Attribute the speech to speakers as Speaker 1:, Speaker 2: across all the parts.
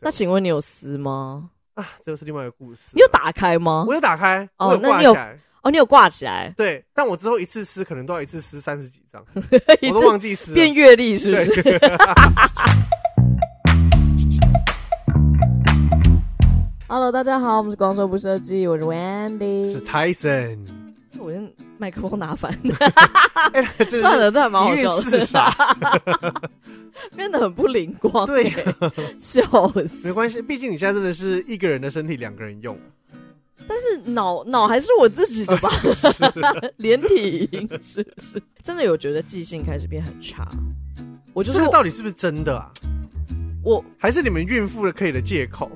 Speaker 1: 那请问你有撕吗？
Speaker 2: 啊，这又是另外一个故事。啊
Speaker 1: 你有？打开吗？
Speaker 2: 我有打开，
Speaker 1: 哦
Speaker 2: 我有
Speaker 1: 那
Speaker 2: 挂
Speaker 1: 你
Speaker 2: 起
Speaker 1: 有
Speaker 2: 来。
Speaker 1: 哦，你有挂起 来，
Speaker 2: 对，但我之后一次撕可能都要一次撕三十几张，
Speaker 1: 一
Speaker 2: 我都
Speaker 1: 次
Speaker 2: 忘记撕了。
Speaker 1: 变阅历是不是？
Speaker 2: 对，
Speaker 1: Hello，大家好，我们是光说不设计，我是 Wendy。
Speaker 2: 是 Tyson。
Speaker 1: 我先麦克风拿反，
Speaker 2: 哎，真
Speaker 1: 算
Speaker 2: 的
Speaker 1: 了，这还蛮好
Speaker 2: 一
Speaker 1: 笑
Speaker 2: 孕四
Speaker 1: 的，
Speaker 2: 傻。
Speaker 1: 变得很不灵光，欸
Speaker 2: 对，
Speaker 1: 笑死。
Speaker 2: 没关系，毕竟你现在真的是一个人的身体两个人用。
Speaker 1: 是脑脑还是我自己的吧？ 连体婴是不是？真的有觉得记性开始变很差，我就是
Speaker 2: 这个到底是不是真的啊？
Speaker 1: 我，
Speaker 2: 还是你们孕妇的可以的借口？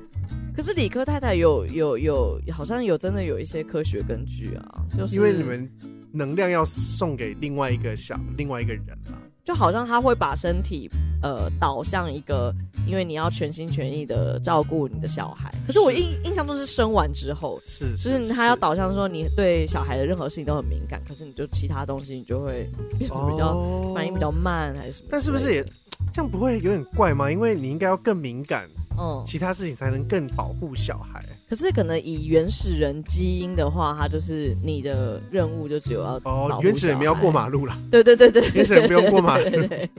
Speaker 1: 可是理科太太有有有，好像有真的有一些科学根据啊，就是
Speaker 2: 因为你们能量要送给另外一个小另外一个人啊啦。
Speaker 1: 就好像他会把身体呃导向一个，因为你要全心全意的照顾你的小孩。可是我
Speaker 2: 是
Speaker 1: 印印象中是生完之后，
Speaker 2: 是，
Speaker 1: 就是他要导向说你对小孩的任何事情都很敏感，可是你就其他东西你就会变得比较、
Speaker 2: 哦
Speaker 1: 反应比较慢还是什么之类的？
Speaker 2: 但是不是也这样不会有点怪吗？因为你应该要更敏感，
Speaker 1: 嗯？
Speaker 2: 其他事情才能更保护小孩。
Speaker 1: 可是可能以原始人基因的话，他就是你的任务就只有要保
Speaker 2: 哦
Speaker 1: 护，
Speaker 2: 原始人没有
Speaker 1: 小
Speaker 2: 过
Speaker 1: 孩，
Speaker 2: 马路啦，
Speaker 1: 对对对对，
Speaker 2: 原始人不用过马
Speaker 1: 对对
Speaker 2: 路
Speaker 1: 对对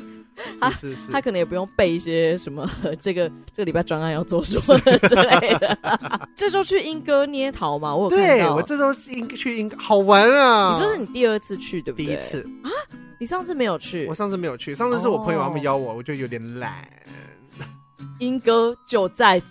Speaker 1: 他
Speaker 2: 是是
Speaker 1: 他
Speaker 2: 是。
Speaker 1: 可能也不用背一些什么 这个这个礼拜专案要做什么 之类的。 这时候去莺歌捏桃嘛，我有看
Speaker 2: 对
Speaker 1: 到。
Speaker 2: 我这周应去应好玩啊！
Speaker 1: 你说是你第二次去对不对？
Speaker 2: 第一，次，
Speaker 1: 你上次没有去
Speaker 2: 我上次没有去，上次是我朋友
Speaker 1: 哦
Speaker 2: 他们邀我，我就有点懒，
Speaker 1: 莺歌，就在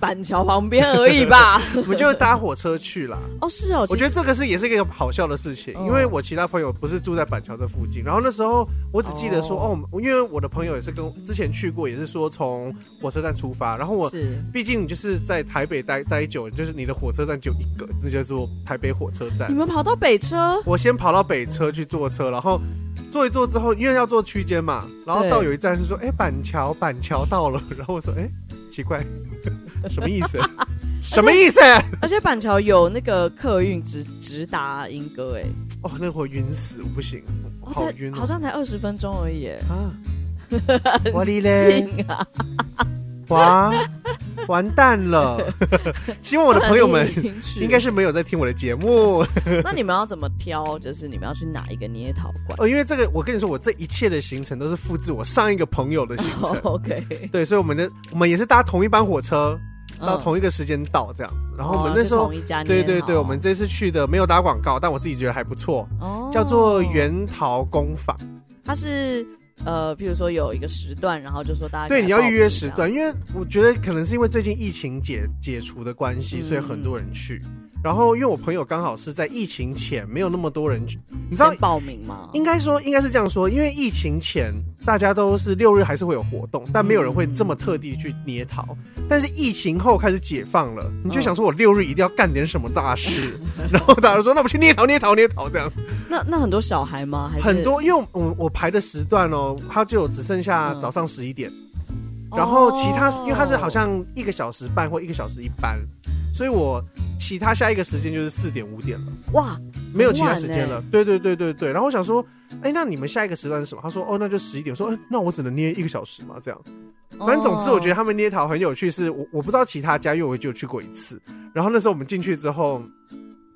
Speaker 1: 板桥旁边而已 吧？
Speaker 2: 我们就搭火车去啦。
Speaker 1: 哦，是哦，
Speaker 2: 我觉得
Speaker 1: 其
Speaker 2: 这个是也是一个好笑的事情，
Speaker 1: 嗯
Speaker 2: 因为我其他朋友不是住在板桥这附近，然后那时候我只记得说，
Speaker 1: 哦
Speaker 2: 哦，我因为我的朋友也是跟之前去过，也是说从火车站出发，然后我
Speaker 1: 实是
Speaker 2: 毕竟你就是在台北待待久，就是你的火车站只有一个，那叫做台北火车站
Speaker 1: 你。们跑到北车，
Speaker 2: 我先跑到北车去坐车，然后坐一坐之后，因为要坐区间嘛，然后
Speaker 1: 对
Speaker 2: 到有一站就说，哎、板桥，板桥到了，然后我说，哎、奇怪，什么意思？什么意思？
Speaker 1: 而且板桥有那个客运直直达莺歌，哎，
Speaker 2: 哦，那会晕死，我不行，
Speaker 1: 哦
Speaker 2: 好
Speaker 1: 才
Speaker 2: 晕、哦
Speaker 1: 好像才二十分钟而已， 哎
Speaker 2: 啊！我哩嘞，
Speaker 1: 信啊！
Speaker 2: 哇，完蛋了！希望我的朋友们 应该
Speaker 1: 是。
Speaker 2: 是没有在听我的节目
Speaker 1: 那你们要怎么挑？就是你们要去哪一个捏桃馆？
Speaker 2: 哦，因为这个，我跟你说，我这一切的行程都是复制我上一个朋友的行程。
Speaker 1: o k
Speaker 2: 对，所以我们的我们也是搭同一班火车，到
Speaker 1: 一，
Speaker 2: 同一个时间到这样子。然后我们
Speaker 1: 嗯哦
Speaker 2: 那时候
Speaker 1: 就，同一哦家捏
Speaker 2: 对
Speaker 1: 桃
Speaker 2: 对对，我们这次去的没有打广告，但我自己觉得还不错，
Speaker 1: 哦
Speaker 2: 叫做，元桃工坊。
Speaker 1: 它是呃，譬如说有一个时段，然后就说大家
Speaker 2: 对，
Speaker 1: 可以
Speaker 2: 你要
Speaker 1: 报
Speaker 2: 预约
Speaker 1: 名
Speaker 2: 时
Speaker 1: 这样，
Speaker 2: 段，因为我觉得可能是因为最近疫情解解除的关系，
Speaker 1: 嗯
Speaker 2: 所以很多人去。然后因为我朋友刚好是在疫情前没有那么多人去，你知道
Speaker 1: 先，报名吗？
Speaker 2: 应该说应该是这样说，因为疫情前大家都是六日还是会有活动，但没有人会这么特地去捏桃。但是疫情后开始解放了，你就想
Speaker 1: 嗯
Speaker 2: 说我六日一定要干点什么大事， 然后大家说那我们去捏桃捏桃捏桃这样。
Speaker 1: 那那很多小孩吗？还是
Speaker 2: 很，多，因为我我排的时段哦，它就只剩下
Speaker 1: 嗯
Speaker 2: 早上十一点。
Speaker 1: 哦
Speaker 2: 然后其他，因为它是好像一个小时半或一个小时一班，所以我其他下一个时间就是四点五点了，
Speaker 1: 哇，
Speaker 2: 没有其他时间了。对对对对对。然后我想说，哎，那你们下一个时段是什么？他说，哦，那就十一点。我说，哎，那我只能捏一个小时嘛，这样。反正总之，我觉得
Speaker 1: 得
Speaker 2: 他们捏桃很有趣是，我我不知道其他家，因为我就去过一次。然后那时候我们进去之后，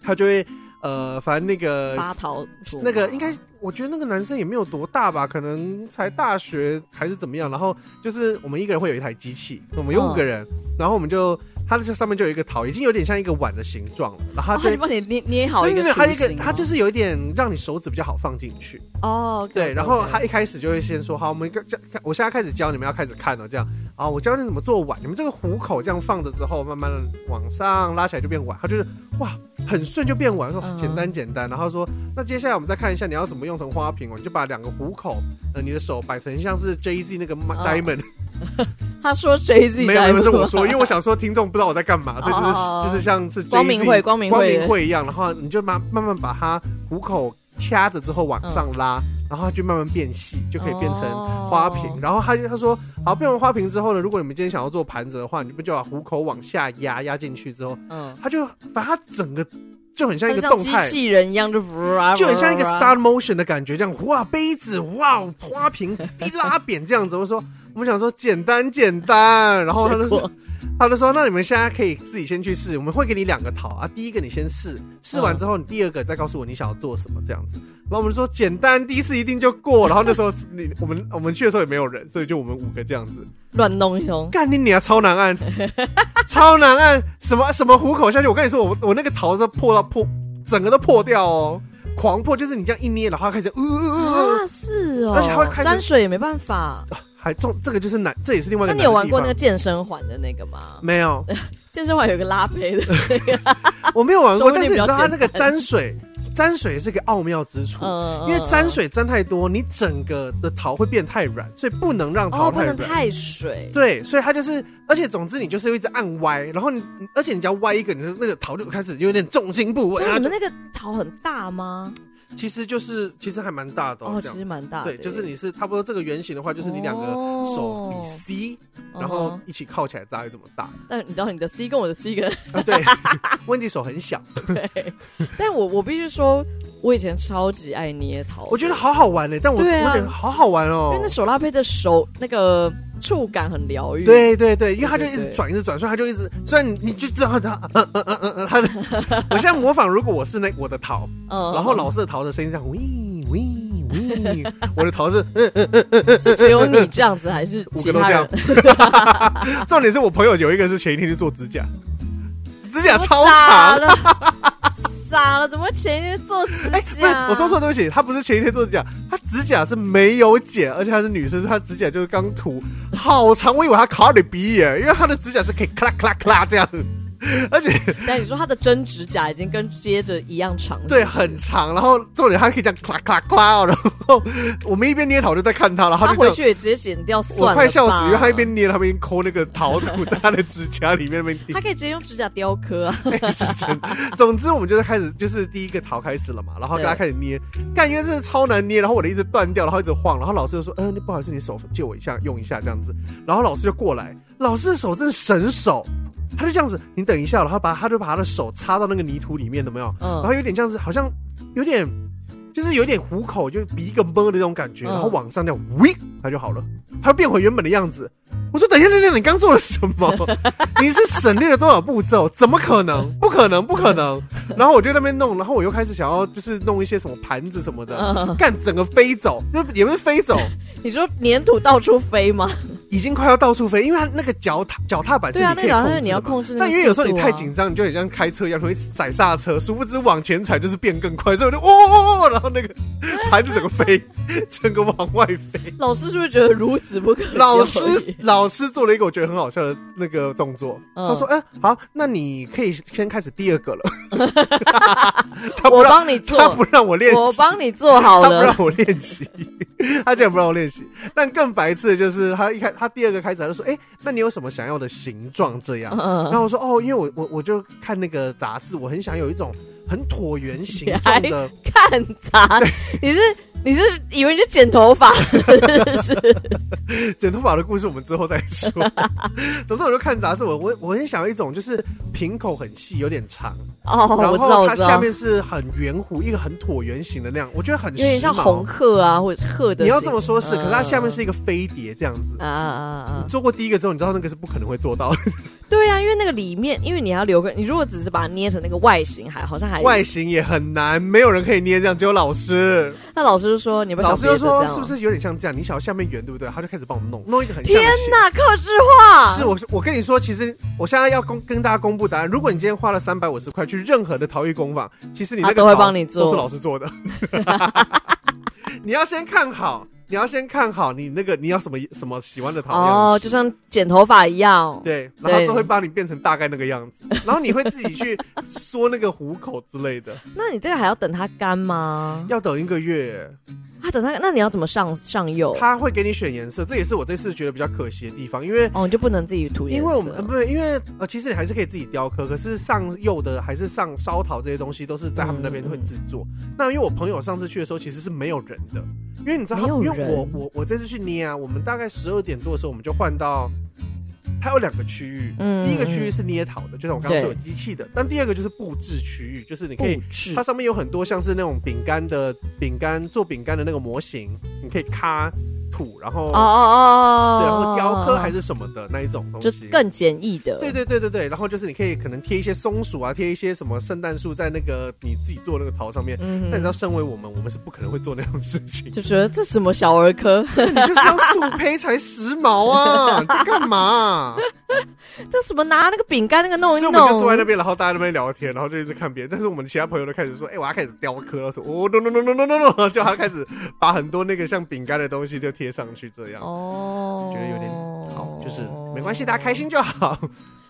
Speaker 2: 他就会呃，反正那个
Speaker 1: 八哦桃组
Speaker 2: 那个
Speaker 1: 嘛
Speaker 2: 应该，我觉得那个男生也没有多大吧，可能才大学还是怎么样。然后就是我们一个人会有一台机器，我们有
Speaker 1: 嗯
Speaker 2: 五个人，然后我们就它这上面就有一个桃，已经有点像一个碗的形状了。然后
Speaker 1: 哦
Speaker 2: 它
Speaker 1: 他
Speaker 2: 就、
Speaker 1: 就帮你捏捏好一
Speaker 2: 没
Speaker 1: 个哦
Speaker 2: 有没有它
Speaker 1: 雏
Speaker 2: 一个
Speaker 1: 形吗，
Speaker 2: 它就是有一点让你手指比较好放进去。
Speaker 1: 哦，OK，OK，OK，
Speaker 2: 对，然后他一开始就会先说，好，我们这我现在开始教你们要开始看哦，这样啊，我教你怎么做碗，你们这个虎口这样放着之后，慢慢的往上拉起来就变碗，他就是哇，很顺就变碗，说
Speaker 1: 嗯
Speaker 2: 简单简单，然后说那接下来我们再看一下你要怎么用成花瓶哦，你就把两个虎口，呃，你的手摆成像是 Jay Z 那个
Speaker 1: 哦
Speaker 2: Diamond，、
Speaker 1: 他说谁自己啊
Speaker 2: 没有，不是我
Speaker 1: 吗
Speaker 2: 说，因为我想说听众不知道我在干嘛，所以就是、
Speaker 1: 哦
Speaker 2: 就是像是 Jay Z
Speaker 1: 光明会，嗯光明
Speaker 2: 光明
Speaker 1: 的
Speaker 2: 会一样，然后你就慢慢慢把它虎口掐着之后往上拉，然后它就慢慢变细，就可以变成花瓶。
Speaker 1: 嗯哦
Speaker 2: 然后他就他说，好，变成花瓶之后呢，如果你们今天想要做盘子的话，你们就把虎口往下压，压进去之后，
Speaker 1: 嗯，
Speaker 2: 它就反正它整个就很像
Speaker 1: 它
Speaker 2: 一
Speaker 1: 就
Speaker 2: 个
Speaker 1: 像
Speaker 2: 动
Speaker 1: 机
Speaker 2: 态。
Speaker 1: 器人一样，就就
Speaker 2: 就很像一个
Speaker 1: 啊
Speaker 2: star motion 的感觉，这样哇，杯子哇， 花瓶一拉扁这样子。我说，我们想说简单简单，然后他就
Speaker 1: 结
Speaker 2: 说
Speaker 1: 果，
Speaker 2: 他就说：“那你们现在可以自己先去试，我们会给你两个桃啊，第一个你先试，试完之后你第二个再告诉我你想要做什么这样子。”然后我们就说简单，第一次一定就过。然后那时候你我们我们去的时候也没有人，所以就我们五个这样子。
Speaker 1: 乱弄 凶，
Speaker 2: 干你娘，超难按， 超难按，什么什么虎口下去？我跟你说，我我那个桃子破到破，整个都破掉哦，狂破，就是你这样一捏，然后它开始呜呃呜呜呜，
Speaker 1: 啊，是哦，
Speaker 2: 而且还会开始
Speaker 1: 沾水也没办法。
Speaker 2: 还中这个就是难，这也是另外一
Speaker 1: 那
Speaker 2: 个
Speaker 1: 你
Speaker 2: 难的地
Speaker 1: 有
Speaker 2: 方。
Speaker 1: 玩过那个健身环的那个吗？
Speaker 2: 没有，
Speaker 1: 健身环有一个拉胚 的，
Speaker 2: 我没有 玩
Speaker 1: 说
Speaker 2: 过，
Speaker 1: 不
Speaker 2: 但
Speaker 1: 定
Speaker 2: 是你知道它
Speaker 1: 比较
Speaker 2: 那个沾水，沾水是个奥妙之处。
Speaker 1: 嗯，
Speaker 2: 因为沾
Speaker 1: 嗯
Speaker 2: 水沾太多，你整个的桃会变太软，所以不能让
Speaker 1: 哦，
Speaker 2: 桃
Speaker 1: 不
Speaker 2: 太
Speaker 1: 能
Speaker 2: 软。
Speaker 1: 太水，
Speaker 2: 对，所以它就是，而且总之你就是一直按歪，然后你，你而且你只要歪一个，你的那个桃就开始有点重心 不稳。
Speaker 1: 那
Speaker 2: 啊
Speaker 1: 你们那个桃很大吗？
Speaker 2: 其实就是其实还蛮大的、
Speaker 1: 哦，
Speaker 2: 这
Speaker 1: 其实
Speaker 2: 样
Speaker 1: 蛮大的耶。
Speaker 2: 对，就是你是差不多这个圆形的话，就是你两个手
Speaker 1: 哦
Speaker 2: 比 C，、
Speaker 1: 嗯
Speaker 2: 然后
Speaker 1: 哼
Speaker 2: 一起靠起来，大概这么大。
Speaker 1: 但你知道你的 C 跟我的 C 跟，
Speaker 2: 啊、对， 温迪手很小，
Speaker 1: 对，但我我必须说，我以前超级爱捏桃，
Speaker 2: 我觉得，好好玩呢、但我、
Speaker 1: 对啊
Speaker 2: 我觉得好好玩
Speaker 1: 因
Speaker 2: 哦
Speaker 1: 为。那手拉胚的手那个触感很疗愈，，
Speaker 2: 对对对，因为他就
Speaker 1: 对
Speaker 2: 一
Speaker 1: 对
Speaker 2: 直
Speaker 1: 对
Speaker 2: 转，一直转，所以他就一直，虽然你你就知道他， 嗯嗯嗯嗯嗯，他的，我现在模仿，如果我是那我的桃，
Speaker 1: 嗯
Speaker 2: 然后老是桃的声音这样，喂喂喂，我的桃是 嗯
Speaker 1: 是 只有你这样子，还是
Speaker 2: 五
Speaker 1: 其
Speaker 2: 个都
Speaker 1: 他
Speaker 2: 这样
Speaker 1: 人？
Speaker 2: 重点是我朋友有一个是前一天去做指甲，指甲啊超
Speaker 1: 傻
Speaker 2: 长。
Speaker 1: 了，傻了，怎么会前一天做指
Speaker 2: 哎不是
Speaker 1: 甲？
Speaker 2: 我说错，对不起，他不是前一天做指甲，他指甲是没有剪，而且她是女生，所以她指甲就是刚涂，好长，我以为她卡到你鼻眼，因为她的指甲是可以咔啦咔啦咔啦这样子，而且
Speaker 1: 但你说他的真指甲已经跟接着一样长，
Speaker 2: 对，很长，然后重点它可以这样咔咔咔，然后我们一边捏桃就在看它，然后
Speaker 1: 他
Speaker 2: 它就这
Speaker 1: 回
Speaker 2: 样，
Speaker 1: 去也直接剪掉算
Speaker 2: 我
Speaker 1: 了，
Speaker 2: 快笑死，因为他一。边捏，他一边抠那个 桃土在他的指甲里面那 边
Speaker 1: 他可以直接用指甲雕刻啊！
Speaker 2: 顶，是真的。总之，我们就是开始就是第一个桃开始了嘛，然后大家开始捏，感觉真的超难捏，然后我的一直断掉，然后一直晃，然后老师就说，嗯、你不好意思，你手借我一下用一下这样子，然后老师就过来，老师的手真的神手。他就这样子，你等一下，然后把他就把他的手插到那个泥土里面，有没有？然
Speaker 1: 嗯
Speaker 2: 后有点像是好像有点就是有点虎口，就鼻一个闷的那种感觉，
Speaker 1: 嗯
Speaker 2: 然后往上这样，喂，它就好了，它变回原本的样子。我说等一下，等一下，你刚做了什么？ 你是省略了多少步骤？怎么可能？不可能，不可能！然后我就在那边弄，然后我又开始想要就是弄一些什么盘子什么的，
Speaker 1: 嗯，
Speaker 2: 干整个飞走，就也不是飞走，
Speaker 1: 你说粘土到处飞吗？
Speaker 2: 已经快要到处飞，因为它那个脚踏脚踏板是
Speaker 1: 对啊，
Speaker 2: 哎你
Speaker 1: 那
Speaker 2: 可
Speaker 1: 个
Speaker 2: 以
Speaker 1: 好像是
Speaker 2: 控制
Speaker 1: 你要
Speaker 2: 的嘛
Speaker 1: 控制那个速度啊、
Speaker 2: 但因为有时候你太紧张，你就很像开车一样，会踩刹车，殊不知往前踩就是变更快，所以我就哦哦哦，然后那个 盘子整个飞， 整个往外飞。
Speaker 1: 老师是不是觉得孺子不可哦教也？
Speaker 2: 老师老师做了一个我觉得很好笑的那个动作，
Speaker 1: 嗯
Speaker 2: 他说：“哎、好，那你可以先开始第二个 了。”他不
Speaker 1: 我
Speaker 2: 让
Speaker 1: 帮你
Speaker 2: 他
Speaker 1: 做
Speaker 2: 不，让我练
Speaker 1: 我
Speaker 2: 习。
Speaker 1: 帮你做好
Speaker 2: 他不
Speaker 1: 了
Speaker 2: 让。我练习，他竟然不让我练习。但更白痴的就是，他一开他第二个开始他就说：“哎、那你有什么想要的形状？”这样，然
Speaker 1: 嗯，
Speaker 2: 后我说哦，因为我我我就看那个杂志，我很想有一种很椭圆 形状的，
Speaker 1: 看杂，你是你是以为你是剪头发， 是哎
Speaker 2: 剪头发的故事我们之后再说。 总之我就看杂志，我我我很想要一种就是瓶口很细，有点长，
Speaker 1: 哦，
Speaker 2: 然
Speaker 1: 我知道
Speaker 2: 后
Speaker 1: 我
Speaker 2: 它
Speaker 1: 知
Speaker 2: 下
Speaker 1: 道，
Speaker 2: 面是很圆弧，一个很椭圆形的那样，我觉得很
Speaker 1: 有点像
Speaker 2: 时髦
Speaker 1: 红。鹤啊，或者是鹤的形。嗯
Speaker 2: 你要这么说，是，可是它下面是
Speaker 1: 一
Speaker 2: 一个飞碟这样子。
Speaker 1: 啊啊啊啊！
Speaker 2: 做过第一个之后，你知道那个是不可能会做到的，
Speaker 1: 对啊，因为那个里面，因为你要留个，你如果只是把它捏成那个外形，还好像还
Speaker 2: 外形也很难，没有人可以捏这样，只有老师。
Speaker 1: 那老师就说你不
Speaker 2: 老师就说是不
Speaker 1: 是？
Speaker 2: 是有点像这样？你想要下面圆对不对？他就开始帮我弄，弄一个很像
Speaker 1: 天
Speaker 2: 的形
Speaker 1: 哪，克制化
Speaker 2: 是我，我跟你说，其实我现在要公跟大家公布答案。如果你今天花了三百五十块去任何的陶艺工坊，其实你那个
Speaker 1: 他都会
Speaker 2: 陶
Speaker 1: 帮你做
Speaker 2: 都是老师 做的。你要先看好，你要先看好你那个你要什么什么喜欢的陶样式
Speaker 1: 哦，就像剪头发一样。
Speaker 2: 对，然后
Speaker 1: 对
Speaker 2: 就会帮你变成大概那个样子，然后你会自己去缩那个虎口之类 的，
Speaker 1: 那你这个还要等它干吗？
Speaker 2: 要等一个月。
Speaker 1: 啊，等它，那你要怎么上上釉？
Speaker 2: 他会给你选颜色，这也是我这次觉得比较可惜的地方，因为
Speaker 1: 哦，你就不能自己涂颜
Speaker 2: 因
Speaker 1: 色。
Speaker 2: 为我们呃不是因为呃，其实你还是可以自己雕刻，可是上釉的还是上烧陶这些东西都是在他们那边会制作。
Speaker 1: 嗯
Speaker 2: 那因为我朋友上次去的时候其实是没有人的，因为你知道他，
Speaker 1: 没有
Speaker 2: 因
Speaker 1: 人
Speaker 2: 为我我我这次去捏啊，我们大概十二点多的时候我们就换到。它有两个区域，
Speaker 1: 嗯
Speaker 2: 第一个区域是捏陶的，就像我刚刚
Speaker 1: 对
Speaker 2: 说有机器的，但第二个就是布置区域，就是你
Speaker 1: 布
Speaker 2: 可以，
Speaker 1: 置
Speaker 2: 它上面有很多像是那种饼干的饼干做饼干的那个模型，你可以咔土，然后
Speaker 1: 哦哦
Speaker 2: 对，
Speaker 1: 哦，
Speaker 2: 然后雕刻还
Speaker 1: 是
Speaker 2: 是什么的那一种东
Speaker 1: 就
Speaker 2: 西，
Speaker 1: 更简易的，
Speaker 2: 对对对对对，然后就是你可以可能贴一些松鼠啊，贴一些什么圣诞树在那个你自己做那个桃上面。
Speaker 1: 嗯哼
Speaker 2: 但你知道，身为我们，我们是不可能会做那种事 情，
Speaker 1: 就觉得这什么小儿科，
Speaker 2: 你就是要素胚才时 髦啊！你在干嘛、
Speaker 1: 这什么拿那个饼干那个弄
Speaker 2: 所
Speaker 1: 一
Speaker 2: 以我
Speaker 1: 弄，
Speaker 2: 们就坐在那边，然后大家在那边聊天，然后就一直看别人。但是我们其他朋友都开始说：“哎、我要开始雕刻了。”说：“哦，no no no no no no no！” 就他开始把很多那个像饼干的东西就贴上去，这样、
Speaker 1: 哦，
Speaker 2: 觉得有点好，就是没关系，大家开。心就好。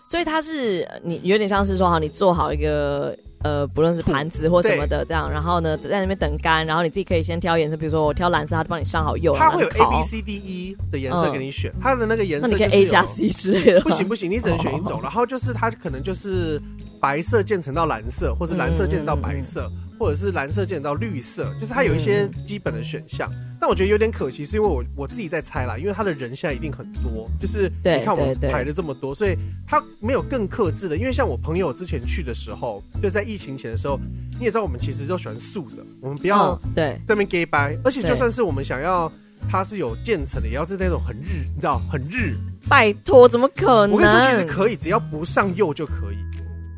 Speaker 1: 所以它是呃你有点像是说，好，你做好一个呃，不论是盘子或什么的这样，然后呢，在那边等干，然后你自己可以先挑颜色，比如说我挑蓝色，它就帮你上啊好釉，
Speaker 2: 它会有
Speaker 1: 然
Speaker 2: A
Speaker 1: 后
Speaker 2: B
Speaker 1: 你烤
Speaker 2: C D E 的颜色给你选，它的那个颜
Speaker 1: 那你
Speaker 2: 色
Speaker 1: 可以
Speaker 2: 就是
Speaker 1: A 加
Speaker 2: 有
Speaker 1: C 之类 的吗，
Speaker 2: 不行不行，你只能选一种。然后就是它可能就是白色渐层到蓝色，或是蓝色渐层到白
Speaker 1: 嗯
Speaker 2: 色，或者是蓝色渐层到绿色，就是它有一些基本的选项。但我觉得有点可惜，是因为我我自己在猜啦，因为它的人现在一定很多，就是
Speaker 1: 对
Speaker 2: 你看我
Speaker 1: 对
Speaker 2: 们
Speaker 1: 对
Speaker 2: 排了这么多，所以它没有更克制的。因为像我朋友之前去的时候，就在疫情前的时候，你也知道我们其实都喜欢素的，我们不要
Speaker 1: 嗯对，
Speaker 2: 在那边 gay 掰，而且就
Speaker 1: 对
Speaker 2: 算是我们想要。它是有渐层的，也要是那种很日，你知道，很日，
Speaker 1: 拜托，怎么可能？
Speaker 2: 我跟你说，其实可以，只要不上釉就可以。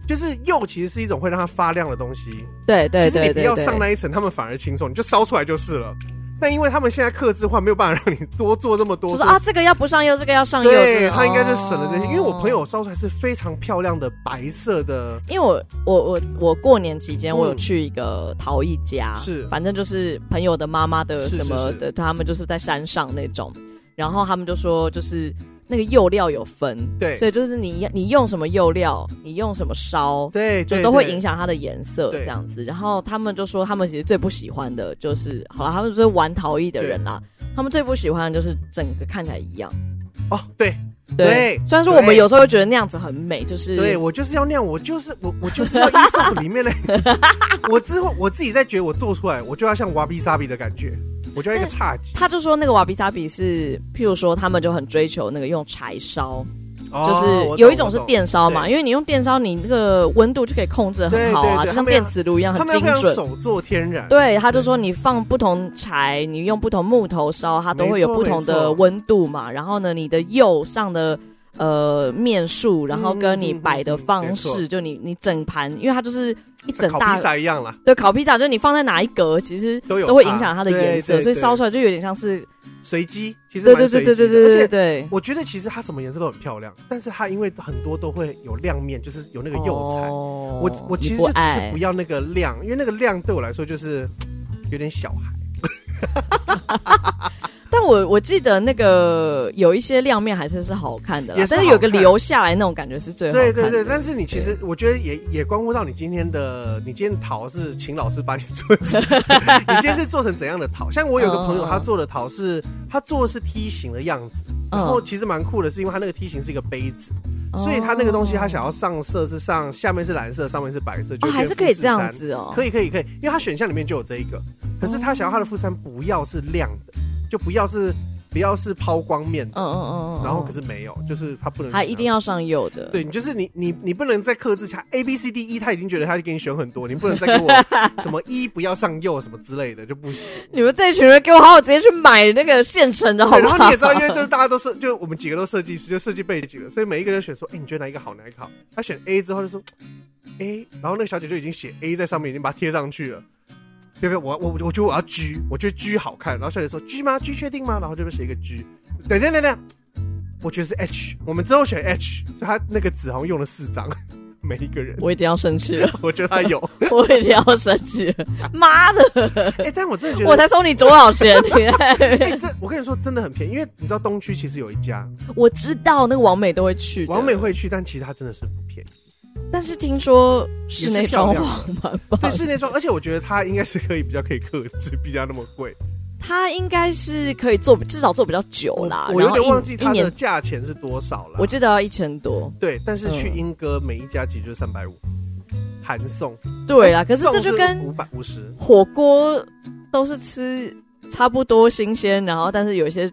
Speaker 2: 就是釉其实是一种会让它发亮的东西，
Speaker 1: 对对
Speaker 2: 其实你
Speaker 1: 对
Speaker 2: 不
Speaker 1: 对
Speaker 2: 要上
Speaker 1: 对，
Speaker 2: 那一层，他们反而轻松，你就烧出来就是了。但因为他们现在刻字化，没有办法让你多做这么多，
Speaker 1: 就
Speaker 2: 所
Speaker 1: 是
Speaker 2: 以
Speaker 1: 啊，这个要不上釉，这个要上釉，这
Speaker 2: 对
Speaker 1: 个
Speaker 2: 他应该就省了这些。
Speaker 1: 哦
Speaker 2: 因为我朋友烧出来是非常漂亮的白色的，
Speaker 1: 因为我我我我过年期间
Speaker 2: 嗯
Speaker 1: 我有去一个陶艺家，
Speaker 2: 是
Speaker 1: 反正就是朋友的妈妈的
Speaker 2: 是
Speaker 1: 什么
Speaker 2: 是是
Speaker 1: 的，他们就是在山上那种，然后他们就说就是那个釉料有分，
Speaker 2: 对
Speaker 1: 所以就是你你用什么釉料，你用什么烧。
Speaker 2: 对，
Speaker 1: 就
Speaker 2: 对
Speaker 1: 都会
Speaker 2: 对
Speaker 1: 影响它的颜色
Speaker 2: 对
Speaker 1: 这样子，然后他们就说他们其实最不喜欢的就是，好了，他们就是玩陶艺的人啦，他们最不喜欢的就是整个看起来一样。
Speaker 2: 哦，对
Speaker 1: 对，
Speaker 2: 对
Speaker 1: 虽然说我们
Speaker 2: 对
Speaker 1: 有时候会觉得那样子很美，就是
Speaker 2: 对，我就是要那样，我就是我我就是要艺术里 面的，我之后我自己再觉得我做出来，我就要像瓦比萨比的感觉，我就要一个
Speaker 1: 但
Speaker 2: 差级，
Speaker 1: 他就说那个瓦比萨比是，譬如说他们就很追求那个用柴烧，就
Speaker 2: 哦我
Speaker 1: 是有一
Speaker 2: 懂
Speaker 1: 种
Speaker 2: 我
Speaker 1: 是
Speaker 2: 懂
Speaker 1: 电烧嘛，
Speaker 2: 对
Speaker 1: 因为你用电烧，你那个温度就可以控制得很好啊，
Speaker 2: 对对对
Speaker 1: 就像电磁炉一样
Speaker 2: 他
Speaker 1: 很
Speaker 2: 们要
Speaker 1: 精
Speaker 2: 非常
Speaker 1: 准。
Speaker 2: 手做天然，
Speaker 1: 对，他就说你放不同柴，你用不同木头烧，它都会有
Speaker 2: 没错
Speaker 1: 不同
Speaker 2: 没
Speaker 1: 的
Speaker 2: 错
Speaker 1: 温度嘛。然后呢，你的釉上的呃面数，然后跟你
Speaker 2: 嗯嗯嗯
Speaker 1: 摆的
Speaker 2: 嗯
Speaker 1: 方
Speaker 2: 没错
Speaker 1: 式，就你你整盘，因为它就是一整
Speaker 2: 跟烤
Speaker 1: 大
Speaker 2: 披萨一样啦，
Speaker 1: 对烤披萨，就是你放在哪一格，其实
Speaker 2: 都有
Speaker 1: 都会
Speaker 2: 差
Speaker 1: 影响它的
Speaker 2: 对
Speaker 1: 颜色，
Speaker 2: 对
Speaker 1: 所以
Speaker 2: 对
Speaker 1: 烧出来就有点像是
Speaker 2: 随机，其实
Speaker 1: 对
Speaker 2: 蛮
Speaker 1: 对
Speaker 2: 随
Speaker 1: 对
Speaker 2: 机的
Speaker 1: 对对对对
Speaker 2: 而且
Speaker 1: 对。
Speaker 2: 我觉得其实它什么颜色都很漂亮，但是它因为很多都会有亮面，就是有那个釉彩。
Speaker 1: 哦
Speaker 2: 我我其实
Speaker 1: 你
Speaker 2: 就
Speaker 1: 不
Speaker 2: 只是
Speaker 1: 爱
Speaker 2: 不，要那个亮，因为那个亮对我来说就是有点小孩。
Speaker 1: 但我我记得那个有一些亮面还是是好看的啦
Speaker 2: 也是
Speaker 1: 但是有个
Speaker 2: 好看
Speaker 1: 留下来那种感觉是最好看
Speaker 2: 对
Speaker 1: 的。
Speaker 2: 对对，但是你其实我觉得也也关乎到你今天的，你今天桃是秦老师把你做成， 你今天是做成怎样的桃？像我有个朋友，
Speaker 1: 嗯
Speaker 2: 他做的桃是他做的是梯形的样子，
Speaker 1: 嗯
Speaker 2: 然后其实蛮酷的，是因为他那个梯形是一个杯子，
Speaker 1: 哦
Speaker 2: 所以他那个东西他想要上色是上下面是蓝色，上面是白色，就
Speaker 1: 哦
Speaker 2: 变
Speaker 1: 还是可以
Speaker 2: 富士
Speaker 1: 这样
Speaker 2: 山。
Speaker 1: 子哦，
Speaker 2: 可以可以可以，因为他选项里面就有这一个，可是他想要他的富士山不要是亮的，就不要是不要是抛光面的，
Speaker 1: 嗯嗯嗯嗯，
Speaker 2: 然后可
Speaker 1: 是
Speaker 2: 是没有，就是他不能
Speaker 1: 还
Speaker 2: 选
Speaker 1: 一
Speaker 2: 到
Speaker 1: 定要上釉的，
Speaker 2: 对，你就是你你你不能再克制他 A B C D E，他已经觉得他就给你选很多，你不能再给我什么一、不要上右什么之类的就不行。
Speaker 1: 你们这群人给我好好直接去买那个现成的好
Speaker 2: 对，
Speaker 1: 不
Speaker 2: 然
Speaker 1: 好？
Speaker 2: 后你也知道，因为就是大家都是，就我们几个都设计师，就设计背景了，所以每一个人选说，哎、你觉得哪一个好，哪一个好？他选 A 之后就说 A，然后那个小姐就已经写 A 在上面，已经把它贴上去了。对不对？我我我觉得我要 G，我觉得 G 好看。然后小姐说 G 吗？G 确定吗？然后这边写一个 G，等等等等，我觉得是 H，我们之后选 H，所以他那个纸好像用了四张， 每一个人。
Speaker 1: 我已经要生气了，
Speaker 2: 我觉得他有，
Speaker 1: 我已经要生气了，妈的，
Speaker 2: 哎、但我真的觉得，
Speaker 1: 我才收你多少钱？你
Speaker 2: 哎、这我跟你说真的很便宜，因为你知道东区其实有一家，
Speaker 1: 我知道那个王美都会去的，
Speaker 2: 王美会去，但其实它真的是不便宜。
Speaker 1: 但是听说室内装
Speaker 2: 也是
Speaker 1: 潢
Speaker 2: 漂
Speaker 1: 蛮棒
Speaker 2: 对，室内装，而且我觉得它应该是可以比较可以克制，比较那么贵。
Speaker 1: 它应该是可以做，至少做比较久
Speaker 2: 我
Speaker 1: 啦。
Speaker 2: 我
Speaker 1: 然
Speaker 2: 有
Speaker 1: 后
Speaker 2: 点
Speaker 1: 一
Speaker 2: 忘记
Speaker 1: 一
Speaker 2: 它的啊
Speaker 1: 年，
Speaker 2: 价钱是多少了。
Speaker 1: 我记得要一千多。
Speaker 2: 对，但是去
Speaker 1: 嗯
Speaker 2: 英歌每一家其实就是三百五，含送。
Speaker 1: 对啦，可是这就
Speaker 2: 五
Speaker 1: 跟
Speaker 2: 百五十。
Speaker 1: 火锅都是吃差不多新鲜，然后但是有一些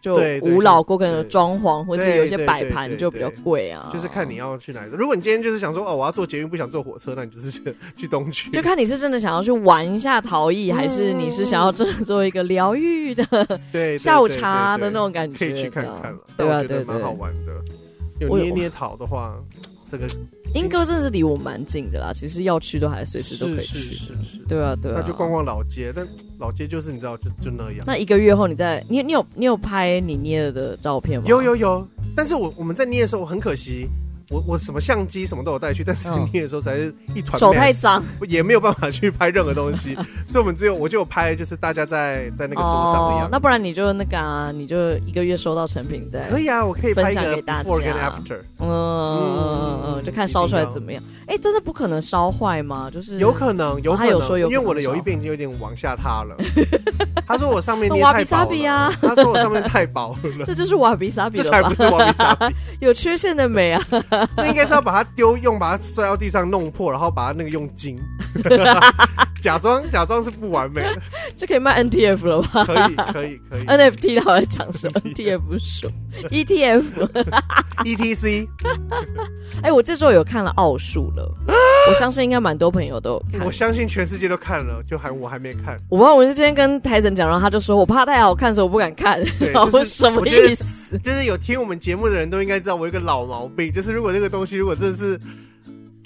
Speaker 1: 就
Speaker 2: 对对
Speaker 1: 无老锅可能有
Speaker 2: 对
Speaker 1: 装潢，或是有一些
Speaker 2: 对对
Speaker 1: 摆
Speaker 2: 对
Speaker 1: 盘
Speaker 2: 对
Speaker 1: 就比较
Speaker 2: 对
Speaker 1: 贵啊，
Speaker 2: 就是看你要去哪里。如果你今天就是想说哦，我要坐捷运，不想坐火车，那你就是去去东区。
Speaker 1: 就看你是真的想要去玩一下陶艺，还是你是想要真的做一个疗愈的
Speaker 2: 对对
Speaker 1: 下午
Speaker 2: 对对
Speaker 1: 茶
Speaker 2: 对
Speaker 1: 的那种感觉，
Speaker 2: 可以去看看了。
Speaker 1: 这
Speaker 2: 但
Speaker 1: 样
Speaker 2: 我
Speaker 1: 对啊，
Speaker 2: 觉
Speaker 1: 对
Speaker 2: 得蛮好
Speaker 1: 对。
Speaker 2: 玩的。
Speaker 1: 我
Speaker 2: 有
Speaker 1: 有
Speaker 2: 捏捏桃的话，这个
Speaker 1: 英哥真的是离我蛮近的啦，其实要去都还随时
Speaker 2: 是
Speaker 1: 都可以
Speaker 2: 是
Speaker 1: 去。
Speaker 2: 是是，
Speaker 1: 对啊，对啊。
Speaker 2: 那就逛逛老街，但老街就是你知道，就就那样。
Speaker 1: 那一个月后你再，你你有你有拍你捏的照片吗？
Speaker 2: 有有有，但是我我们在捏的时候，我很可惜，我我什么相机什么都有带去，但是在
Speaker 1: 嗯
Speaker 2: 捏的时候才是一团
Speaker 1: 手太
Speaker 2: mess，
Speaker 1: 脏，
Speaker 2: 也没有办法去拍任何 东西，所以我们只有我就有拍就是大家在在那个桌上的样
Speaker 1: 哦，
Speaker 2: 子。
Speaker 1: 那不然你就那个啊，你就一个月收到成品再，
Speaker 2: 可以啊，我可以拍
Speaker 1: 分
Speaker 2: 一
Speaker 1: 享
Speaker 2: 个
Speaker 1: 给大
Speaker 2: before
Speaker 1: 家
Speaker 2: 跟 after，
Speaker 1: 嗯嗯嗯，就看烧出来怎么样。哎，真的不可能烧坏吗？就是
Speaker 2: 有可能，有
Speaker 1: 哦
Speaker 2: 可
Speaker 1: 他有说
Speaker 2: 能，
Speaker 1: 有
Speaker 2: 因
Speaker 1: 可
Speaker 2: 为我的
Speaker 1: 能
Speaker 2: 有一
Speaker 1: 少
Speaker 2: 边已经有点往下塌 了。他说我上面
Speaker 1: 那
Speaker 2: 捏
Speaker 1: 瓦
Speaker 2: 太
Speaker 1: 比萨
Speaker 2: 薄
Speaker 1: 比
Speaker 2: 了，
Speaker 1: 啊，
Speaker 2: 他说我上面太薄 了，
Speaker 1: 这就是瓦比萨比了
Speaker 2: 这才不
Speaker 1: 吧？
Speaker 2: 是瓦比萨比，
Speaker 1: 有缺陷的美啊，
Speaker 2: 那应该是要把它丢，用把它摔到地上弄破，然后把它那个用 筋，假装假装是不完美的，
Speaker 1: 就可以卖 NTF 了吧
Speaker 2: 可以可以可以
Speaker 1: ？NFT 他在讲什么？NTF 说 ETF。
Speaker 2: ，E T C，
Speaker 1: 哎，我这周有看了奥数 了，我相信应该蛮多朋友都有看
Speaker 2: 我。相信全世界都看了，就还我还没 看，
Speaker 1: 我不知道，我是今天跟台神讲，然后他就说我怕太好看，所以我不敢看。
Speaker 2: 对
Speaker 1: 然后
Speaker 2: 就是
Speaker 1: 什么
Speaker 2: 我觉得
Speaker 1: 意思？
Speaker 2: 就是有听我们节目的人都应该知道我有一个老毛病，就是如果这个东西如果真的是。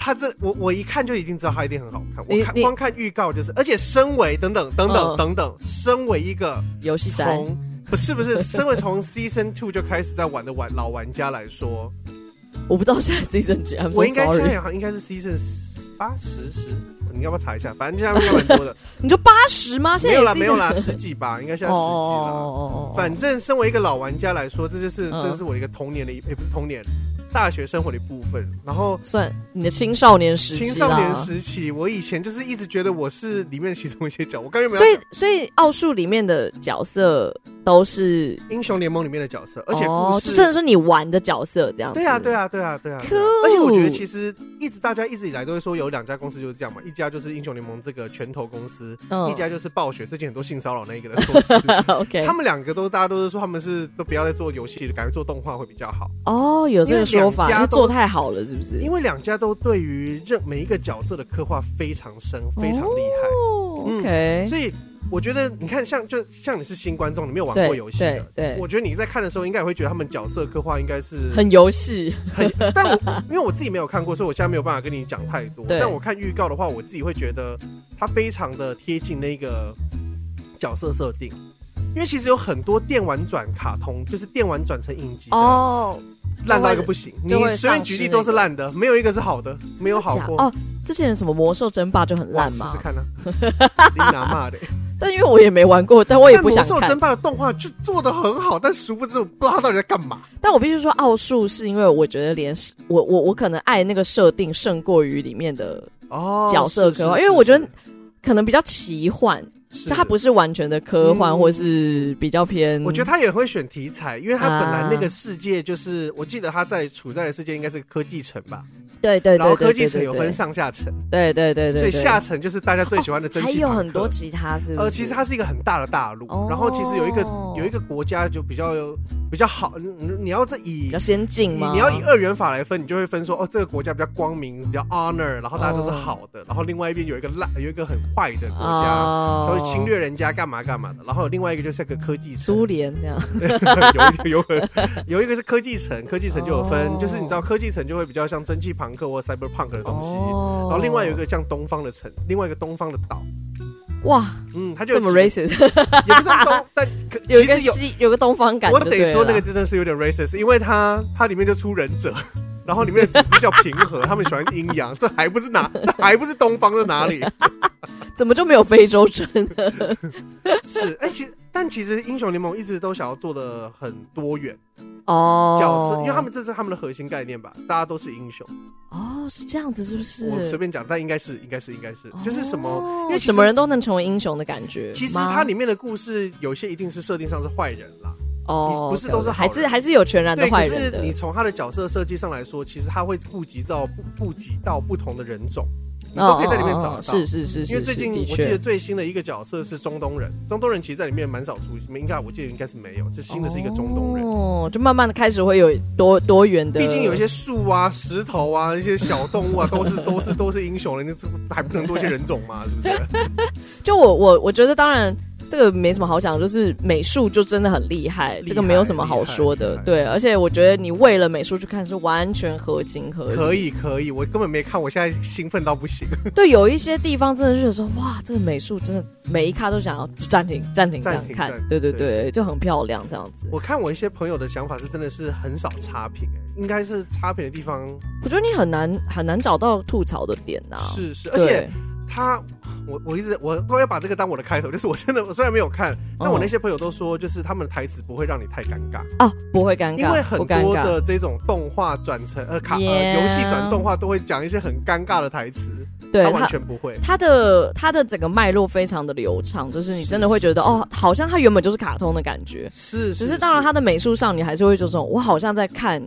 Speaker 2: 他这我我一看就已经知道他一定很好看，
Speaker 1: 你
Speaker 2: 我看
Speaker 1: 你
Speaker 2: 光看预告就是，而且身为等等等
Speaker 1: 嗯
Speaker 2: 等等等，身为一个
Speaker 1: 游戏宅
Speaker 2: 从不是不是，身为从 season two 就开始在玩的玩老玩家来说，
Speaker 1: 我不知道现在 season 几，I'm so
Speaker 2: 我应该现
Speaker 1: sorry。
Speaker 2: 在好像应该是 season 八十十，你要不要查一下？反正现在应该蛮多的，
Speaker 1: 你就八十吗？ 现
Speaker 2: 没
Speaker 1: 在
Speaker 2: 有啦
Speaker 1: season-
Speaker 2: 没有啦，十几吧，应该现在十几
Speaker 1: 哦
Speaker 2: 啦。
Speaker 1: 哦哦哦哦
Speaker 2: 反正身为一个老玩家来说，这就是
Speaker 1: 嗯
Speaker 2: 这是我的一个童年的一，也不是童年，大学生活的一部分。然后
Speaker 1: 算你的青少年时期
Speaker 2: 青
Speaker 1: 啦。
Speaker 2: 少年时期，我以前就是一直觉得我是里面的其中一些角，我刚刚有没有
Speaker 1: 所以，所以奥数里面的角色都是，
Speaker 2: 英雄联盟里面的角色，而且故
Speaker 1: 哦，
Speaker 2: 事
Speaker 1: 就真的是你玩的角色这样子。
Speaker 2: 对啊，对啊，对啊，对啊。对啊
Speaker 1: Cool
Speaker 2: 而且我觉得其实一直大家一直以来都会说有两家公司就是这样嘛，一家就是英雄联盟这个拳头公司，
Speaker 1: 嗯
Speaker 2: 一家，E 就是暴雪最近很多性骚扰那一个的公司。
Speaker 1: ，OK，
Speaker 2: 他们两个都大家都是说他们是都不要再做游戏了，改为做动画会比较好，
Speaker 1: 哦，有这个说法，
Speaker 2: 因为
Speaker 1: 因
Speaker 2: 两家
Speaker 1: 为
Speaker 2: 都
Speaker 1: 做太好了，是不是？
Speaker 2: 因为两家都对于任每一个角色的刻画非常深，非常厉害，
Speaker 1: 哦，OK，
Speaker 2: 嗯所以。我觉得你看像，就像你是新观众，你没有玩过
Speaker 1: 对
Speaker 2: 游戏
Speaker 1: 对
Speaker 2: 的，
Speaker 1: 对，
Speaker 2: 我觉得你在看的时候，应该也会觉得他们角色刻画应该是
Speaker 1: 很游戏，
Speaker 2: 很，但我因为我自己没有看过，所以我现在没有办法跟你讲太多。
Speaker 1: 对
Speaker 2: 但我看预告的话，我自己会觉得它非常的贴近那个角色设定，因为其实有很多电玩转卡通，就是电玩转成影集的，
Speaker 1: 哦，
Speaker 2: 烂、到一个不行。你
Speaker 1: 就会
Speaker 2: 随便举例都是烂的，没有一个是好的，没有好
Speaker 1: 假
Speaker 2: 过。
Speaker 1: 哦，之前什么魔兽争霸就很
Speaker 2: 哇
Speaker 1: 烂
Speaker 2: 试
Speaker 1: 嘛
Speaker 2: 试，看呢、 啊，你哪骂的？
Speaker 1: 但因为我也没玩过，但我也
Speaker 2: 但
Speaker 1: 不想
Speaker 2: 魔兽
Speaker 1: 看
Speaker 2: 争。霸的动画就做的很好，但殊不知我不知道他到底在干嘛。
Speaker 1: 但我必须说，奥数是因为我觉得连我我我可能爱那个设定胜过于里面的，
Speaker 2: 哦，
Speaker 1: 角色刻画
Speaker 2: 是
Speaker 1: 因为我觉得可能比是奇幻，
Speaker 2: 是
Speaker 1: 就它不是完全的科幻，
Speaker 2: 嗯
Speaker 1: 或是比较偏。
Speaker 2: 我觉得他也会选题材，因为他本来那
Speaker 1: 嗯啊
Speaker 2: 个世界就是，我记得他在处在的世界应该是科技城吧，
Speaker 1: 对对对对对对，
Speaker 2: 然后科技城有
Speaker 1: 对
Speaker 2: 分，上下层，
Speaker 1: 对对对对，
Speaker 2: 所
Speaker 1: 对
Speaker 2: 以下层就是大家最喜欢的蒸
Speaker 1: 还
Speaker 2: 汽、
Speaker 1: 有很多，其他是不是？
Speaker 2: 呃，其实它是一个很大的大陆，
Speaker 1: 哦
Speaker 2: 然后其实有一个有一个国家就比较比较好，你你要这以
Speaker 1: 比较先进
Speaker 2: 以
Speaker 1: 吗？
Speaker 2: 你要以二元法来分，你就会分说哦，这个国家比较光明，比较 honor，然后大家都是
Speaker 1: 哦
Speaker 2: 好的，然后另外一边有一个烂，有一个很坏的国家，
Speaker 1: 哦
Speaker 2: 他会侵略人家干嘛干嘛的，然后有另外一个就是个科技城
Speaker 1: 苏联这样，
Speaker 2: 有一个有很有一个是科技城，科技城就有分，
Speaker 1: 哦
Speaker 2: 就是你知道科技城就会比较像蒸汽朋克或 cyberpunk 的东西，
Speaker 1: 然
Speaker 2: 然后另外有一个像东方的城，另外一个东方的岛，
Speaker 1: 哇，
Speaker 2: 嗯，它就有
Speaker 1: 这么
Speaker 2: 几
Speaker 1: racist，
Speaker 2: 也不算东，但可
Speaker 1: 有
Speaker 2: 其
Speaker 1: 一个
Speaker 2: 实有，
Speaker 1: 西有个东方感，
Speaker 2: 我
Speaker 1: 就
Speaker 2: 得
Speaker 1: 对了
Speaker 2: 说那个真的是有点 racist，因为它它里面就出忍者。然后里面的组织叫平和，他们喜欢阴阳，这还不是哪，这还不是东方的哪 里？
Speaker 1: 怎么就没有非洲针？
Speaker 2: 是，哎、其实但其实英雄联盟一直都想要做的很多元
Speaker 1: 哦，
Speaker 2: 角色，因为他们这是他们的核心概念吧，大家都是英雄。
Speaker 1: 哦是这样子，是不是？
Speaker 2: 我随便讲，但应该是，应该是，应该是，就是什么？
Speaker 1: 哦
Speaker 2: 因为其实
Speaker 1: 什么人都能成为英雄的感觉吗。
Speaker 2: 其实它里面的故事有些一定是设定上是坏人啦，
Speaker 1: 哦，
Speaker 2: 不是都是好
Speaker 1: 还
Speaker 2: 人
Speaker 1: 是还是有全然的
Speaker 2: 对。可
Speaker 1: 啊坏人
Speaker 2: 是
Speaker 1: 的
Speaker 2: 你从他的角色设计上来说，其实他会顾及到不顾及到不同的人种，你都可以在里面找得到。
Speaker 1: 哦是是是是，
Speaker 2: 因为最
Speaker 1: 是
Speaker 2: 近
Speaker 1: 的
Speaker 2: 我记
Speaker 1: 确
Speaker 2: 得最新的一个角色是中东人，中东人其实在里面蛮少出现，应该我记得应该是没有，这新的是一个中东人。
Speaker 1: 哦，就慢慢的开始会有多多元的，
Speaker 2: 毕竟有一些树啊、石头啊、一些小动物啊，都是都是都是英雄了，那这还不能多一些人种吗？是不是？
Speaker 1: 就我我我觉得，当然这个没什么好讲，就是美术就真的很厉害，
Speaker 2: 害
Speaker 1: 这个没有什么好说
Speaker 2: 厉
Speaker 1: 的
Speaker 2: 害。
Speaker 1: 对，而且我觉得你为了美术去看是完全合情 合理。
Speaker 2: 可以可以，我根本没看，我现在兴奋到不行，
Speaker 1: 对，有一些地方真的是说，哇，这个美术真的每一咖都想要暂停暂停这样
Speaker 2: 暂停
Speaker 1: 看
Speaker 2: 暂停，
Speaker 1: 对对
Speaker 2: 对
Speaker 1: 对，就很漂亮这样子。
Speaker 2: 我看我一些朋友的想法是，真的是很少差评、欸，应该是差评的地方
Speaker 1: 我觉得你很难很难找到吐槽的点呐。
Speaker 2: 是是，而
Speaker 1: 对，
Speaker 2: 且他，我我一直我都要把这个当我的开头，就是 我真的我虽然没有看，
Speaker 1: 嗯
Speaker 2: 但我那些朋友都说，就是他们的台词不会让你太尴尬，
Speaker 1: 啊，不会尴尬，
Speaker 2: 因为很
Speaker 1: 不尴
Speaker 2: 多
Speaker 1: 尬
Speaker 2: 的这种动画转成呃卡呃
Speaker 1: Yeah
Speaker 2: 游戏转动画都会讲一些很尴尬的台词，
Speaker 1: 对
Speaker 2: 他
Speaker 1: 他
Speaker 2: 完全不会。
Speaker 1: 它的它的整个脉络非常的流畅，就是你真的会觉得
Speaker 2: 是是
Speaker 1: 哦，好像它原本就是卡通的感觉。
Speaker 2: 是，
Speaker 1: 只是当然它的美术上，你还是会就这种，我好像在看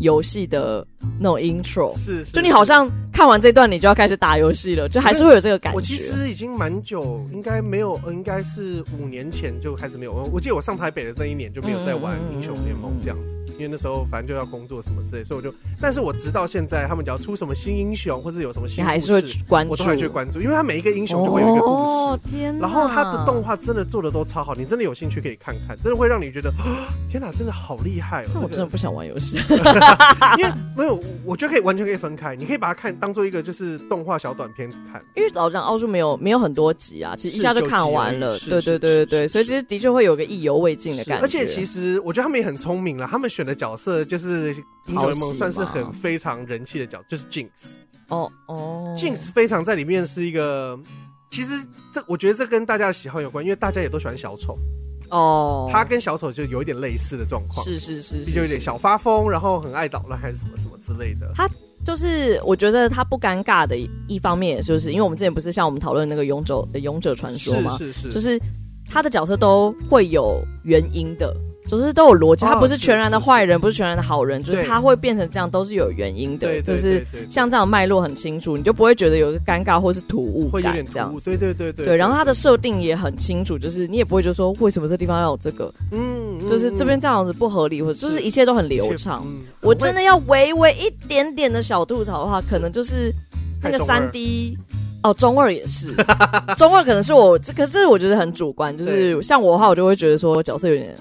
Speaker 1: 游戏的那种 intro，
Speaker 2: 是，是
Speaker 1: 就你好。像看完这段，你就要开始打游戏了，就还是会有这个感觉。
Speaker 2: 我其实已经蛮久，应该没有，呃应该是五年前就开始没有。我我记得我上台北的那一年就没有在玩
Speaker 1: 嗯嗯嗯
Speaker 2: 英雄联盟这样子，因为那时候反正就要工作什么之类，所以我就。但是我直到现在，他们只要出什么新英雄或者有什么
Speaker 1: 你
Speaker 2: 新
Speaker 1: 还
Speaker 2: 故
Speaker 1: 是会
Speaker 2: 事，
Speaker 1: 关注，
Speaker 2: 我都还去关注，因为他每一个英雄就会有一个故事
Speaker 1: 哦。，天哪！
Speaker 2: 然后他的动画真的做的都超好，你真的有兴趣可以看看，真的会让你 觉得，啊天哪，真的好厉害哦！
Speaker 1: 但
Speaker 2: 这
Speaker 1: 我
Speaker 2: 个
Speaker 1: 真的不想玩游戏。
Speaker 2: 因为没有，我我觉得可以完全可以分开，你可以把它看当做一个就是动画小短片看。
Speaker 1: 因为老实讲奥数没有没有很多集啊，其实一下就看完了，
Speaker 2: 是
Speaker 1: 对
Speaker 2: 九集而
Speaker 1: 对
Speaker 2: 已
Speaker 1: 对对
Speaker 2: 是
Speaker 1: 对，
Speaker 2: 是是
Speaker 1: 所以其实的确会有个意犹未尽的
Speaker 2: 是
Speaker 1: 感觉。
Speaker 2: 而且其实我觉得他们也很聪明了，他们选的角色就是英雄联
Speaker 1: 讨
Speaker 2: 盟
Speaker 1: 喜
Speaker 2: 算是
Speaker 1: 嘛
Speaker 2: 很非常人气的角，就是 Jinx。
Speaker 1: 哦哦
Speaker 2: Jinx 非常在里面是一个，其实这我觉得这跟大家的喜好有关，因为大家也都喜欢小丑，
Speaker 1: 哦，
Speaker 2: 他跟小丑就有一点类似的状况，
Speaker 1: 是是是是，
Speaker 2: 就有点
Speaker 1: 是
Speaker 2: 小发疯，然后很爱捣乱还是什么什么之类的。
Speaker 1: 就是我觉得他不尴尬的一一方面，也就是因为我们之前不是像我们讨论那个勇者呃勇者传说
Speaker 2: 是
Speaker 1: 吗？
Speaker 2: 是是，
Speaker 1: 就是他的角色都会有原因的，就是都有逻辑，
Speaker 2: 哦
Speaker 1: 他不是
Speaker 2: 是
Speaker 1: 全然的
Speaker 2: 是
Speaker 1: 坏
Speaker 2: 是
Speaker 1: 人，不是全然的好人，就是
Speaker 2: 对
Speaker 1: 他会变成这样都是有原因的，
Speaker 2: 对，
Speaker 1: 就
Speaker 2: 对
Speaker 1: 是。
Speaker 2: 对对
Speaker 1: 像这样的脉络很清楚，你就不会觉得有一个尴尬或是突兀
Speaker 2: 会有
Speaker 1: 感
Speaker 2: 点
Speaker 1: 这样
Speaker 2: 突兀，。对对对对
Speaker 1: 对，然后它的设定也很清楚，就是你也不会觉得说为什么这地方要有这个，
Speaker 2: 嗯，嗯
Speaker 1: 就是这边
Speaker 2: 嗯
Speaker 1: 这样子不合理，或者就是
Speaker 2: 是
Speaker 1: 一切都很流畅。
Speaker 2: 嗯
Speaker 1: 我真的要微微一点点的小吐槽的话，可能就是那个
Speaker 2: 太中二
Speaker 1: 三 D 哦，中二也是， 中二可能是我，这可是我觉得很主观，就是
Speaker 2: 对
Speaker 1: 像我的话，我就会觉得说角色有点，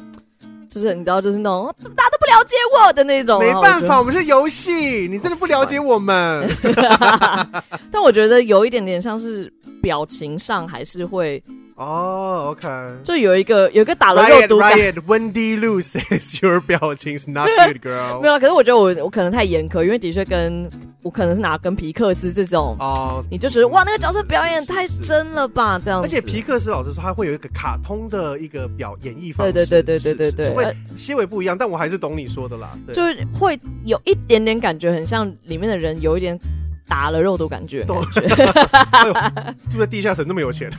Speaker 1: 就是你知道，就是那种哦怎么大家都不了解我的那种，
Speaker 2: 没
Speaker 1: 然后哦我
Speaker 2: 办
Speaker 1: 就
Speaker 2: 法，，我们是游戏，你真的不了解我们。
Speaker 1: 但我觉得有一点点像是表情上还是会，
Speaker 2: 哦，OK。
Speaker 1: 就有一个有一个打了肉
Speaker 2: Riot
Speaker 1: 毒杆。
Speaker 2: Riot Wendy Lu says your 表情 is not good,
Speaker 1: 没
Speaker 2: girl.
Speaker 1: 有啊，可是我觉得我我可能太严苛，因为的确跟我可能是拿跟皮克斯这种，
Speaker 2: 哦，
Speaker 1: 你就觉得哇那个角色表演太
Speaker 2: 是是是
Speaker 1: 真了吧这样子，
Speaker 2: 而且皮克斯老师说他会有一个卡通的一个表演绎方
Speaker 1: 对
Speaker 2: 式，
Speaker 1: 对对对对对
Speaker 2: 是是
Speaker 1: 对，
Speaker 2: 是会些微不一样，但我还是懂你说的啦。对
Speaker 1: 就是会有一点点感觉，很像里面的人有一点打了肉毒杆菌，
Speaker 2: 懂哎呦住在地下城那么有钱，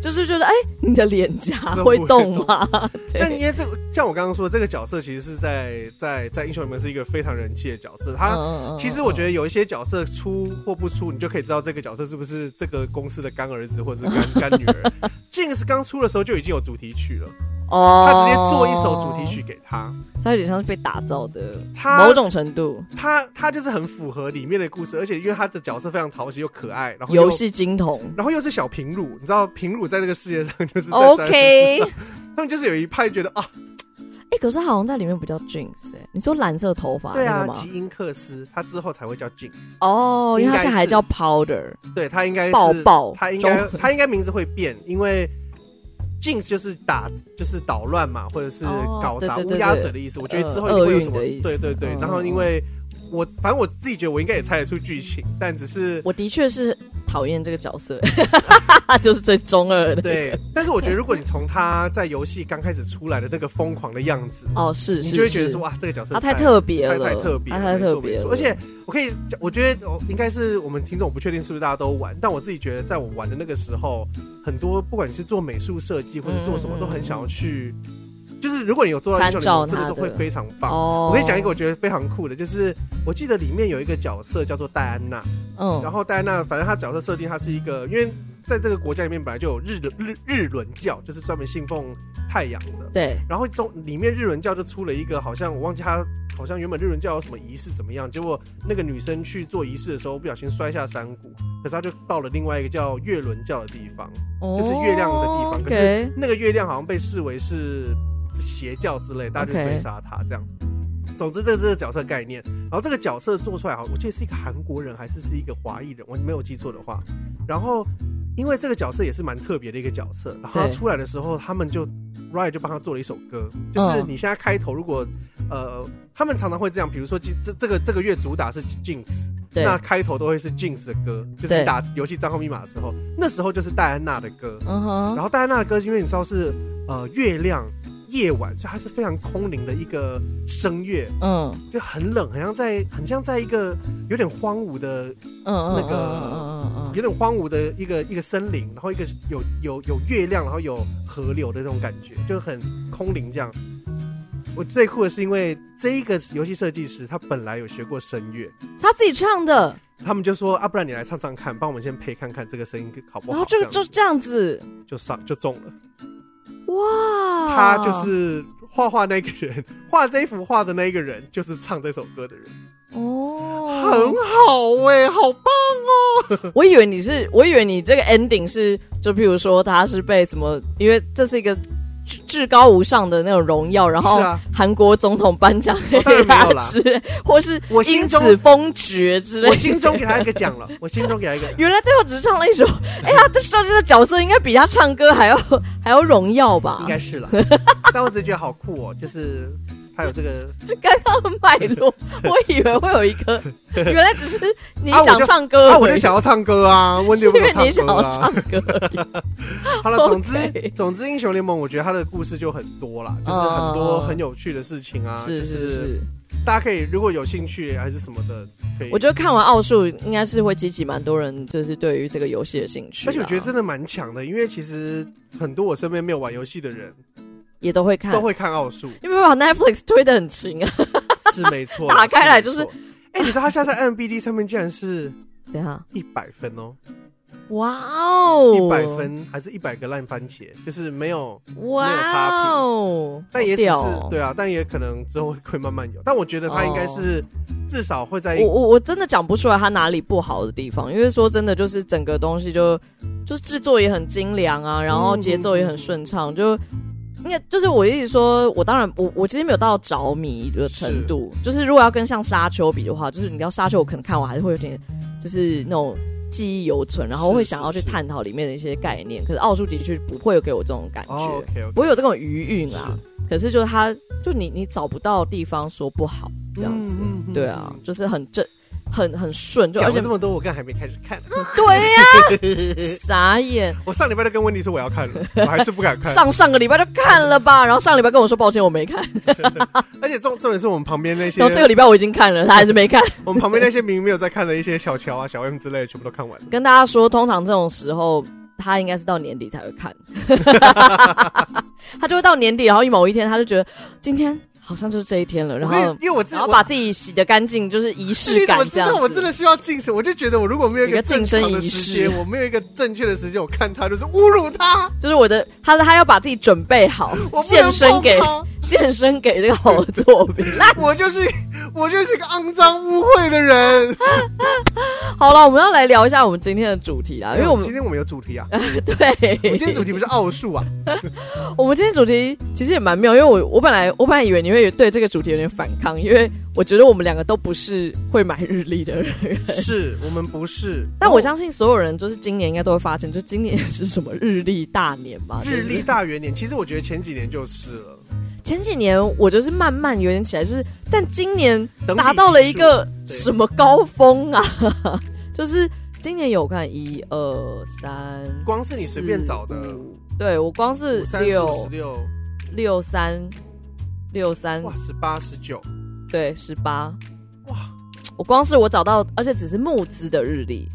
Speaker 1: 就是觉得哎、你的脸颊会
Speaker 2: 那不会
Speaker 1: 动吗？
Speaker 2: 但
Speaker 1: 对，
Speaker 2: 因为这个，像我刚刚说的，这个角色其实是在在在英雄里面是一个非常人气的角色，他
Speaker 1: 嗯
Speaker 2: 其实我觉
Speaker 1: 得。
Speaker 2: 得有一些角色出或不出，你就可以知道这个角色是不是这个公司的干儿子或者是干干 女儿。Jinx 刚出的时候就已经有主题曲了，
Speaker 1: 哦
Speaker 2: 他直接做一首主题曲，给他，
Speaker 1: 它有点像是被打造的，
Speaker 2: 他
Speaker 1: 某种程度
Speaker 2: 他他就是很符合里面的故事，而且因为他的角色非常讨喜又可爱，然后又
Speaker 1: 游戏金童。
Speaker 2: 然后又是小平乳，你知道平乳在这个世界上就是 在
Speaker 1: OK，
Speaker 2: 在
Speaker 1: 哎、
Speaker 2: 他们就是有一派觉得啊，
Speaker 1: 可是好像在里面不叫 Jinx 哎、你说蓝色头发
Speaker 2: 对
Speaker 1: 那
Speaker 2: 啊
Speaker 1: 个，吗？
Speaker 2: 吉因克斯他之后才会叫 Jinx，
Speaker 1: 哦，因为他现在还
Speaker 2: 应该是
Speaker 1: 叫 Powder
Speaker 2: 对他应该是
Speaker 1: 爆爆，
Speaker 2: 他应
Speaker 1: 中
Speaker 2: 该他应该名字会变，因为 Jinx 就是打就是捣乱嘛，或者是
Speaker 1: 哦
Speaker 2: 搞砸
Speaker 1: 对对
Speaker 2: 乌
Speaker 1: 对
Speaker 2: 鸦
Speaker 1: 对
Speaker 2: 嘴的意思。我
Speaker 1: 呃
Speaker 2: 觉得之后一定会有什么
Speaker 1: 厄运的意思
Speaker 2: 对对对
Speaker 1: 嗯，
Speaker 2: 然后因为我反正我自己觉得我应该也猜得出剧情，但只 是
Speaker 1: 我的确是讨厌这个角色， 就是最中二的。
Speaker 2: 对，但是我觉得如果你从他在游戏刚开始出来的那个疯狂的样子，
Speaker 1: 哦，是
Speaker 2: 你
Speaker 1: 是
Speaker 2: 就会觉得
Speaker 1: 是
Speaker 2: 说哇，这个角色
Speaker 1: 他太
Speaker 2: 太
Speaker 1: 特别了，
Speaker 2: 太太特别了，
Speaker 1: 他太
Speaker 2: 没
Speaker 1: 特
Speaker 2: 错
Speaker 1: 别
Speaker 2: 没
Speaker 1: 了
Speaker 2: 错。而且我可以讲，我觉得哦，应该是我们听众，我不确定是不是大家都玩，但我自己觉得，在我玩的那个时候，很多不管你是做美术设计或者做什么，
Speaker 1: 嗯嗯
Speaker 2: 都很想要去就是如果你有做到英雄联
Speaker 1: 参照
Speaker 2: 盟，真
Speaker 1: 他
Speaker 2: 的
Speaker 1: 的
Speaker 2: 都会非常棒。
Speaker 1: 哦
Speaker 2: 我跟你讲一个我，觉得非常酷的，就是我记得里面有一个角色叫做戴安娜，
Speaker 1: 嗯，
Speaker 2: 然后戴安娜反正她角色设定她是一个，因为在这个国家里面本来就有日日日伦教，就是专门信奉太阳的。
Speaker 1: 对，
Speaker 2: 然后中里面日伦教就出了一个，好像我忘记他，好像原本日伦教有什么仪式怎么样，结果那个女生去做仪式的时候不小心摔下山谷，可是她就到了另外一个叫月伦教的地方，就是月亮的地方
Speaker 1: 哦
Speaker 2: 可是
Speaker 1: OK，
Speaker 2: 那个月亮好像被视为是邪教之类，大家就
Speaker 1: OK
Speaker 2: 追杀他这样。总之，这是这个角色概念。然后这个角色做出来，好，我记得是一个韩国人还是是一个华裔人，我没有记错的话。然后，因为这个角色也是蛮特别的一个角色，然后他
Speaker 1: 对
Speaker 2: 出来的时候，他们就 Riot 就帮他做了一首歌，就是
Speaker 1: 嗯
Speaker 2: 你现在开头如果呃，他们常常会这样，比如说今这这个这个月主打是 Jinx，
Speaker 1: 对
Speaker 2: 那开头都会是 Jinx 的歌，就是
Speaker 1: 对
Speaker 2: 你打游戏账号密码的时候，那时候就是戴安娜的歌。
Speaker 1: 嗯哼，
Speaker 2: 然后戴安娜的歌，因为你知道是呃月亮夜晚，所以它是非常空灵的一个声乐，
Speaker 1: 嗯
Speaker 2: 就很冷，很像在很像在一个有点荒芜的、
Speaker 1: 嗯嗯，
Speaker 2: 那个
Speaker 1: 嗯嗯
Speaker 2: 有点荒芜的一个一个森林，然后一个有有有月亮，然后有河流的那种感觉，就很空灵这样。我最酷的是，因为这一个游戏设计师他本来有学过声乐，
Speaker 1: 嗯，他自己唱的，
Speaker 2: 他们就说啊，不然你来唱唱看，帮我们先配看看这个声音好不
Speaker 1: 然
Speaker 2: 好？
Speaker 1: 后就
Speaker 2: 这样
Speaker 1: 就这样子，
Speaker 2: 就上就中了。
Speaker 1: 哇，
Speaker 2: 他就是
Speaker 1: 哦
Speaker 2: 画画那个人， 画这幅画的那一个人，就是唱这首歌的人，很
Speaker 1: 哦，
Speaker 2: 好哎、好棒 哦！
Speaker 1: 我以为你是，我以为你这个 ending 是，就譬如说他是被什么，因为这是一个至至高无上的那种荣耀，然后
Speaker 2: 是啊
Speaker 1: 韩国总统颁奖给
Speaker 2: 哦当然没
Speaker 1: 他
Speaker 2: 有啦
Speaker 1: 之类，或是
Speaker 2: 我心
Speaker 1: 因
Speaker 2: 中
Speaker 1: 此封爵之类
Speaker 2: 我。心中给他一个奖了， 我心中给他一个，
Speaker 1: 原来最后只是唱了一首，哎、他这设计的角色应该比他唱歌还要还要荣耀吧
Speaker 2: 应？该是 了。但我只是觉得好酷哦，就是他有这 个，
Speaker 1: 刚刚的脉 络，我以为会有一个，原来只是你
Speaker 2: 啊我
Speaker 1: 想
Speaker 2: 就
Speaker 1: 唱歌而已，
Speaker 2: 啊，我就想要唱歌啊，温迪
Speaker 1: 是
Speaker 2: 有
Speaker 1: 因
Speaker 2: 没有
Speaker 1: 为
Speaker 2: 唱
Speaker 1: 你想
Speaker 2: 歌
Speaker 1: 要
Speaker 2: 啊
Speaker 1: 唱？歌而已，
Speaker 2: 好了，总 之
Speaker 1: OK
Speaker 2: 总之，英雄联盟我觉得它的故事就很多啦，就是很
Speaker 1: 嗯嗯
Speaker 2: 多
Speaker 1: 嗯
Speaker 2: 很有趣的事情啊，
Speaker 1: 是
Speaker 2: 就是
Speaker 1: 是。
Speaker 2: 大家可以如果有兴趣还是什么的，可以
Speaker 1: 我觉得看完奥数，应该是会激起蛮多人就是对于这个游戏的兴趣啦，啊
Speaker 2: 而且我觉得真的蛮强的，因为其实很多我身边没有玩游戏的人
Speaker 1: 也都会看，
Speaker 2: 都会看奥 数，
Speaker 1: 因为把 Netflix 推的很勤啊，
Speaker 2: 是没错啦。
Speaker 1: 打开来就是
Speaker 2: 没错。哎、你知道他现在在 MBD 上面竟然是
Speaker 1: 怎样？
Speaker 2: 一百分哦，
Speaker 1: 哇哦，
Speaker 2: 一百，分还是一百个烂番茄，就是没有，
Speaker 1: 哇哦，
Speaker 2: 但也只是、
Speaker 1: 好屌哦
Speaker 2: 对啊，但也可能之后会慢慢有。但我觉得他应该是
Speaker 1: 哦
Speaker 2: 至少会在一
Speaker 1: 我我我真的讲不出来它哪里不好的地方，因为说真的，就是整个东西就就是制作也很精良啊，然后节奏也很顺畅，就应该就是我一直说，我当然我我其实没有到着迷的程度，就是如果要跟像沙丘比的话，就是你要沙丘，我可能看完还是会有点就是那种。记忆犹存，然后
Speaker 2: 是
Speaker 1: 会想要去
Speaker 2: 是是
Speaker 1: 探讨里面的一些概念。可是奥数的确不会有给我这种感觉，
Speaker 2: 哦，OK OK，
Speaker 1: 不会有这种余韵啊。可是就是它，就你你找不到地方说不好这样子。
Speaker 2: 嗯
Speaker 1: 对啊，，就是很正，很很顺，就而
Speaker 2: 讲了
Speaker 1: 且
Speaker 2: 这么多，我刚还没开始 看。
Speaker 1: 对 呀、傻眼。
Speaker 2: 我上礼拜就跟温迪说我要看了，我还是不敢看。
Speaker 1: 上上个礼拜就看了吧，然后上礼拜跟我说抱歉我 没看，
Speaker 2: 而且重重点是我们旁边那些
Speaker 1: 然后这个礼拜我已经看了，他还是没看。
Speaker 2: 我们旁边那些明明没有在看的一些小乔啊、小 M 之类的，全部都看完了。
Speaker 1: 跟大家说，通常这种时候他应该是到年底才会看， 他就会到年底，然后一某一天他就觉得今天好像就是这一天了，然
Speaker 2: 我
Speaker 1: 后
Speaker 2: 跟你因为我自
Speaker 1: 然
Speaker 2: 己
Speaker 1: 后把自己洗的干净，就是仪式
Speaker 2: 我
Speaker 1: 感
Speaker 2: 你
Speaker 1: 这
Speaker 2: 怎么
Speaker 1: 样
Speaker 2: 知
Speaker 1: 子。
Speaker 2: 道我真的需要晋升？我就觉得我如果没有一
Speaker 1: 有一个
Speaker 2: 个正
Speaker 1: 晋升
Speaker 2: 常
Speaker 1: 仪
Speaker 2: 的
Speaker 1: 式
Speaker 2: 时间，我没有一个正确的时间，我看他就是侮辱他，
Speaker 1: 就是我的，他他要把自己准备好
Speaker 2: 我，不
Speaker 1: 献
Speaker 2: 能
Speaker 1: 身
Speaker 2: 碰
Speaker 1: 给
Speaker 2: 他，
Speaker 1: 献身给这个好的作品。那
Speaker 2: 我就是我就是个肮脏污秽 的人。
Speaker 1: 好了，我们要来聊一下我们今天的主题啊啦，因为我们
Speaker 2: 今天我们有主题啊，
Speaker 1: 对，
Speaker 2: 我们今天主题不是奥数啊，
Speaker 1: 我们今天主题其实也蛮妙，因为我我本来我本来以为你会对这个主题有点反抗，因为我觉得我们两个都不是会买日历的人，
Speaker 2: 是我们不是，
Speaker 1: 但我相信所有人就是今年应该都会发现，就今年是什么日历大年嘛，
Speaker 2: 日
Speaker 1: 就是
Speaker 2: 历大元年，其实我觉得前几年就是了，
Speaker 1: 前几年我就是慢慢有点起来，就是但今年
Speaker 2: 等比
Speaker 1: 达到了一个
Speaker 2: 级数
Speaker 1: 什么高峰啊？ 就是今年有看一二三，
Speaker 2: 对光是你随便找的
Speaker 1: 四五，对我光是
Speaker 2: 三十五
Speaker 1: 六
Speaker 2: 十六，
Speaker 1: 六三六三
Speaker 2: 哇，十八十九，
Speaker 1: 对十八，
Speaker 2: 哇，
Speaker 1: 我光是我找到，而且只是募资的日历，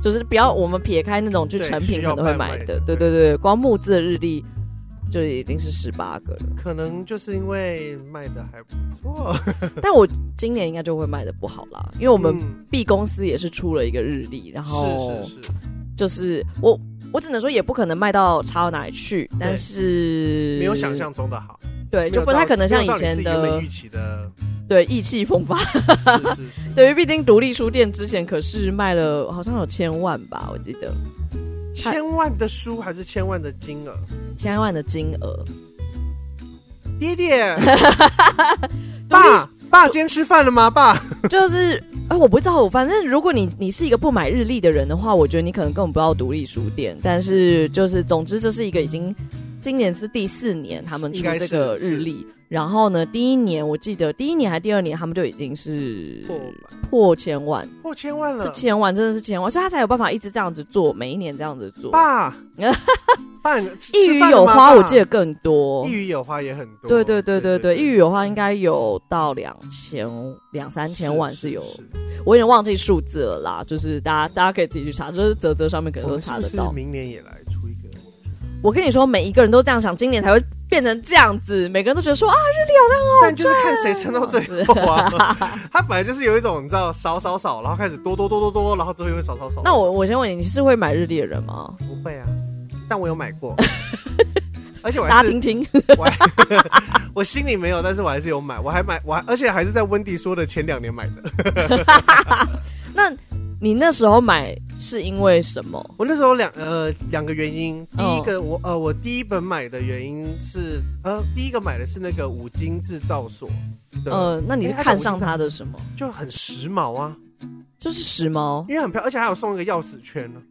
Speaker 1: 就是不要我们撇开那种就
Speaker 2: 对
Speaker 1: 成品
Speaker 2: 需
Speaker 1: 可
Speaker 2: 要
Speaker 1: 能会
Speaker 2: 卖
Speaker 1: 买
Speaker 2: 卖
Speaker 1: 的
Speaker 2: 的，
Speaker 1: 对对
Speaker 2: 对
Speaker 1: 对，光募资的日历就已经是十八个 了。
Speaker 2: 可能就是因为卖的还不错，
Speaker 1: 但我今年应该就会卖的不好啦，因为我们哦
Speaker 2: 嗯
Speaker 1: B 公司也是出了一个日历，然后
Speaker 2: 是是是，
Speaker 1: 就是我我只能说也不可能卖到差到哪里去，但是
Speaker 2: 没有想象中的好，
Speaker 1: 对，呃就不太可能像以前
Speaker 2: 没有到
Speaker 1: 的
Speaker 2: 你自己原本
Speaker 1: 对意气风发。
Speaker 2: 预期的，是是 是，
Speaker 1: 对于毕竟独立书店之前可是卖了好像有千万吧，我记得
Speaker 2: 千万的书还是千万的金额，
Speaker 1: 千万的金额。
Speaker 2: 爹 爹，爸爸今天吃饭了吗？爸，
Speaker 1: 就是，哎、我不知道，反正如果你你是一个不买日历的人的话，我觉得你可能根本不知道独立书店。但是就是，总之这是一个已经今年是第四年他们出
Speaker 2: 应该
Speaker 1: 这
Speaker 2: 是
Speaker 1: 个日历。然后呢，第一年我记得第一年还第二年他们就已经是
Speaker 2: 破
Speaker 1: 破千万，
Speaker 2: 破千万
Speaker 1: 是
Speaker 2: 了，
Speaker 1: 千万，真的是千万，所以他才有办法一直这样子做，每一年这样子做。
Speaker 2: 爸，爸，
Speaker 1: 一
Speaker 2: 吃
Speaker 1: 语
Speaker 2: 饭了
Speaker 1: 有
Speaker 2: 吗
Speaker 1: 花，
Speaker 2: 爸
Speaker 1: 我记得更多
Speaker 2: 一。语有花也很多，
Speaker 1: 对对对对对，一语有花应该有到两千两三千万是有我有点忘记数字了啦，就是大家大家可以自己去查，就是泽泽上面可能
Speaker 2: 我
Speaker 1: 都
Speaker 2: 们是
Speaker 1: 查
Speaker 2: 不
Speaker 1: 得
Speaker 2: 是
Speaker 1: 到。
Speaker 2: 明年也来出一个？
Speaker 1: 我跟你说，每一个人都这样想，今年才会变成这样子，每个人都觉得说啊，
Speaker 2: 但就是看谁撑到最后 啊！他本来就是有一种你知道少少少，然后开始多多多多多，然后最后又少少少。
Speaker 1: 那我我先问你，你是会买日历的人吗？
Speaker 2: 不会啊，但我有买 过，而且我
Speaker 1: 大
Speaker 2: 还
Speaker 1: 家
Speaker 2: 是
Speaker 1: 听听，
Speaker 2: 我还我心里没有，但是我还是有买，我还买我还而且还是在温迪说的前两年买的。
Speaker 1: 那你那时候买是因为什么？
Speaker 2: 我那时候两呃两个原因，第
Speaker 1: 哦
Speaker 2: 一个、我呃我第一本买的原因是呃第一个买的是那个五金制造所，对，
Speaker 1: 呃，那你是看上它的什么？
Speaker 2: 就很时髦啊，
Speaker 1: 就是时髦。
Speaker 2: 因为很漂亮，而且还有送一个钥匙圈啊呢、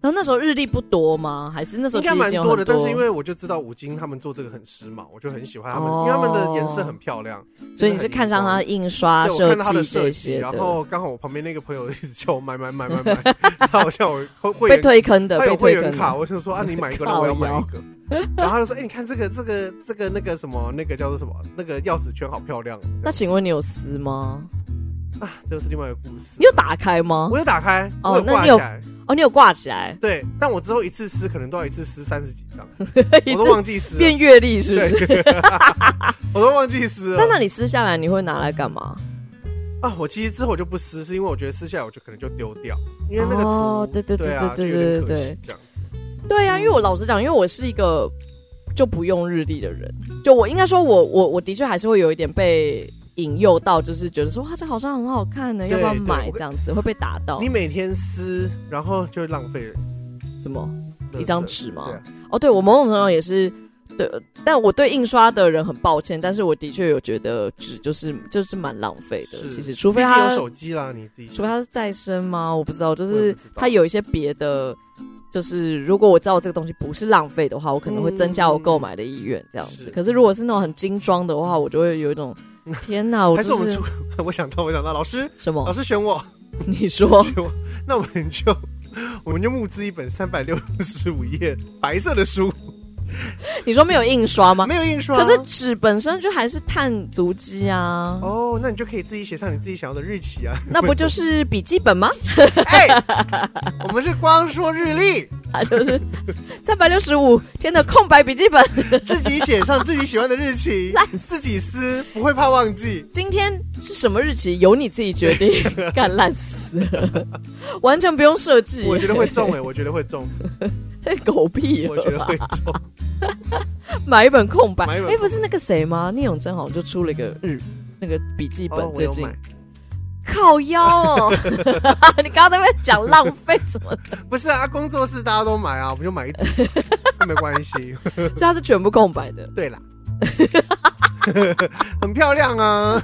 Speaker 1: 然后那时候日历不多吗？还是那时候其
Speaker 2: 应该
Speaker 1: 实已
Speaker 2: 蛮
Speaker 1: 经有
Speaker 2: 多
Speaker 1: 很
Speaker 2: 的，但是因为我就知道五金他们做这个很时髦，我就很喜欢他们，
Speaker 1: 哦
Speaker 2: 因为他们的颜色很漂亮，
Speaker 1: 所以你是看上它
Speaker 2: 他
Speaker 1: 的印刷
Speaker 2: 对，我
Speaker 1: 设
Speaker 2: 看到他的
Speaker 1: 计
Speaker 2: 设
Speaker 1: 这
Speaker 2: 计，
Speaker 1: 些
Speaker 2: 然
Speaker 1: 的，
Speaker 2: 后刚好我旁边那个朋友一直叫我买买买买买， 他好像我会
Speaker 1: 被
Speaker 2: 员，
Speaker 1: 推坑的，
Speaker 2: 他有
Speaker 1: 被
Speaker 2: 会
Speaker 1: 推
Speaker 2: 员
Speaker 1: 坑
Speaker 2: 卡，
Speaker 1: 的。
Speaker 2: 我就说啊，你买一个，
Speaker 1: 靠
Speaker 2: 那
Speaker 1: 腰
Speaker 2: 我要买一个。然后他就说：“哎、你看这个，这个，这个那个什么，那个叫做什么？那个钥匙圈好漂亮哦。
Speaker 1: 那请问你有撕吗？
Speaker 2: 啊，这又是另外一个故事。
Speaker 1: 你有打开吗？
Speaker 2: 我有打开，
Speaker 1: 哦
Speaker 2: 我有
Speaker 1: 那
Speaker 2: 挂
Speaker 1: 你
Speaker 2: 起
Speaker 1: 有
Speaker 2: 来。
Speaker 1: 哦，你有挂起来。
Speaker 2: 对，但我之后一次撕，可能都要一次撕三十几张，
Speaker 1: 一
Speaker 2: 我都
Speaker 1: 次
Speaker 2: 忘记撕了，
Speaker 1: 变阅历是不是？
Speaker 2: 对， 啊我都忘记撕了。
Speaker 1: 但那你撕下来，你会拿来干嘛？
Speaker 2: 啊，我其实之后就不撕，是因为我觉得撕下来我就可能就丢掉，因为那个图，
Speaker 1: 哦对对对
Speaker 2: 啊
Speaker 1: 对
Speaker 2: 就
Speaker 1: 对
Speaker 2: 有
Speaker 1: 对
Speaker 2: 点可
Speaker 1: 对
Speaker 2: 惜这样子。
Speaker 1: 对啊呀、因为我老实讲，因为我是一个就不用日历的人，就我应该说我，我我的确还是会有一点被引诱到，就是觉得说哇，这好像很好看呢，
Speaker 2: 对
Speaker 1: 要不要
Speaker 2: 对
Speaker 1: 买
Speaker 2: 我？
Speaker 1: 这样子会被打到
Speaker 2: 你。每天撕，然后就浪费了
Speaker 1: 怎么
Speaker 2: 垃圾
Speaker 1: 一张纸吗
Speaker 2: 对啊？
Speaker 1: 哦，对我某种程度上也是。对，但我对印刷的人很抱歉，但是我的确有觉得纸就是就是蛮浪费的。
Speaker 2: 是
Speaker 1: 其实，除非
Speaker 2: 毕
Speaker 1: 它
Speaker 2: 竟有手机啦，你自己
Speaker 1: 除非它是再生吗？我不知道，就
Speaker 2: 我也
Speaker 1: 是
Speaker 2: 不知道
Speaker 1: 它有一些别的，就是如果我知道这个东西不是浪费的话，我可能会增加我购买的意愿这样子。
Speaker 2: 是
Speaker 1: 可是如果是那种很精装的话，我就会有一种天哪，我
Speaker 2: 还是我
Speaker 1: 就
Speaker 2: 们
Speaker 1: 是哦
Speaker 2: 出，我想到我想到老师，
Speaker 1: 什
Speaker 2: 老
Speaker 1: 么？
Speaker 2: 师选我，
Speaker 1: 你说
Speaker 2: 那我 们就我们就募资一本三百六十五页白色的书，
Speaker 1: 你说没有印刷吗？
Speaker 2: 没有啊印刷，
Speaker 1: 可是纸本身就还是碳足迹啊，
Speaker 2: 哦，那你就可以自己写上你自己想要的日期啊。
Speaker 1: 那不就是笔记本吗？
Speaker 2: 哎，我们是光说日历，
Speaker 1: 它 就是三百六十五天的空白笔记本。
Speaker 2: 自己写上自己喜欢的日期，自己撕，不会怕忘记。
Speaker 1: 今天是什么日期，由你自己决定。 干烂死了，完全不用设计。
Speaker 2: 我觉得会中 哎、我觉得会中，
Speaker 1: 太狗屁
Speaker 2: 我觉得
Speaker 1: 了吧！
Speaker 2: 会 中。
Speaker 1: 买一本空白，
Speaker 2: 买一
Speaker 1: 哎、
Speaker 2: 本
Speaker 1: 不是那个谁吗？聂永真好像就出了一个日那个笔记本
Speaker 2: 哦，，我
Speaker 1: 最
Speaker 2: 有
Speaker 1: 近、
Speaker 2: 买，
Speaker 1: 靠腰 哦。你刚刚在那边讲浪费什么的，
Speaker 2: 不是啊，工作室大家都买啊，我们就买一组， 没关系。
Speaker 1: 所 以它是全部空白的
Speaker 2: 对啦， 很漂亮啊。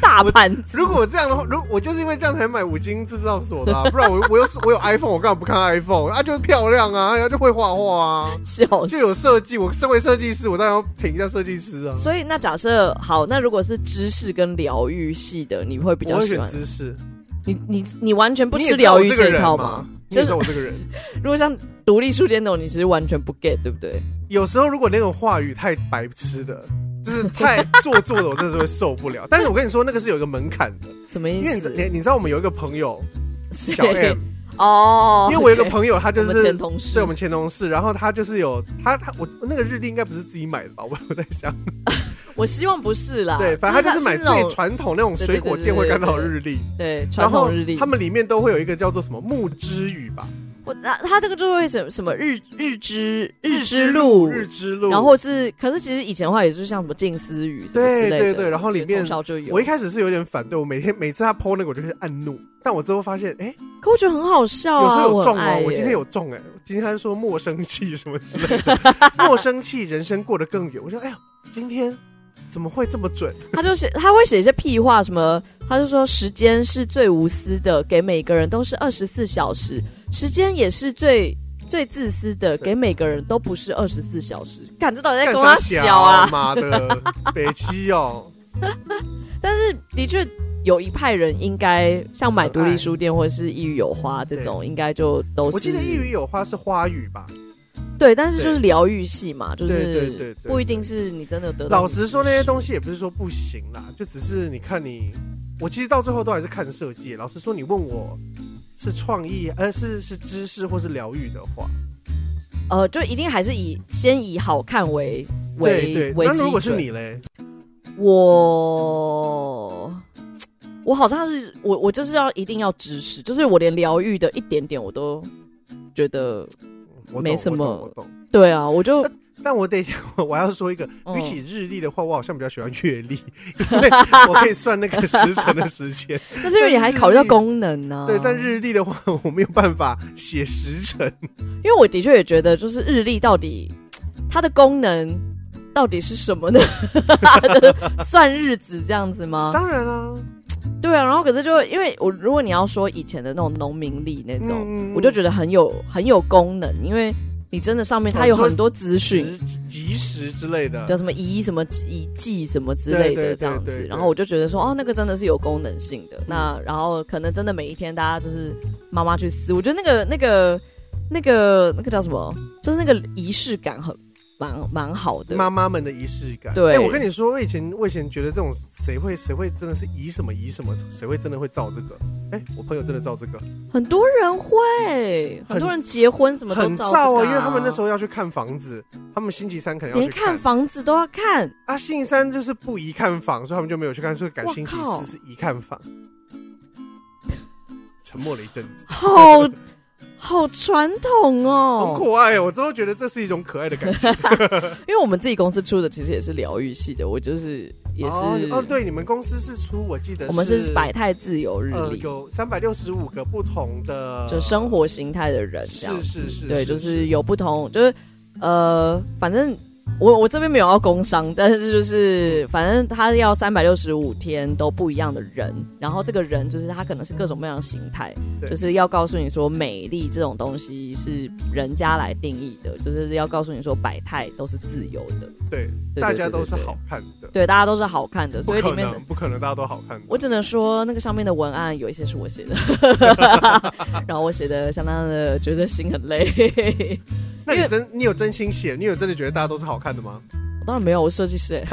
Speaker 1: 大盘子。
Speaker 2: 如果我这样的话，如我就是因为这样才买五金制造所的、啊，不然我我有 我有 iPhone，我干嘛不看 iPhone 啊？就是漂亮啊，然后就会画 画啊，
Speaker 1: 笑死。
Speaker 2: 就有设计。我身为设计师，我当然要挺一下设计师啊。
Speaker 1: 所以那假设好，那如果是知识跟疗愈系的，你会比
Speaker 2: 我
Speaker 1: 较
Speaker 2: 会
Speaker 1: 喜
Speaker 2: 选
Speaker 1: 欢？
Speaker 2: 知识，
Speaker 1: 你你你完全不
Speaker 2: 你也
Speaker 1: 吃
Speaker 2: 知道
Speaker 1: 疗
Speaker 2: 我
Speaker 1: 愈
Speaker 2: 这个
Speaker 1: 这一
Speaker 2: 人
Speaker 1: 套
Speaker 2: 嘛
Speaker 1: 吗？？
Speaker 2: 你
Speaker 1: 就
Speaker 2: 也知
Speaker 1: 是
Speaker 2: 道我这个人。
Speaker 1: 如果像独立书店那种，你其实完全不 get，对不对？
Speaker 2: 有时候如果那种话语太白痴的，就是太做作的，我真的是会受不了。但是我跟你说，那个是有一个门槛的，
Speaker 1: 什么
Speaker 2: 因
Speaker 1: 意
Speaker 2: 为你知
Speaker 1: 思？
Speaker 2: 你你知道我们有一个朋友小
Speaker 1: 谁
Speaker 2: M，
Speaker 1: 哦，
Speaker 2: 因为我有一个朋友，他就
Speaker 1: 我们前
Speaker 2: 是
Speaker 1: 同事，
Speaker 2: 对我们前同事，然后他就是有他他我那个日历应该不是自己买的吧？我我在想，
Speaker 1: 我希望不啊是啦，
Speaker 2: 对，反正他就是买
Speaker 1: 那种
Speaker 2: 最传统那种水果店会看到的日历，
Speaker 1: 对
Speaker 2: 然
Speaker 1: 传
Speaker 2: 后
Speaker 1: 统日历
Speaker 2: 他。们里面都会有一个叫做什么木之语吧，
Speaker 1: 我那他这个就会什么什么日日之日之
Speaker 2: 之
Speaker 1: 路，
Speaker 2: 日之路，
Speaker 1: 然后是，可是其实以前的话也就是像什么静思语什么之类的，
Speaker 2: 对对对然后里面
Speaker 1: 就是从小就有
Speaker 2: 我一，开始是有点反对，我每天每次他 PO 那个我就会按怒，但我之后发现，哎、
Speaker 1: 可我觉得很好笑
Speaker 2: 有时
Speaker 1: 啊，
Speaker 2: 候有
Speaker 1: 我很
Speaker 2: 中哦、
Speaker 1: 爱耶
Speaker 2: 我今天有中哎、今天他就说莫生气什么之类的， 莫生气，人生过得更远。我说哎呀，今天怎么会这么准？
Speaker 1: 他就写他会写一些屁话，什么他就说时间是最无私的，给每个人都是二十四小时，时间也是最最自私的，给每个人都不是二十四小时。看这到底在
Speaker 2: 干
Speaker 1: 跟
Speaker 2: 啥
Speaker 1: 他哎小啊？
Speaker 2: 妈的，北七哦、
Speaker 1: 但是的确有一派人应该像买独立书店或者是一语有花这种，应该就都是
Speaker 2: 我记得一语有花是花语吧？
Speaker 1: 对，但是就
Speaker 2: 对
Speaker 1: 是疗愈系嘛，就是
Speaker 2: 对对对对
Speaker 1: 不一定是你真的得到。
Speaker 2: 老实说，那些东西也不是说不行啦，就只是你看你，我其实到最后都还是看设计。老实说，你问我是创意，呃，是是知识或是疗愈的话，
Speaker 1: 呃，就一定还是以先以好看为为
Speaker 2: 对对。
Speaker 1: 为
Speaker 2: 那
Speaker 1: 基
Speaker 2: 如果是
Speaker 1: 准
Speaker 2: 你嘞，
Speaker 1: 我我好像是我我就是要一定要支持，就是我连疗愈的一点点我都觉得
Speaker 2: 我懂
Speaker 1: 没什么
Speaker 2: 我懂我懂
Speaker 1: 对啊，我就
Speaker 2: 但我得， 我要说一个，
Speaker 1: 嗯
Speaker 2: 比起日历的话，我好像比较喜欢月历， 因为我可以算那个时辰的时 间。
Speaker 1: 但是因为你还考虑到功能啊呢、
Speaker 2: 对，但日历的话，我没有办法写时辰。
Speaker 1: 因为我的确也觉得，就是日历到底它的功能到底是什么呢？ 就是算日子这样子吗？
Speaker 2: 当然啦，
Speaker 1: 对啊，然后可是就因为我如果你要说以前的那种农民历那种，
Speaker 2: 嗯
Speaker 1: 我就觉得很有很有功能，因为你真的上面它有很多资讯。
Speaker 2: 时及时之类的
Speaker 1: 叫。什么仪什么仪记什么之类
Speaker 2: 对
Speaker 1: 的
Speaker 2: 对
Speaker 1: 这样
Speaker 2: 嗯对嗯
Speaker 1: 子
Speaker 2: 对，
Speaker 1: 然后我就觉得说，哦，那个真的是有功能性的。那然后可能真的每一天大家就是妈妈去撕，我觉得那个那个那个那个叫什么，就是那个仪式感很蛮蛮好的。
Speaker 2: 妈妈们的仪式感，
Speaker 1: 对
Speaker 2: 哎我跟你说，我以前我以前觉得这种谁会谁会真的是以什么以什么，谁会真的会造这个？哎、我朋友真的造这个，
Speaker 1: 很多人会，
Speaker 2: 很
Speaker 1: 很多人结婚什么都
Speaker 2: 很
Speaker 1: 照
Speaker 2: 造
Speaker 1: 这
Speaker 2: 啊，
Speaker 1: 个
Speaker 2: 因为他们那时
Speaker 1: 候
Speaker 2: 候要去看房子，他们星期三可能要
Speaker 1: 连
Speaker 2: 去
Speaker 1: 看房子都要 看，
Speaker 2: 啊，星期三就是不宜看房，所以他们就没有去看，所以改
Speaker 1: 哇
Speaker 2: 星期
Speaker 1: 靠
Speaker 2: 四是宜看房。沉默了一阵子，
Speaker 1: 好好传统
Speaker 2: 好
Speaker 1: 哦。
Speaker 2: 可爱哦！我之后觉得这是一种可爱的感觉，
Speaker 1: 因为我们自己公司出的其实也是疗愈系的，我就是 也是
Speaker 2: 哦哦，对，你们公司是出，我记得
Speaker 1: 我们是百态自由日
Speaker 2: 呃
Speaker 1: 历，
Speaker 2: 有三百六十五个不同的
Speaker 1: 就生活形态的人这样
Speaker 2: 呃是
Speaker 1: 子。
Speaker 2: 是是，
Speaker 1: 对，就是有不同，就是呃，反正我我这边没有要工伤，但是就是反正他要三百六十五天都不一样的人，然后这个人就是他可能是各种各样的形态，
Speaker 2: 对
Speaker 1: 就是要告诉你说美丽这种东西是人家来定义的，就是要告诉你说百态都是自由的，
Speaker 2: 对，
Speaker 1: 对
Speaker 2: 大
Speaker 1: 对
Speaker 2: 家
Speaker 1: 对
Speaker 2: 都
Speaker 1: 对
Speaker 2: 是好看的，
Speaker 1: 对，大家都是好看的，
Speaker 2: 不
Speaker 1: 所以里
Speaker 2: 可
Speaker 1: 面的
Speaker 2: 能不可能大家都好看的，
Speaker 1: 我只能说，那个上面的文案有一些是我写的，然后我写的相当的觉得心很累。
Speaker 2: 那
Speaker 1: 因
Speaker 2: 你
Speaker 1: 为
Speaker 2: 真你有真心写，你有真的觉得大家都是好看的吗？
Speaker 1: 我当然没有，我设计师欸。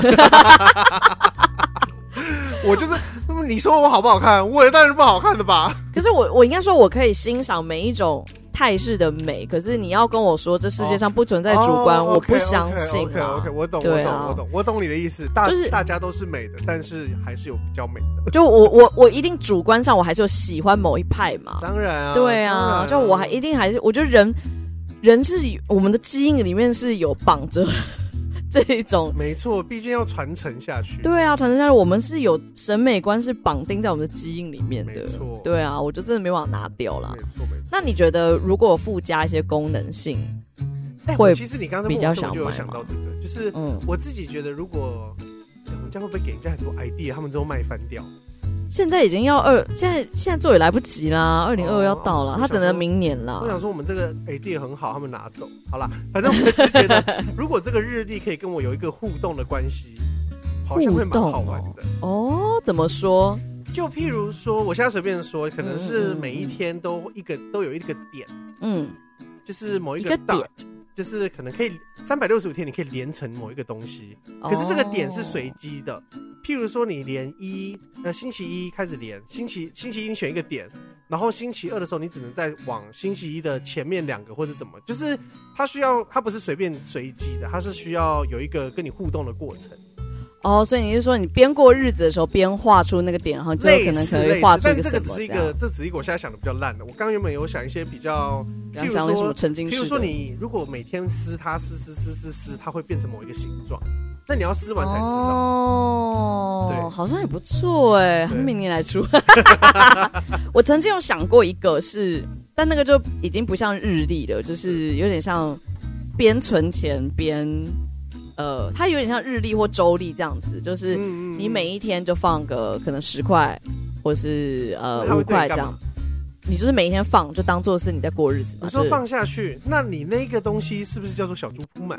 Speaker 2: 我就是， 那么你说我好不好看？我当然不好看的吧。
Speaker 1: 可是我我应该说，我可以欣赏每一种态势的美。可是你要跟我说这世界上不存在主观，
Speaker 2: 哦
Speaker 1: 我不相信
Speaker 2: OK OK，,
Speaker 1: 啊
Speaker 2: o k。我懂，我
Speaker 1: 对
Speaker 2: 懂，
Speaker 1: 啊
Speaker 2: 我懂，我懂你的意思。大、
Speaker 1: 就是
Speaker 2: 大家都是美的，但是还是有比较美的。
Speaker 1: 就我我我一定主观上我还是有喜欢某一派嘛。
Speaker 2: 当然啊，
Speaker 1: 对
Speaker 2: 当然
Speaker 1: 啊，就我还一定还是，我觉得人人是以我们的基因里面是有绑着 这一种
Speaker 2: 没错，毕竟要传承下去。
Speaker 1: 对啊，传承下来，我们是有审美观是绑定在我们的基因里面的
Speaker 2: 没错。
Speaker 1: 对啊，我就真的没办法拿掉啦
Speaker 2: 没。错没错。
Speaker 1: 那你觉得如果附加一些功能性，
Speaker 2: 哎
Speaker 1: 会
Speaker 2: 我其实你刚才问
Speaker 1: 比较
Speaker 2: 我说，我就有
Speaker 1: 想
Speaker 2: 想
Speaker 1: 买
Speaker 2: 到这个，就是
Speaker 1: 嗯，
Speaker 2: 我自己觉得，如果哎我们这样会不会给人家很多 idea，他们之后卖翻掉？
Speaker 1: 现在已经要二，现在现在做也来不及啦，二零二
Speaker 2: 哦
Speaker 1: 要到了，
Speaker 2: 我
Speaker 1: 它
Speaker 2: 想
Speaker 1: 只能
Speaker 2: 说
Speaker 1: 明年
Speaker 2: 我
Speaker 1: 啦。
Speaker 2: 想说，我们这个 idea 很好，他们拿走。好啦，反正我是觉得，如果这个日历可以跟我有一个互动的关系，好像会蛮好玩
Speaker 1: 互
Speaker 2: 的。
Speaker 1: 哦，怎么说？
Speaker 2: 就譬如说，我现在随便说，可能
Speaker 1: 嗯
Speaker 2: 是
Speaker 1: 嗯嗯
Speaker 2: 每一天都一个都有一个点，
Speaker 1: 嗯，
Speaker 2: 就是某一
Speaker 1: 一
Speaker 2: 个
Speaker 1: 个
Speaker 2: dot，
Speaker 1: 点
Speaker 2: 就是可能可以三百六十五天，你可以连成某一个东西。可是这个点是随
Speaker 1: 哦
Speaker 2: 机的，譬如说你连一呃星期一开始连，星期星期一你选一个点，然后星期二的时候，你只能再往星期一的前面两个或者怎么，就是它需要它不是随便随机的，它是需要有一个跟你互动的过程。
Speaker 1: 哦，所以你是说你边过日子的时候边画出那个点，然后最后可能可以画出一
Speaker 2: 但
Speaker 1: 个
Speaker 2: 这
Speaker 1: 什
Speaker 2: 个只
Speaker 1: 么
Speaker 2: 是一
Speaker 1: 这样
Speaker 2: 个，？这只是一个我现在想的比较烂的。我刚原本有想一些比较，
Speaker 1: 然后
Speaker 2: 譬如
Speaker 1: 想那什么
Speaker 2: 说，
Speaker 1: 沉浸
Speaker 2: 譬
Speaker 1: 式
Speaker 2: 如
Speaker 1: 的？
Speaker 2: 说你如果每天撕它撕撕撕撕撕，它会变成某一个形状，那你要撕完才知道。
Speaker 1: 哦，
Speaker 2: 对
Speaker 1: 好像也不错哎，
Speaker 2: 对
Speaker 1: 明年来出。 我曾经有想过一个是，但那个就已经不像日历了，就是有点像边存钱边呃，它有点像日历或周历这样子，就是
Speaker 2: 嗯
Speaker 1: 你每一天就放个可能十块或是呃
Speaker 2: 它
Speaker 1: 五
Speaker 2: 会对
Speaker 1: 块
Speaker 2: 你
Speaker 1: 这
Speaker 2: 干
Speaker 1: 样
Speaker 2: 嘛。？
Speaker 1: 你就是每一天放，就当做是你在过日子嘛。
Speaker 2: 你说
Speaker 1: 就是
Speaker 2: 放下去，那你那个东西是不是叫做小猪铺 满？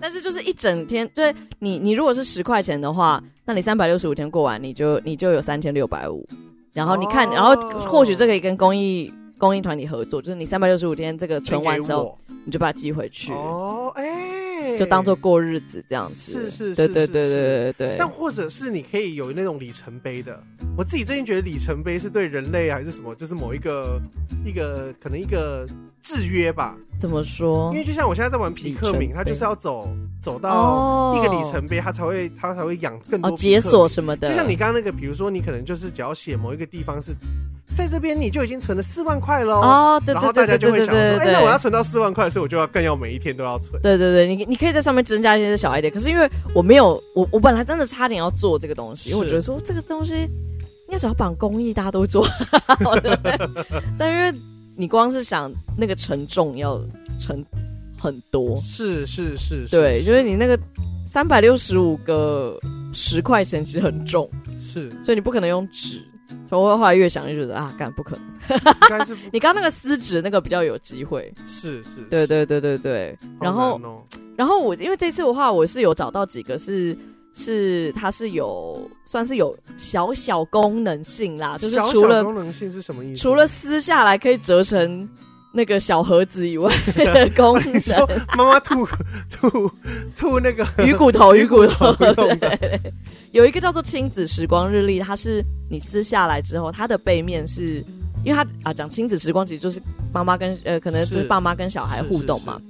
Speaker 1: 但是就是一整天，对你你如果是十块钱的话，那你三百六十五天过完，你就你就有三千六百五。然后你看，
Speaker 2: 哦
Speaker 1: 然后或许这可以跟公益公益团体合作，就是你三百六十五天这个存完之 后，你就把它寄回去，
Speaker 2: 哦，哎、
Speaker 1: 就当做。过日子这样子。
Speaker 2: 是是
Speaker 1: 对
Speaker 2: 是
Speaker 1: 对
Speaker 2: 是
Speaker 1: 对
Speaker 2: 是
Speaker 1: 对对对
Speaker 2: 但或者是你可以有那种里程碑的。我自己最近觉得里程碑是对人类还是什么，就是某一个一个可能一个制约吧。
Speaker 1: 怎么说
Speaker 2: 因？为就像我现在在玩皮克
Speaker 1: 里程
Speaker 2: 敏，
Speaker 1: 碑
Speaker 2: 它就是要走走到
Speaker 1: 哦
Speaker 2: 一个里程碑，它才会它才会养更
Speaker 1: 哦
Speaker 2: 多皮克敏
Speaker 1: 解锁。什么的，
Speaker 2: 就像你刚刚那个，比如说你可能就是只要写某一个地方是在这边，你就已经存了四万块喽。
Speaker 1: 哦，对
Speaker 2: 然
Speaker 1: 对
Speaker 2: 后
Speaker 1: 对
Speaker 2: 大
Speaker 1: 对
Speaker 2: 家
Speaker 1: 对对对
Speaker 2: 就会想说，
Speaker 1: 对，
Speaker 2: 哎，那我要存到四万块，所以我就要更要每一天都要存。
Speaker 1: 对对对，你你可以在上面增加一些小 idea，可是因为我没有，我我本来真的差点要做这个东西，因为我
Speaker 2: 是
Speaker 1: 觉得说这个东西应该只要绑公益，大家都会做 好的，但因为你光是想那个承重要承很多，
Speaker 2: 是是是，是
Speaker 1: 对，就是你那个三百六十五个十块钱其实很重，
Speaker 2: 是，应
Speaker 1: 所以你不可能用纸。所以我后来越想就觉得啊，干不可能！
Speaker 2: 该是不
Speaker 1: 你刚刚那个撕纸那个比较有机会，
Speaker 2: 是是，
Speaker 1: 对
Speaker 2: 是，
Speaker 1: 对对对对。
Speaker 2: 好
Speaker 1: 然后
Speaker 2: 难哦
Speaker 1: 然后我因为这次的话，我是有找到几个是是它是有算是有小小功能性啦，就是
Speaker 2: 小
Speaker 1: 除
Speaker 2: 小
Speaker 1: 了
Speaker 2: 功能性是什么意思？
Speaker 1: 除了撕下来可以折成那个小盒子以外的功
Speaker 2: 你 说
Speaker 1: 能，
Speaker 2: 妈妈吐吐吐那个
Speaker 1: 鱼骨头 鱼骨头，
Speaker 2: 不用的
Speaker 1: 有一个叫做亲子时光日历，它是你撕下来之后，它的背面是。因为它啊，讲亲子时光其实就是妈妈跟呃，可能就是
Speaker 2: 是
Speaker 1: 爸妈跟小孩
Speaker 2: 是
Speaker 1: 互
Speaker 2: 是
Speaker 1: 动嘛，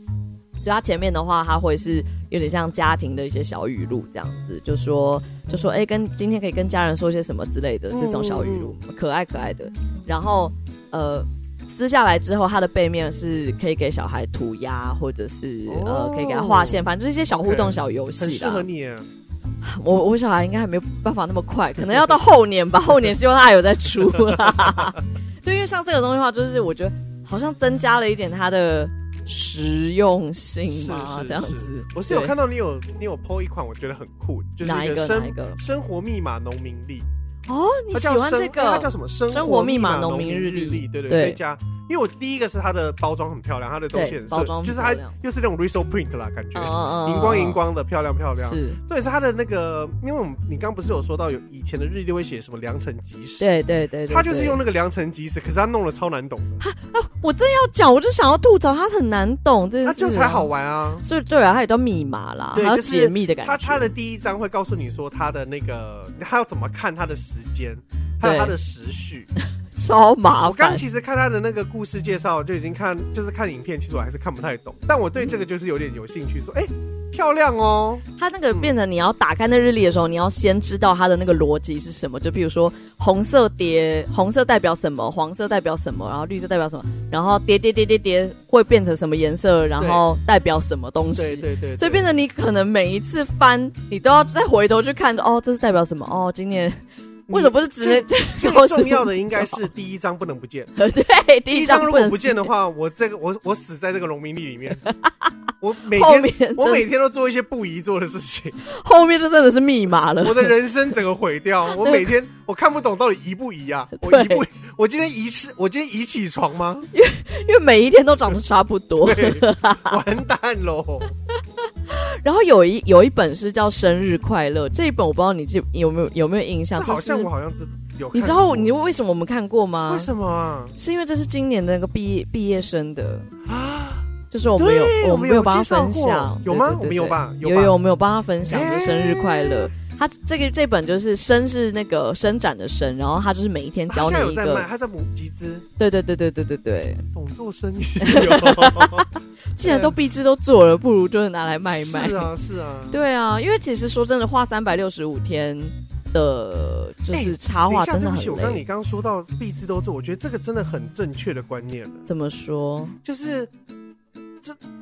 Speaker 1: 所以它前面的话，它会是有点像家庭的一些小语录这样子，就说就说哎、诶跟今天可以跟家人说些什么之类的这种小语录，
Speaker 2: 嗯
Speaker 1: 可爱可爱的。然后呃，撕下来之后，它的背面是可以给小孩涂鸦，或者是、呃
Speaker 2: 哦
Speaker 1: 可以给他画线，反正就是一些小互动
Speaker 2: OK，
Speaker 1: 小游戏
Speaker 2: 很
Speaker 1: 啦。
Speaker 2: 适合你耶，
Speaker 1: 我我小孩应该还没有办法那么快，可能要到后年吧。后年希望他还有在出 啦。对，因为像这个东西的话，就是我觉得好像增加了一点它的实用性嘛，
Speaker 2: 是是
Speaker 1: 这样子。
Speaker 2: 我是有
Speaker 1: 对
Speaker 2: 看到你有你有 PO 一款，我觉得很酷，就是
Speaker 1: 哪一个哪一
Speaker 2: 生
Speaker 1: 个
Speaker 2: 生活密码农民历，
Speaker 1: 哦，你
Speaker 2: 它
Speaker 1: 喜
Speaker 2: 叫
Speaker 1: 欢
Speaker 2: 生
Speaker 1: 这
Speaker 2: 哎它
Speaker 1: 个
Speaker 2: 叫？什么？
Speaker 1: 生
Speaker 2: 生
Speaker 1: 活密
Speaker 2: 密
Speaker 1: 码农
Speaker 2: 农
Speaker 1: 民日
Speaker 2: 日
Speaker 1: 历
Speaker 2: 对
Speaker 1: 对
Speaker 2: 对对，这家。因为我第一个是它的包装很漂亮，它的东西
Speaker 1: 对
Speaker 2: 很，
Speaker 1: 包
Speaker 2: 色，
Speaker 1: 装
Speaker 2: 就是
Speaker 1: 漂
Speaker 2: 它
Speaker 1: 亮
Speaker 2: 又是那种 reso print 啦，感觉
Speaker 1: 嗯嗯嗯
Speaker 2: 荧光荧光的，漂亮漂亮。
Speaker 1: 是，
Speaker 2: 重点是它的那个，因为我们你刚不是有说到有以前的日历会写什么良辰吉时，
Speaker 1: 对对对对。
Speaker 2: 他就是
Speaker 1: 对
Speaker 2: 用那个良辰吉时，可是他弄了超难懂的，
Speaker 1: 我正要讲，我就想要吐槽它很难懂这件
Speaker 2: 他
Speaker 1: 事，
Speaker 2: 就才好。玩啊。
Speaker 1: 所以对啊，它也叫密码啦，还
Speaker 2: 对
Speaker 1: 有
Speaker 2: 就是
Speaker 1: 解密的感
Speaker 2: 他他
Speaker 1: 觉。
Speaker 2: 的第一章会告诉你说他的那个他要怎么看他的时间，还
Speaker 1: 对
Speaker 2: 有他的时序。
Speaker 1: 超麻
Speaker 2: 我刚
Speaker 1: 烦。
Speaker 2: 其实看他的那个故事介绍就已经看，就是看影片，其实我还是看不太懂，但我对这个就是有点有兴趣，说哎、诶漂亮哦，
Speaker 1: 它那个变成你要打开那日历的时候，你要先知道它的那个逻辑是什么。就比如说红色叠，红色代表什么，黄色代表什么，然后绿色代表什么，然后叠叠叠叠叠会变成什么颜色，然后代表什么东西。
Speaker 2: 对对对，
Speaker 1: 所以变成你可能每一次翻，你都要再回头去看，哦，这是代表什么？哦，今年为什么不是直
Speaker 2: 嗯
Speaker 1: 接？
Speaker 2: 最
Speaker 1: 就是
Speaker 2: 重要的应该是第一章不能不见。
Speaker 1: 对，第
Speaker 2: 第
Speaker 1: 一
Speaker 2: 一章
Speaker 1: 张
Speaker 2: 如果
Speaker 1: 能
Speaker 2: 不见的
Speaker 1: 撕
Speaker 2: 话，我这个我我死在这个农民历里 面，我每
Speaker 1: 后
Speaker 2: 天
Speaker 1: 面真
Speaker 2: 我每天都做一些不宜做的事情，
Speaker 1: 后面就真的是密码了。
Speaker 2: 我的人生整个 毁掉。我每天我看不懂到底宜不宜啊？我
Speaker 1: 对
Speaker 2: 宜不宜？我今天宜吃？我今天宜起床 吗？
Speaker 1: 因为每一天都长得差不多。
Speaker 2: 对，完蛋 喽！
Speaker 1: 然后有一有一本是叫《生日快乐》，这一本我不知道你记有没有有没有印
Speaker 2: 这
Speaker 1: 象？
Speaker 2: 好像
Speaker 1: 这是
Speaker 2: 我好像知有看过，
Speaker 1: 你知道你为什么我们看过吗？
Speaker 2: 为什么啊？
Speaker 1: 是因为这是今年的那个毕业毕业生的，
Speaker 2: 啊，
Speaker 1: 就是我们有
Speaker 2: 对，
Speaker 1: 我
Speaker 2: 们
Speaker 1: 有帮
Speaker 2: 介
Speaker 1: 他
Speaker 2: 绍
Speaker 1: 分
Speaker 2: 过
Speaker 1: 享，
Speaker 2: 有吗
Speaker 1: 对？对
Speaker 2: 我们有？吧？
Speaker 1: 对对有
Speaker 2: 吧？
Speaker 1: 有，我们有帮他分享的
Speaker 2: 哎
Speaker 1: 生日快乐。他这个这本就是伸是那个伸展的伸，然后他就是每一天
Speaker 2: 他
Speaker 1: 教你
Speaker 2: 现在有
Speaker 1: 一
Speaker 2: 在
Speaker 1: 个
Speaker 2: 卖，，他在母集资，
Speaker 1: 对对对对对对对。
Speaker 2: 懂做生 意，
Speaker 1: 既然都壁纸都做了，不如就是拿来卖一卖。
Speaker 2: 是啊是啊，
Speaker 1: 对啊，因为其实说真的，画三百六十五天的，就
Speaker 2: 哎
Speaker 1: 是插
Speaker 2: 等一
Speaker 1: 画
Speaker 2: 下，
Speaker 1: 真
Speaker 2: 对
Speaker 1: 的
Speaker 2: 不起，
Speaker 1: 很
Speaker 2: 我刚你
Speaker 1: 累。
Speaker 2: 刚刚说到必知都做，我觉得这个真的很正确的观念了，
Speaker 1: 怎么说？
Speaker 2: 就是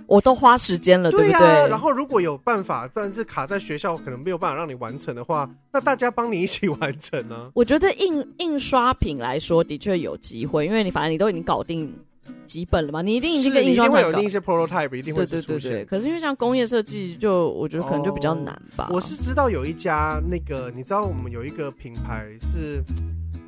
Speaker 1: 我都花时间呃了，对
Speaker 2: 对
Speaker 1: 不
Speaker 2: 呀、
Speaker 1: 对？
Speaker 2: 然后如果有办法，但是卡在学校可能没有办法让你完成的话，那大家帮你一起完成啊呢、
Speaker 1: 我觉得印印刷品来说，的确有机会，因为你反正你都已经搞定几本了嘛， 你一定已经
Speaker 2: 是
Speaker 1: 跟
Speaker 2: 你
Speaker 1: 印
Speaker 2: 一
Speaker 1: 刷
Speaker 2: 定会
Speaker 1: 厂
Speaker 2: 有
Speaker 1: 搞
Speaker 2: 另。一些 prototype，一定
Speaker 1: 对
Speaker 2: 会是
Speaker 1: 对
Speaker 2: 出
Speaker 1: 对
Speaker 2: 现
Speaker 1: 对，可是因为像工业设计，就我觉得可能就比较难吧。
Speaker 2: 哦我是知道有一家那个，你知道我们有一个品牌是，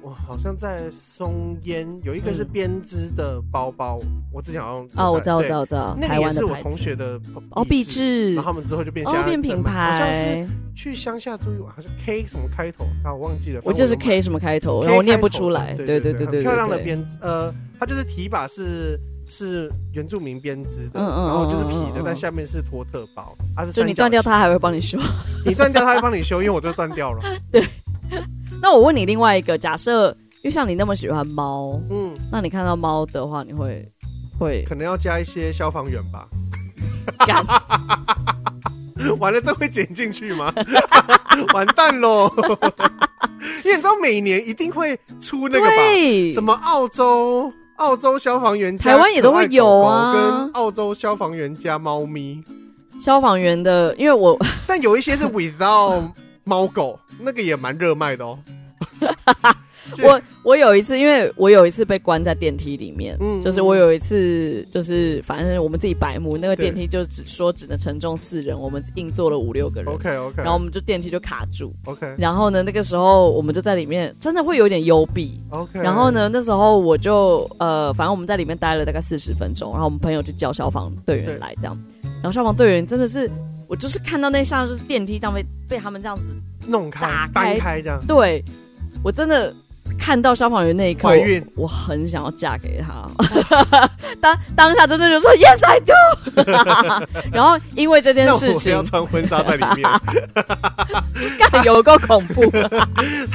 Speaker 2: 我好像在松烟有一个是
Speaker 1: 嗯
Speaker 2: 编织的包包，我之前好像有
Speaker 1: 哦，我
Speaker 2: 带
Speaker 1: 知道，我
Speaker 2: 对
Speaker 1: 知道，我知道，
Speaker 2: 那
Speaker 1: 台
Speaker 2: 个也
Speaker 1: 湾
Speaker 2: 是
Speaker 1: 的
Speaker 2: 我
Speaker 1: 牌
Speaker 2: 同
Speaker 1: 子
Speaker 2: 学的
Speaker 1: 哦，壁纸
Speaker 2: 然后他们之后就变
Speaker 1: 哦
Speaker 2: 现，
Speaker 1: 变品牌，
Speaker 2: 好像是去乡下租一晚，好像 K 什么开头啊，我忘记了。
Speaker 1: 我就是
Speaker 2: 反正
Speaker 1: K 什么开头，
Speaker 2: 有买
Speaker 1: 然后我
Speaker 2: K
Speaker 1: 念不
Speaker 2: 开头
Speaker 1: 出来。对
Speaker 2: 对对
Speaker 1: 对
Speaker 2: 很
Speaker 1: 对，
Speaker 2: 漂亮的
Speaker 1: 对
Speaker 2: 编织，呃，它就是提把是是原住民编织的，
Speaker 1: 嗯嗯
Speaker 2: 然后就是
Speaker 1: 嗯嗯
Speaker 2: 皮的
Speaker 1: 嗯，
Speaker 2: 但
Speaker 1: 嗯
Speaker 2: 下面是托特包，它是
Speaker 1: 就
Speaker 2: 三
Speaker 1: 你
Speaker 2: 角
Speaker 1: 断掉
Speaker 2: 形，
Speaker 1: 它，还会帮你修。
Speaker 2: 你断掉它会帮你修，因为我就断掉了。
Speaker 1: 那我问你另外一个，假设因为像你那么喜欢猫，
Speaker 2: 嗯，
Speaker 1: 那你看到猫的话，你会 会
Speaker 2: 可能要加一些消防员吧。
Speaker 1: 干？
Speaker 2: 完了，这会剪进去吗？ 完蛋喽！因为你知道每年一定会出那个吧？
Speaker 1: 对
Speaker 2: 什么澳洲澳洲消防员加
Speaker 1: 台湾也都会有啊
Speaker 2: 可爱狗狗跟澳洲消防员加猫咪，
Speaker 1: 消防员的？因为我
Speaker 2: 但有一些是 without 猫狗，那个也蛮热卖的哦。 对
Speaker 1: 我我有一次，因为我有一次被关在电梯里面，
Speaker 2: 嗯
Speaker 1: 就是我有一次就是反正我们自己白目，那个
Speaker 2: 对
Speaker 1: 电梯就只说只能承重四人，我们硬坐了五六个人，
Speaker 2: OK OK，
Speaker 1: 然后我们就电梯就卡住，
Speaker 2: OK
Speaker 1: 然后呢那个时候我们就在里面，真的会有点幽闭，
Speaker 2: OK，
Speaker 1: 然后？呢，那时候我就呃，反正我们在里面待了大概四十分钟，然后我们朋友去叫消防队
Speaker 2: 对
Speaker 1: 员来这样，然后消防队员真的是，我就是看到那像就是电梯这样被被他们这样子，
Speaker 2: 弄开
Speaker 1: 打
Speaker 2: 搬
Speaker 1: 开
Speaker 2: 开这样，
Speaker 1: 对我真的看到消防员那一刻，
Speaker 2: 怀孕
Speaker 1: 我我很想要嫁给他， 当当下真的就说 yes I do，然 后因为这件
Speaker 2: 那
Speaker 1: 事
Speaker 2: 我
Speaker 1: 情
Speaker 2: 要，穿婚纱 在里面。
Speaker 1: 干有够恐怖。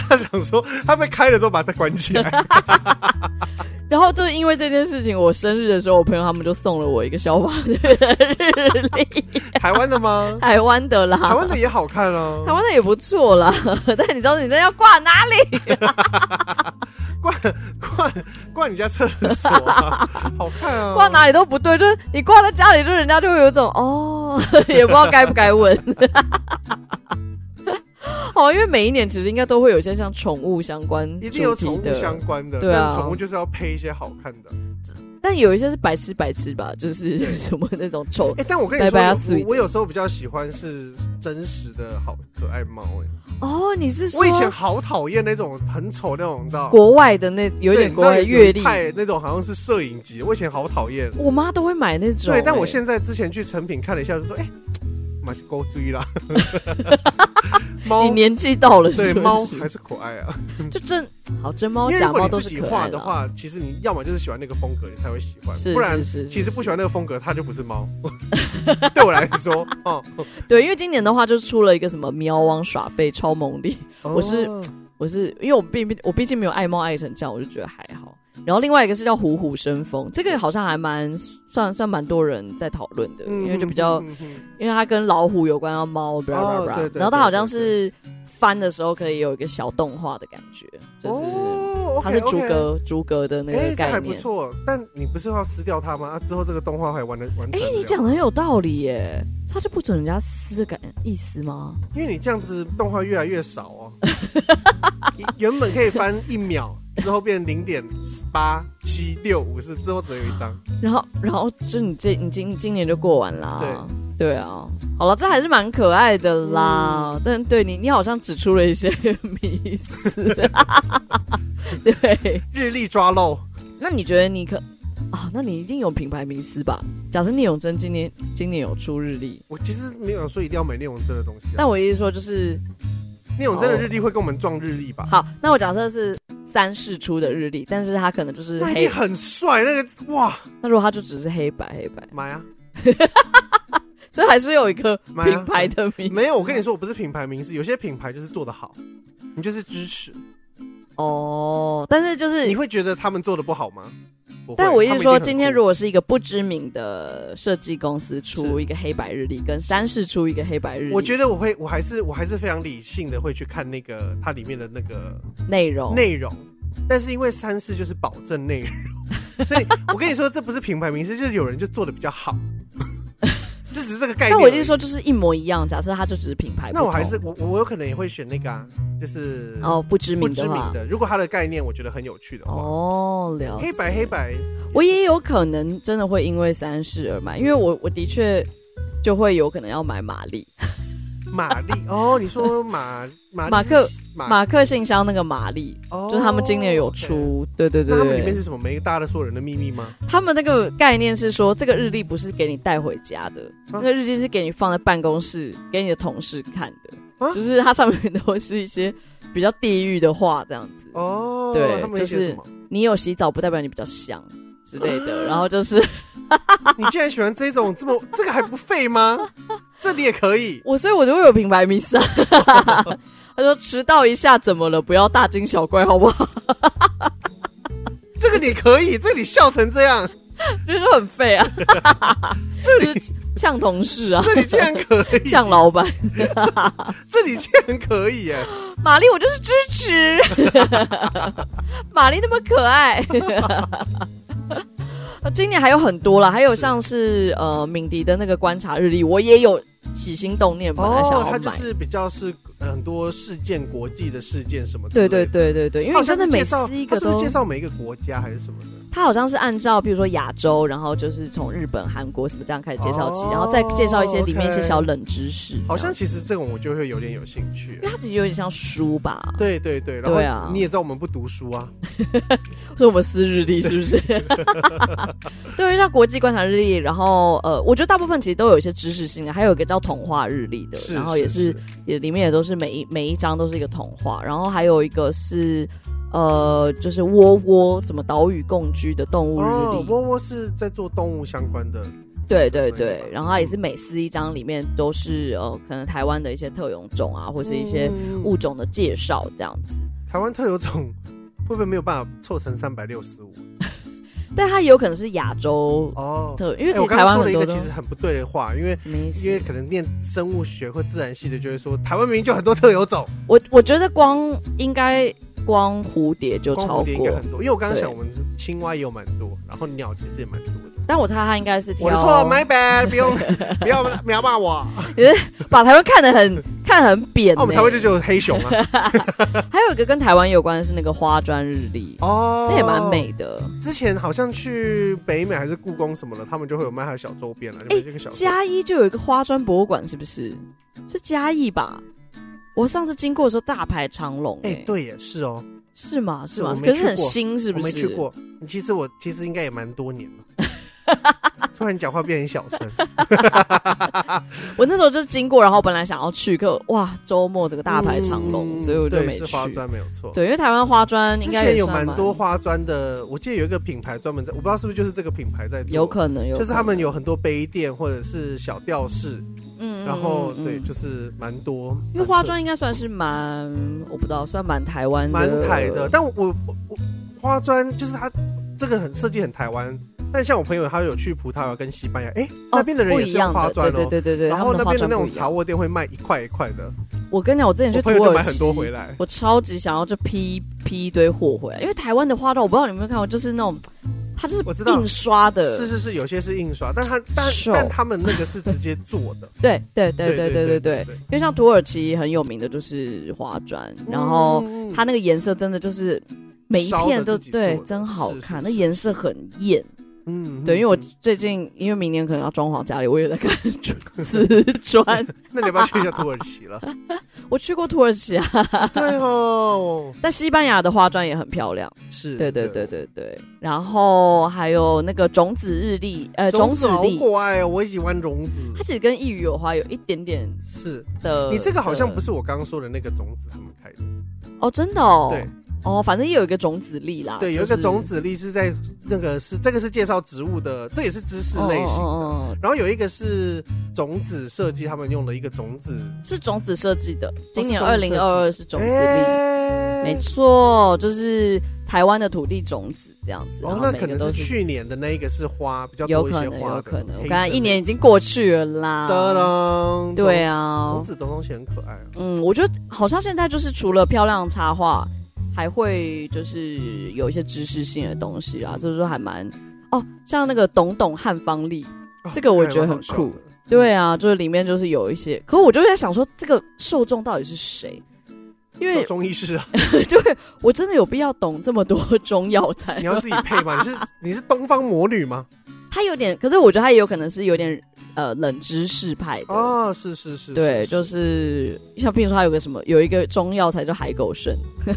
Speaker 2: 他想说，他被开了之后把它关起来。
Speaker 1: 然后就是因为这件事情，我生日的时候，我朋友他们就送了我一个消防队的日历，
Speaker 2: 台湾 的吗？
Speaker 1: 台湾的啦，
Speaker 2: 台湾的也好看
Speaker 1: 台
Speaker 2: 啊，
Speaker 1: 湾的也不错啦， 但你知道你那要挂哪里？
Speaker 2: 挂挂挂你家厕所 啊，好看啊，
Speaker 1: 挂哪里都不对，就是你挂在家里，就人家就会有一种哦， 也不知道该不该问。 哦，因为每一年其实应该都会有一些像宠物相关
Speaker 2: 一定有
Speaker 1: 主
Speaker 2: 宠
Speaker 1: 题
Speaker 2: 物
Speaker 1: 的，
Speaker 2: 相关的，
Speaker 1: 对啊
Speaker 2: 但宠物就是要配一些好看的。
Speaker 1: 但有一些是白痴白痴吧，就是 什么那种宠
Speaker 2: 哎、但我跟你
Speaker 1: 白
Speaker 2: 说，
Speaker 1: 白啊
Speaker 2: 我
Speaker 1: 碎
Speaker 2: 我
Speaker 1: 的
Speaker 2: 我有时候比较喜欢是真实的好可爱猫、哎，
Speaker 1: 哦，你是说
Speaker 2: 我以前好讨厌那种很丑那种，你知道？
Speaker 1: 国外的那有一
Speaker 2: 对
Speaker 1: 点
Speaker 2: 你知
Speaker 1: 国
Speaker 2: 道
Speaker 1: 外
Speaker 2: 有
Speaker 1: 的阅历
Speaker 2: 有一，派那种好像是摄影集，我以前好讨厌。
Speaker 1: 我妈都会买那种欸、
Speaker 2: 对，但我现在之前去成品看了一下，就说，哎、马是狗 追啦，猫
Speaker 1: 你年纪到了
Speaker 2: 对
Speaker 1: 是不是，
Speaker 2: 猫还是可爱啊。
Speaker 1: 就真好真
Speaker 2: 因
Speaker 1: 猫
Speaker 2: 为
Speaker 1: 假
Speaker 2: 如果
Speaker 1: 猫
Speaker 2: 你
Speaker 1: 都是
Speaker 2: 自己
Speaker 1: 可
Speaker 2: 画
Speaker 1: 爱
Speaker 2: 的
Speaker 1: 啦，
Speaker 2: 话，其实你要么就是喜欢那个风格，你才会喜欢，
Speaker 1: 是
Speaker 2: 不然
Speaker 1: 是是是
Speaker 2: 其实不
Speaker 1: 是
Speaker 2: 喜欢那个风格，它就不 是猫。对我来说，哦，
Speaker 1: 对，因为今年的话就出了一个什么喵汪耍废超猛力，我是
Speaker 2: 哦
Speaker 1: 我是因为我毕我毕竟没有爱猫爱成这样，我就觉得还好。然后另外一个是叫虎虎生风，这个好像还蛮算算蛮多人在讨论的，因为就比较
Speaker 2: 嗯嗯嗯嗯
Speaker 1: 因为它跟老虎有关，要猫，blah blah
Speaker 2: 哦
Speaker 1: blah
Speaker 2: 对对
Speaker 1: 然后它
Speaker 2: 对
Speaker 1: 好像
Speaker 2: 对
Speaker 1: 是翻的时候可以有一个小动画的感觉，就是
Speaker 2: 哦
Speaker 1: 它是
Speaker 2: OK，OK
Speaker 1: 逐格逐格的那
Speaker 2: 哎，
Speaker 1: 个
Speaker 2: 这还
Speaker 1: 概
Speaker 2: 不
Speaker 1: 念。
Speaker 2: 错，但你不是要撕掉它吗？啊，之后这个动画还完了完
Speaker 1: 哎
Speaker 2: 成了。，
Speaker 1: 你讲的很有道理耶，它是不准人家撕的感意思吗？
Speaker 2: 因为你这样子动画越来越少 哦。你原本可以翻一秒，之后变零点八七六五四，之后只有一张。
Speaker 1: 然后，然后就你这你今今年就过完啦。
Speaker 2: 对
Speaker 1: 对啊，好了，这还是蛮可爱的啦。但对你，你好像指出了一些迷思。对，
Speaker 2: 日历抓漏，
Speaker 1: 那你觉得你可啊、那你一定有品牌迷思吧？假设聂永真今年今年有出日历，
Speaker 2: 我其实没有说一定要买聂永真的东西、啊。
Speaker 1: 但我意思说就是
Speaker 2: 聂永真的日历会跟我们撞日历吧？
Speaker 1: 哦好，那我假设是三世出的日历，但是他可能就是
Speaker 2: 那一
Speaker 1: 黑
Speaker 2: 定。很帅，那个哇，啊
Speaker 1: 那如果他就只是黑白黑白，
Speaker 2: 买啊！
Speaker 1: 这还是有一个
Speaker 2: 买啊
Speaker 1: 品牌的名
Speaker 2: 没有，我跟你说，我不是品牌名字，有些品牌就是做的好，你就是支持。
Speaker 1: 哦。但是就是
Speaker 2: 你会觉得他们做的不好吗？不会
Speaker 1: 但我意思说，今天如
Speaker 2: 果
Speaker 1: 果是一个不知名的设计公司出
Speaker 2: 是
Speaker 1: 一个黑白日历，跟三世出一个黑白日历，
Speaker 2: 我觉得我会，我还是我还是非常理性的会去看那个它里面的那个
Speaker 1: 内容
Speaker 2: 内容，但是因为三四就是保证内容， 所以我跟你说，这不是品牌名词，就是有人就做的比较好， 这只是这个概念。
Speaker 1: 但我一定，说就是一模一样。假设它就只是品牌不同，
Speaker 2: 那我还是我我有可能也会选那个啊，就是
Speaker 1: 哦不知
Speaker 2: 不
Speaker 1: 名
Speaker 2: 知
Speaker 1: 的
Speaker 2: 名
Speaker 1: 话，
Speaker 2: 的，如果它的概念我觉得很有趣的话，
Speaker 1: 哦了解
Speaker 2: 黑白黑，白，
Speaker 1: 我也有可能真的会因为三世而买，因为我我的确就会有可能要买玛丽
Speaker 2: 玛 丽哦，你说玛玛丽
Speaker 1: 马克
Speaker 2: 是玛
Speaker 1: 马克信箱那个玛丽，
Speaker 2: 哦
Speaker 1: 就是他们今年有出，对对
Speaker 2: OK。那
Speaker 1: 对
Speaker 2: 他们里面
Speaker 1: 对，
Speaker 2: 是什么？没大家的所有人的秘密吗？
Speaker 1: 他们那个概念是说，这个日历不是给你带回家的，
Speaker 2: 啊
Speaker 1: 那个日记是给你放在办公室给你的同事看的，
Speaker 2: 啊
Speaker 1: 就是它上面都是一些比较地狱的话，这样子。
Speaker 2: 哦，
Speaker 1: 对
Speaker 2: 他们会写
Speaker 1: 就是
Speaker 2: 什么？
Speaker 1: 你有洗澡不代表你比较香之类 的，然后就是，
Speaker 2: 你竟然喜欢这种这么这个还不废吗？这你也可以
Speaker 1: 我，所以我就会有品牌迷 思、啊。他说迟到一下怎么了？不要大惊小怪，好不 好？
Speaker 2: 这个你可以，这个你笑成这样，
Speaker 1: 就是很废啊，
Speaker 2: 这
Speaker 1: 就是呛同事 啊，
Speaker 2: 这你竟然可以，
Speaker 1: 呛老板。
Speaker 2: 这你竟然可以耶！
Speaker 1: 玛丽，我就是支 持。玛丽那么可爱。呃今年还有很多啦，还有像是呃敏迪的那个观察日历，我也有起心动念，本来想要
Speaker 2: 哦
Speaker 1: 买。
Speaker 2: 它就是比较是呃很多事件、国际的事件什么之
Speaker 1: 对
Speaker 2: 类的。
Speaker 1: 对对对对，因为
Speaker 2: 好
Speaker 1: 你
Speaker 2: 像
Speaker 1: 真的
Speaker 2: 是
Speaker 1: 每
Speaker 2: 介绍，
Speaker 1: 次一
Speaker 2: 它
Speaker 1: 个
Speaker 2: 是不
Speaker 1: 都
Speaker 2: 是介绍每一个国家还是什么的？
Speaker 1: 他好像是按照比如说亚洲，然后就是从日本、韩国什么这样开始介绍起，
Speaker 2: 哦
Speaker 1: 然后再介绍一些
Speaker 2: OK
Speaker 1: 里面一些小冷知识。
Speaker 2: 好
Speaker 1: 这
Speaker 2: 像
Speaker 1: 样
Speaker 2: 其实这种我就会有点有兴趣
Speaker 1: 因。为它其实有点像书吧，
Speaker 2: 对对对，
Speaker 1: 对啊
Speaker 2: 然后你也知道我们不读书啊，
Speaker 1: 所以我们撕日历是不是？ 对，像国际观察日历，然后呃，我觉得大部分其实都有一些知识性的，还有一个叫童话日历的，
Speaker 2: 是
Speaker 1: 然后也是也里面也都是每一每一张都是一个童话，然后还有一个是呃，就是窝窝什么岛屿共居的动物日历，
Speaker 2: 哦，窝窝是在做动物相关的，
Speaker 1: 对对
Speaker 2: 对
Speaker 1: 对
Speaker 2: 吧，
Speaker 1: 然后它也是每撕一张里面都是呃，可能台湾的一些特有种啊，或是一些
Speaker 2: 嗯
Speaker 1: 物种的介绍这样子。
Speaker 2: 台湾特有种会不会没有办法凑成三百六十五？
Speaker 1: 但它也有可能是亚洲
Speaker 2: 哦，
Speaker 1: 特，因为
Speaker 2: 哎
Speaker 1: 其
Speaker 2: 我
Speaker 1: 实
Speaker 2: 刚
Speaker 1: 台
Speaker 2: 刚
Speaker 1: 湾
Speaker 2: 说
Speaker 1: 很
Speaker 2: 了一个
Speaker 1: 多都
Speaker 2: 其实很不对的话，因为
Speaker 1: 什么意思
Speaker 2: 因为？可能念生物学或自然系的就会说，台湾明明就很多特有种，
Speaker 1: 我我觉得光应该光蝴蝶就
Speaker 2: 光
Speaker 1: 超
Speaker 2: 蝴蝶应该
Speaker 1: 过，
Speaker 2: 很多。因为我刚刚
Speaker 1: 对
Speaker 2: 想，我们青蛙也有蛮多，然后鸟其实也蛮多的。
Speaker 1: 但我猜它应该是挑
Speaker 2: 我的错，my bad，不用不要不要骂我。啊，
Speaker 1: 把台湾看得 很看得很扁、欸。
Speaker 2: 哦我们台湾就只有黑熊 啊。
Speaker 1: 还有一个跟台湾有关的是那个花砖日历，
Speaker 2: 哦，
Speaker 1: 那也蛮。美的。
Speaker 2: 之前好像去北美还是故宫什么的，他们就会有卖它的小周边了，啊就
Speaker 1: 哎
Speaker 2: 买这个小周边。
Speaker 1: 嘉义就有一个花砖博物馆，是不是？是嘉义吧？我上次经过的时候大排长龙、欸，
Speaker 2: 哎，对耶，是哦，
Speaker 1: 是吗？是吗？
Speaker 2: 我没
Speaker 1: 可是
Speaker 2: 去
Speaker 1: 很
Speaker 2: 过
Speaker 1: 新，是
Speaker 2: 我
Speaker 1: 不是？
Speaker 2: 没去。过。其实我其实应该也蛮多年 了。突然讲话变很小声，
Speaker 1: 我那时候就是经过，然后本来想要去，可哇，周末这个大排长龙，
Speaker 2: 嗯
Speaker 1: 所以我就
Speaker 2: 对
Speaker 1: 没去
Speaker 2: 是。花砖没有错。
Speaker 1: 对，因为台湾花砖
Speaker 2: 之
Speaker 1: 应该
Speaker 2: 前
Speaker 1: 也
Speaker 2: 有
Speaker 1: 算
Speaker 2: 蛮多，花砖的，我记得有一个品牌专门在，我不知道是不是就是这个品牌在做，
Speaker 1: 有可能有可能，
Speaker 2: 就是他们有很多杯垫或者是小吊饰，
Speaker 1: 嗯，嗯
Speaker 2: 然后
Speaker 1: 嗯嗯
Speaker 2: 对，就是蛮多。
Speaker 1: 因为花砖
Speaker 2: 蛮
Speaker 1: 应该算是蛮，我不知道，算蛮台湾的呃
Speaker 2: 特色蛮台的，但我我我我花砖就是它这个很设计很台湾，但像我朋友他有去葡萄牙跟西班牙，哎，
Speaker 1: 哦
Speaker 2: 那边的人
Speaker 1: 不
Speaker 2: 也
Speaker 1: 一
Speaker 2: 是用
Speaker 1: 样
Speaker 2: 花
Speaker 1: 的，
Speaker 2: 砖
Speaker 1: 对
Speaker 2: 哦
Speaker 1: 对。对对对，
Speaker 2: 然后
Speaker 1: 他们
Speaker 2: 那
Speaker 1: 花
Speaker 2: 边的
Speaker 1: 砖
Speaker 2: 那
Speaker 1: 不
Speaker 2: 种
Speaker 1: 一
Speaker 2: 茶
Speaker 1: 样。
Speaker 2: 沃店会卖一块一块的，
Speaker 1: 我跟你讲，我之前去
Speaker 2: 我
Speaker 1: 土
Speaker 2: 朋友就
Speaker 1: 耳
Speaker 2: 买
Speaker 1: 其，
Speaker 2: 很多回来。
Speaker 1: 我超级想要就批批一堆货回来，因为台湾的花砖我不知道你有没有看过，就是那种它就是
Speaker 2: 我知道
Speaker 1: 印刷的，
Speaker 2: 是是是，有些是印刷，但他但
Speaker 1: 手
Speaker 2: 但他们那个是直接做的。
Speaker 1: 对对 对对
Speaker 2: 对
Speaker 1: 对对
Speaker 2: 对
Speaker 1: 对，因为像土耳其很有名的就是花砖，然后
Speaker 2: 嗯
Speaker 1: 它那个颜色真的就是。每一
Speaker 2: 烧
Speaker 1: 片
Speaker 2: 的
Speaker 1: 都
Speaker 2: 自己做的
Speaker 1: 对，真好
Speaker 2: 是是
Speaker 1: 看，
Speaker 2: 是
Speaker 1: 那颜色很艳。
Speaker 2: 嗯
Speaker 1: 对，因为我
Speaker 2: 嗯
Speaker 1: 最近因为明年可能要装潢家里，我也在看瓷砖。
Speaker 2: 那你要不要去一下土耳其 了？
Speaker 1: 我去过土耳其啊，
Speaker 2: 对哦，
Speaker 1: 但西班牙的花砖也很漂亮。
Speaker 2: 是
Speaker 1: 对对对，对对，然后还有那个种子日历，呃，种
Speaker 2: 子
Speaker 1: 子
Speaker 2: 好
Speaker 1: 历，
Speaker 2: 可爱哦，我喜欢种
Speaker 1: 它
Speaker 2: 子。
Speaker 1: 其实跟一语有花有一点点
Speaker 2: 是
Speaker 1: 的。
Speaker 2: 你这个好像不
Speaker 1: 是
Speaker 2: 是我刚刚说的那个种子他们开的，
Speaker 1: 哦，真的哦。啊
Speaker 2: 对，
Speaker 1: 哦，反正也有一个种子力啦，
Speaker 2: 对，有一个种子力是在那个是这个是介绍植物的，这也是知识类型的。
Speaker 1: 哦哦哦
Speaker 2: 然后有一个是种子设计，他们用的一个种子，
Speaker 1: 是种子设计的。今年
Speaker 2: 哦种
Speaker 1: 二
Speaker 2: 子设计
Speaker 1: 零二二是种子力，
Speaker 2: 哎
Speaker 1: 没错，就是台湾的土地种子这样子。然
Speaker 2: 哦，
Speaker 1: 后
Speaker 2: 那
Speaker 1: 每
Speaker 2: 可
Speaker 1: 个
Speaker 2: 能
Speaker 1: 都
Speaker 2: 是去年的那一个是花，比较
Speaker 1: 有
Speaker 2: 多一
Speaker 1: 可
Speaker 2: 些
Speaker 1: 能，
Speaker 2: 花的。
Speaker 1: 有可能。我
Speaker 2: 黑色的
Speaker 1: 刚才一年已经过去了啦。
Speaker 2: 噔噔，
Speaker 1: 对
Speaker 2: 种，
Speaker 1: 啊
Speaker 2: 种，子的东西很可爱啊。
Speaker 1: 嗯，我觉得好像现在就是除了漂亮的插画，还会就是有一些知识性的东西啊，就是说还蛮哦，像那个懂懂汉方历，
Speaker 2: 啊
Speaker 1: 这个我觉得
Speaker 2: 还蛮
Speaker 1: 很
Speaker 2: 好笑
Speaker 1: 酷
Speaker 2: 的。
Speaker 1: 对啊，就是里面就是有一些，可我就在想说，这个受众到底是谁？因
Speaker 2: 做
Speaker 1: 为
Speaker 2: 中医师啊，
Speaker 1: 对我真的有必要懂这么多中药材
Speaker 2: 你？要自己配吗？你是 你是东方魔女吗？
Speaker 1: 它有点，可是我觉得它也有可能是有点呃冷知识派的。
Speaker 2: 哦，是是是，
Speaker 1: 对，就是像譬如说，它有个什么，有一个中药材叫海狗参，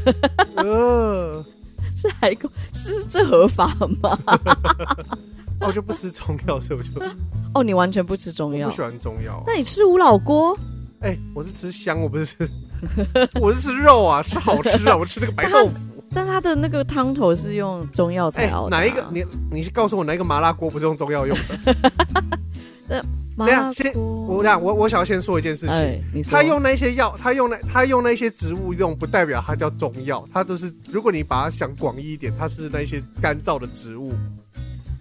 Speaker 2: 呃，
Speaker 1: 是海狗是这合法吗？
Speaker 2: 我就不吃中药，所以我就
Speaker 1: 哦，你完全不吃中
Speaker 2: 不
Speaker 1: 药
Speaker 2: 喜，欢中药啊。
Speaker 1: 那你吃五老锅？
Speaker 2: 哎、我是吃香，我不是吃， 我是吃肉啊，是好吃啊，我吃那个白豆腐。
Speaker 1: 但它的那个汤头是用中药
Speaker 2: 哎、
Speaker 1: 材熬的、啊
Speaker 2: 哪一个？你你是告诉我哪一个麻辣锅不是用中药用的？
Speaker 1: 麻
Speaker 2: 等一下
Speaker 1: 辣
Speaker 2: 先
Speaker 1: 锅？
Speaker 2: 我俩我我想要先说一件事情，
Speaker 1: 哦哎，你说
Speaker 2: 他用那些药，他用那他用那些植物用，不代表它叫中药，它都是如果你把它想广义一点，它是那些干燥的植物。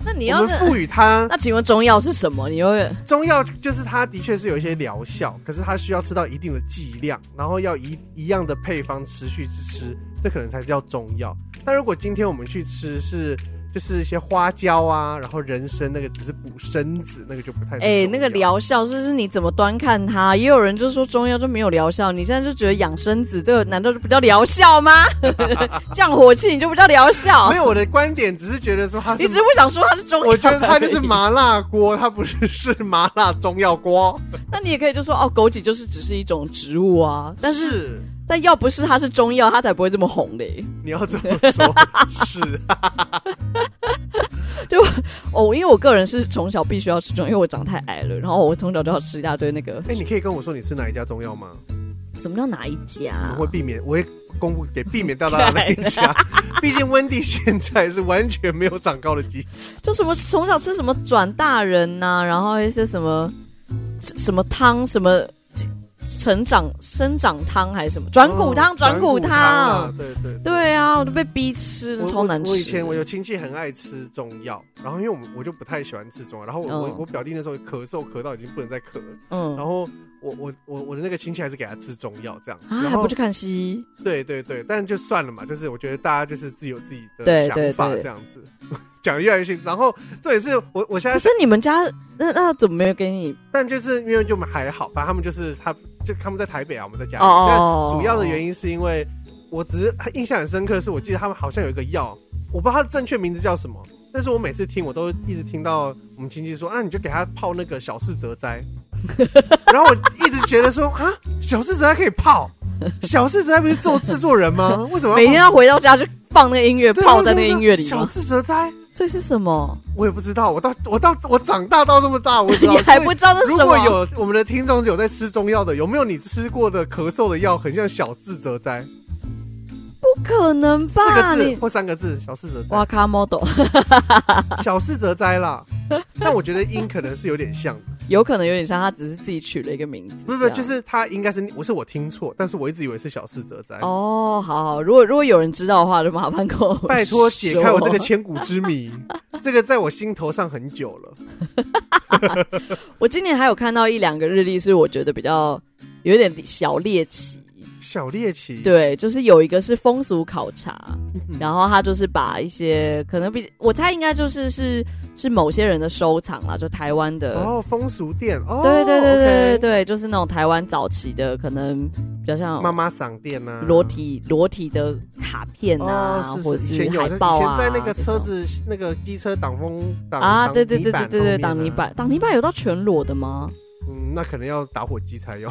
Speaker 1: 那你
Speaker 2: 我
Speaker 1: 要是
Speaker 2: 们赋予它
Speaker 1: 那请问中药是什么？你会
Speaker 2: 中药，就是它的确是有一些疗效，可是它需要吃到一定的剂量，然后要一一样的配方持续吃吃，这可能才叫中药。但如果今天我们去吃是。就是一些花椒啊，然后人参那个只是补身子，那个就不太是
Speaker 1: 哎、
Speaker 2: 中
Speaker 1: 那个
Speaker 2: 药
Speaker 1: 疗效是不是你怎么端看它？也有人就说中药就没有疗效，你现在就觉得养生子这个难道就不叫疗效 吗？ 降火气你就不叫疗效
Speaker 2: 没？有我的观点，只是觉得说它是
Speaker 1: 哦你只是不想说它是中药而已？
Speaker 2: 啊我觉得它就是麻辣锅，它不是是麻辣中药锅。
Speaker 1: 那你也可以就说哦，枸杞就是只是一种植物啊，但是
Speaker 2: 是
Speaker 1: 但要不是它是中药，它才不会这么红嘞。
Speaker 2: 你要这么 说，是
Speaker 1: 哦，因为我个人是从小必须要吃中药，因为我长太矮了，然后我从小就要吃一大堆那个
Speaker 2: 哎、你可以跟我说你吃哪一家中药吗？
Speaker 1: 什么叫哪一家啊？
Speaker 2: 我会避免，我会公布给避免掉到那一 家。毕竟温蒂现在是完全没有长高的机器，
Speaker 1: 就什么从小吃什么转大人呐、然后一些什么什什么汤什么成长生长汤还是什么转骨
Speaker 2: 哦
Speaker 1: 汤转骨汤，
Speaker 2: 啊对对对。
Speaker 1: 对啊，我都被逼吃了，
Speaker 2: 我
Speaker 1: 超难吃
Speaker 2: 我。我以前我有亲戚很爱吃中药，然后因为我们我就不太喜欢吃中药，然后我、
Speaker 1: 哦
Speaker 2: 我我表弟那时候咳嗽咳到已经不能再咳了，然
Speaker 1: 嗯
Speaker 2: 后我我我我的那个亲戚还是给他吃中药这样，
Speaker 1: 啊，
Speaker 2: 然
Speaker 1: 还
Speaker 2: 后
Speaker 1: 不去看西医？
Speaker 2: 对对对，但就算了嘛，就是我觉得大家就是自己有自己的
Speaker 1: 对
Speaker 2: 想
Speaker 1: 对
Speaker 2: 法
Speaker 1: 对
Speaker 2: 这样子， 讲得越来越细。然后这也是我我现
Speaker 1: 可
Speaker 2: 在
Speaker 1: 是，你们家那那怎么没有给你？
Speaker 2: 但就是因为就还好，反正他们就是他就他们在台北啊，我们在家里。
Speaker 1: 哦哦
Speaker 2: 但
Speaker 1: 哦
Speaker 2: 主要的原因是因为我只是印象很深刻，是我记得他们好像有一个药，我不知道它的正确名字叫什么，但是我每次听我都一直听到我们亲戚说，那、啊你就给他泡那个小柿泽斋， 然后我一直觉得说啊，小柿泽斋可以泡。小柿泽斋不是做制作人吗？为什么要
Speaker 1: 每
Speaker 2: 泡
Speaker 1: 天要回到家就放那个音乐，
Speaker 2: 对啊
Speaker 1: 泡在那个音乐里
Speaker 2: 小
Speaker 1: 吗？
Speaker 2: 智蛇斋，
Speaker 1: 所以是什么？
Speaker 2: 我也不知道，我到我到我长大到这么大，我也不知道
Speaker 1: 你还不
Speaker 2: 所以
Speaker 1: 知道那是
Speaker 2: 如
Speaker 1: 什
Speaker 2: 果
Speaker 1: 么？
Speaker 2: 有我们的听众有在吃中药的，有没有你吃过的咳嗽的药很像小智折斋？
Speaker 1: 不可能
Speaker 2: 四
Speaker 1: 吧？
Speaker 2: 个字
Speaker 1: 你
Speaker 2: 或三个字，小智折斋，
Speaker 1: 哇卡 model
Speaker 2: 小智折斋啦。 但我觉得音可能是有点像的，
Speaker 1: 有可能有点像他只是自己取了一个名字，
Speaker 2: 不是不
Speaker 1: 这
Speaker 2: 是，
Speaker 1: 样
Speaker 2: 就是它应该是我是我听错，但是我一直以为是小智折斋。
Speaker 1: 哦，好好，如果如果有人知道的话，就麻烦跟 我
Speaker 2: 拜托解开我这个
Speaker 1: 说，
Speaker 2: 千古之谜，
Speaker 1: 哦
Speaker 2: 这个在我心头上很久了。
Speaker 1: 我今年还有看到一两个日历，是我觉得比较有点小猎奇。
Speaker 2: 小猎奇，
Speaker 1: 对，就是有一个是风俗考察，
Speaker 2: 嗯，
Speaker 1: 然后他就是把一些可能比我猜应该就是是是某些人的收藏啦，就台湾的。
Speaker 2: 哦，风俗店，哦，
Speaker 1: 呃对对对对对
Speaker 2: OK
Speaker 1: 对，就是那种台湾早期的，可能比较像
Speaker 2: 妈妈赏店呐、啊，
Speaker 1: 裸体裸体的卡片啊，
Speaker 2: 哦，是
Speaker 1: 或
Speaker 2: 是
Speaker 1: 者
Speaker 2: 以前
Speaker 1: 是
Speaker 2: 有
Speaker 1: 海
Speaker 2: 的，以
Speaker 1: 报啊，
Speaker 2: 前在那个
Speaker 1: 这
Speaker 2: 车
Speaker 1: 种
Speaker 2: 子那个机车挡风挡
Speaker 1: 啊，
Speaker 2: 挡
Speaker 1: 对对
Speaker 2: 泥
Speaker 1: 对对
Speaker 2: 板
Speaker 1: 对
Speaker 2: 后
Speaker 1: 对，
Speaker 2: 面
Speaker 1: 挡泥
Speaker 2: 啊，
Speaker 1: 板，挡泥板有到全裸的 吗？
Speaker 2: 嗯，那可能要打火机 才有，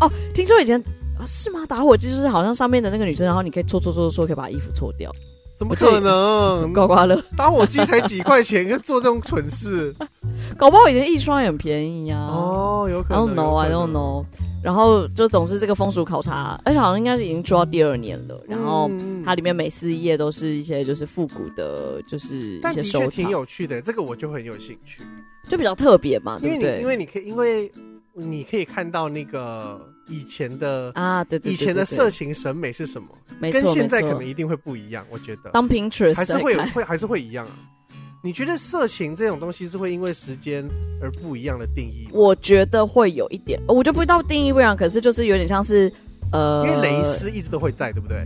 Speaker 1: 哦，听说以前。啊、是吗？打火机就是好像上面的那个女生，然后你可以搓搓搓搓搓，可以把衣服搓掉，
Speaker 2: 怎么
Speaker 1: 我这里
Speaker 2: 可能？
Speaker 1: 刮刮乐。
Speaker 2: 打火机才几块钱，要做这种蠢事？
Speaker 1: 搞不好以前一双也很便宜啊。啊
Speaker 2: 哦，有可
Speaker 1: I
Speaker 2: 能。
Speaker 1: don't know, I
Speaker 2: 有可
Speaker 1: don't
Speaker 2: 能
Speaker 1: know。然后就总是这个风俗考察，而且好像应该是已经做到第二年了。然后
Speaker 2: 嗯
Speaker 1: 它里面每四页都是一些就是复古的，就是一
Speaker 2: 但
Speaker 1: 些
Speaker 2: 的
Speaker 1: 收
Speaker 2: 确挺
Speaker 1: 藏，
Speaker 2: 有趣的，这个我就很有兴趣，
Speaker 1: 就比较特别嘛，对
Speaker 2: 因为
Speaker 1: 不
Speaker 2: 你因
Speaker 1: 对？
Speaker 2: 为你可以因为你可以看到那个以前的。
Speaker 1: 啊，对对对，
Speaker 2: 以前的
Speaker 1: 对对
Speaker 2: 色情审美是什么？
Speaker 1: 没
Speaker 2: 跟
Speaker 1: 错
Speaker 2: 现
Speaker 1: 没
Speaker 2: 在
Speaker 1: 错，
Speaker 2: 可能一定会不一样，我觉得
Speaker 1: 当 Pinterest
Speaker 2: 还是
Speaker 1: 在
Speaker 2: 会有
Speaker 1: 看
Speaker 2: 会还是会一样啊。你觉得色情这种东西是会因为时间而不一样的定义吗？
Speaker 1: 我觉得会有一点，呃我就不到定义不一样，可是就是有点像是呃，
Speaker 2: 因为蕾丝一直都会在，对不对？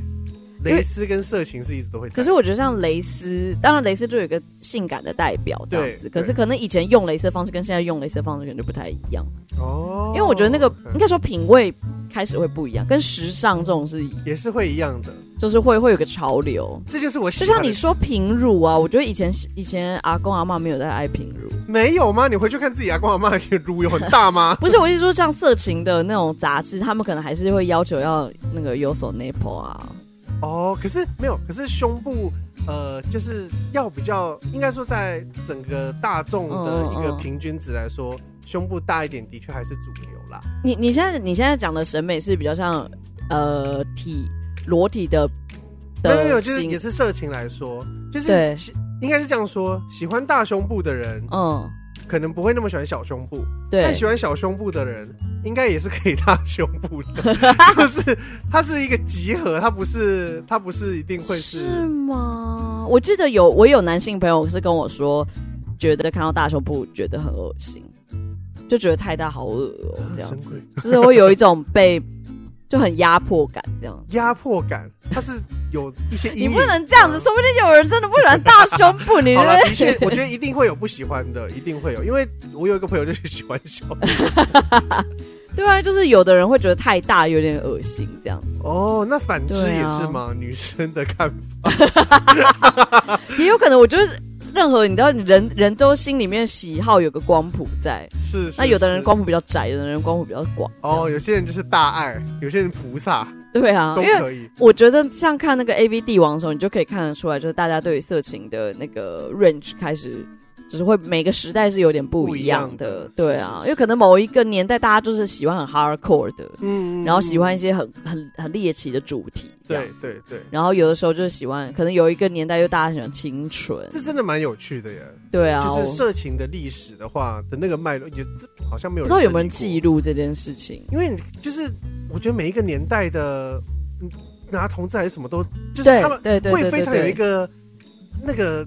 Speaker 1: 因为
Speaker 2: 蕾丝跟色情是一直都会在。
Speaker 1: 可是我觉得像蕾丝，当然蕾丝就有一个性感的代表这样子，
Speaker 2: 对
Speaker 1: 可是
Speaker 2: 对
Speaker 1: 可能以前用蕾丝的方式跟现在用蕾丝的方式可能就不太一样，
Speaker 2: 哦嗯
Speaker 1: 因为我觉得那个
Speaker 2: OK
Speaker 1: 应该说品味开始会不一样，跟时尚这种是
Speaker 2: 也是会一样的，
Speaker 1: 就是会会有个潮流。
Speaker 2: 这就是我喜
Speaker 1: 就
Speaker 2: 欢
Speaker 1: 像
Speaker 2: 的
Speaker 1: 你说平乳啊，我觉得以前以前阿公阿妈没有在爱平乳，？
Speaker 2: 没有吗？你回去看自己阿公阿妈的乳有很大吗
Speaker 1: 不是我意思说像色情的那种杂志，他们可能还是会要求要那个有所 nipple 啊，
Speaker 2: 哦，可是没有，可是胸部呃，就是要比较，应该说在整个大众的一个
Speaker 1: 嗯嗯嗯
Speaker 2: 平均值来说，胸部大一点的确还是主流啦。
Speaker 1: 你你现在你现在讲的审美是比较像呃体裸体的
Speaker 2: 没有没
Speaker 1: 的
Speaker 2: 有，就是
Speaker 1: 形
Speaker 2: 也是色情来说，就是
Speaker 1: 对
Speaker 2: 喜应该是这样说，喜欢大胸部的人
Speaker 1: 嗯，
Speaker 2: 可能不会那么喜欢小胸部，但
Speaker 1: 对
Speaker 2: 喜欢小胸部的人应该也是可以大胸部 的，就是它是一个集合，它不是它不是一定会是
Speaker 1: 吗？我记得有我有男性朋友是跟我说，觉得看到大胸部觉得很恶心，就觉得太大好恶哦、这样子，
Speaker 2: 啊神鬼
Speaker 1: 就是会有一种被就很压迫感这样。
Speaker 2: 压迫感，它是有一些阴
Speaker 1: 你
Speaker 2: 影。
Speaker 1: 不能这样子，说不定有人真的不喜欢大胸部，你
Speaker 2: 好了，的
Speaker 1: 这
Speaker 2: 确，我觉得一定会有不喜欢的，一定会有，因为我有一个朋友就是喜欢 小
Speaker 1: 对啊，就是有的人会觉得太大，有点恶心这样子。
Speaker 2: 哦，那反之
Speaker 1: 对啊
Speaker 2: 也是吗？女生的看法，
Speaker 1: 也有可能，我觉得任何你知道，人人都心里面喜好有个光谱在。
Speaker 2: 是是
Speaker 1: 那有的人
Speaker 2: 是
Speaker 1: 光谱比较窄，有的人光谱比较广。
Speaker 2: 哦，有些人就是大爱，有些人菩萨
Speaker 1: 对啊，
Speaker 2: 都
Speaker 1: 因为
Speaker 2: 可以。
Speaker 1: 我觉得像看那个 A V 帝王的时候，你就可以看得出来，就是大家对于色情的那个 range 开始。就是会每个时代是有点不一样的，
Speaker 2: 不一样的
Speaker 1: 对啊
Speaker 2: 是是，是
Speaker 1: 因为可能某一个年代大家就是喜欢很 hardcore 的，
Speaker 2: 嗯
Speaker 1: 然后喜欢一些很很很猎奇的主题，这样
Speaker 2: 对对对，
Speaker 1: 然后有的时候就是喜欢，可能有一个年代就大家喜欢清纯，
Speaker 2: 这真的蛮有趣的耶。
Speaker 1: 对啊，
Speaker 2: 就是
Speaker 1: 我
Speaker 2: 色情的历史的话的那个脉络，也这好像没有
Speaker 1: 不
Speaker 2: 人
Speaker 1: 知道有没有人
Speaker 2: 整
Speaker 1: 记
Speaker 2: 理
Speaker 1: 录这件事情。
Speaker 2: 过，因为你就是我觉得每一个年代的嗯拿同志还是什么都，就是
Speaker 1: 对
Speaker 2: 他们
Speaker 1: 对对
Speaker 2: 会
Speaker 1: 对
Speaker 2: 非
Speaker 1: 对
Speaker 2: 常有
Speaker 1: 对，
Speaker 2: 一个那个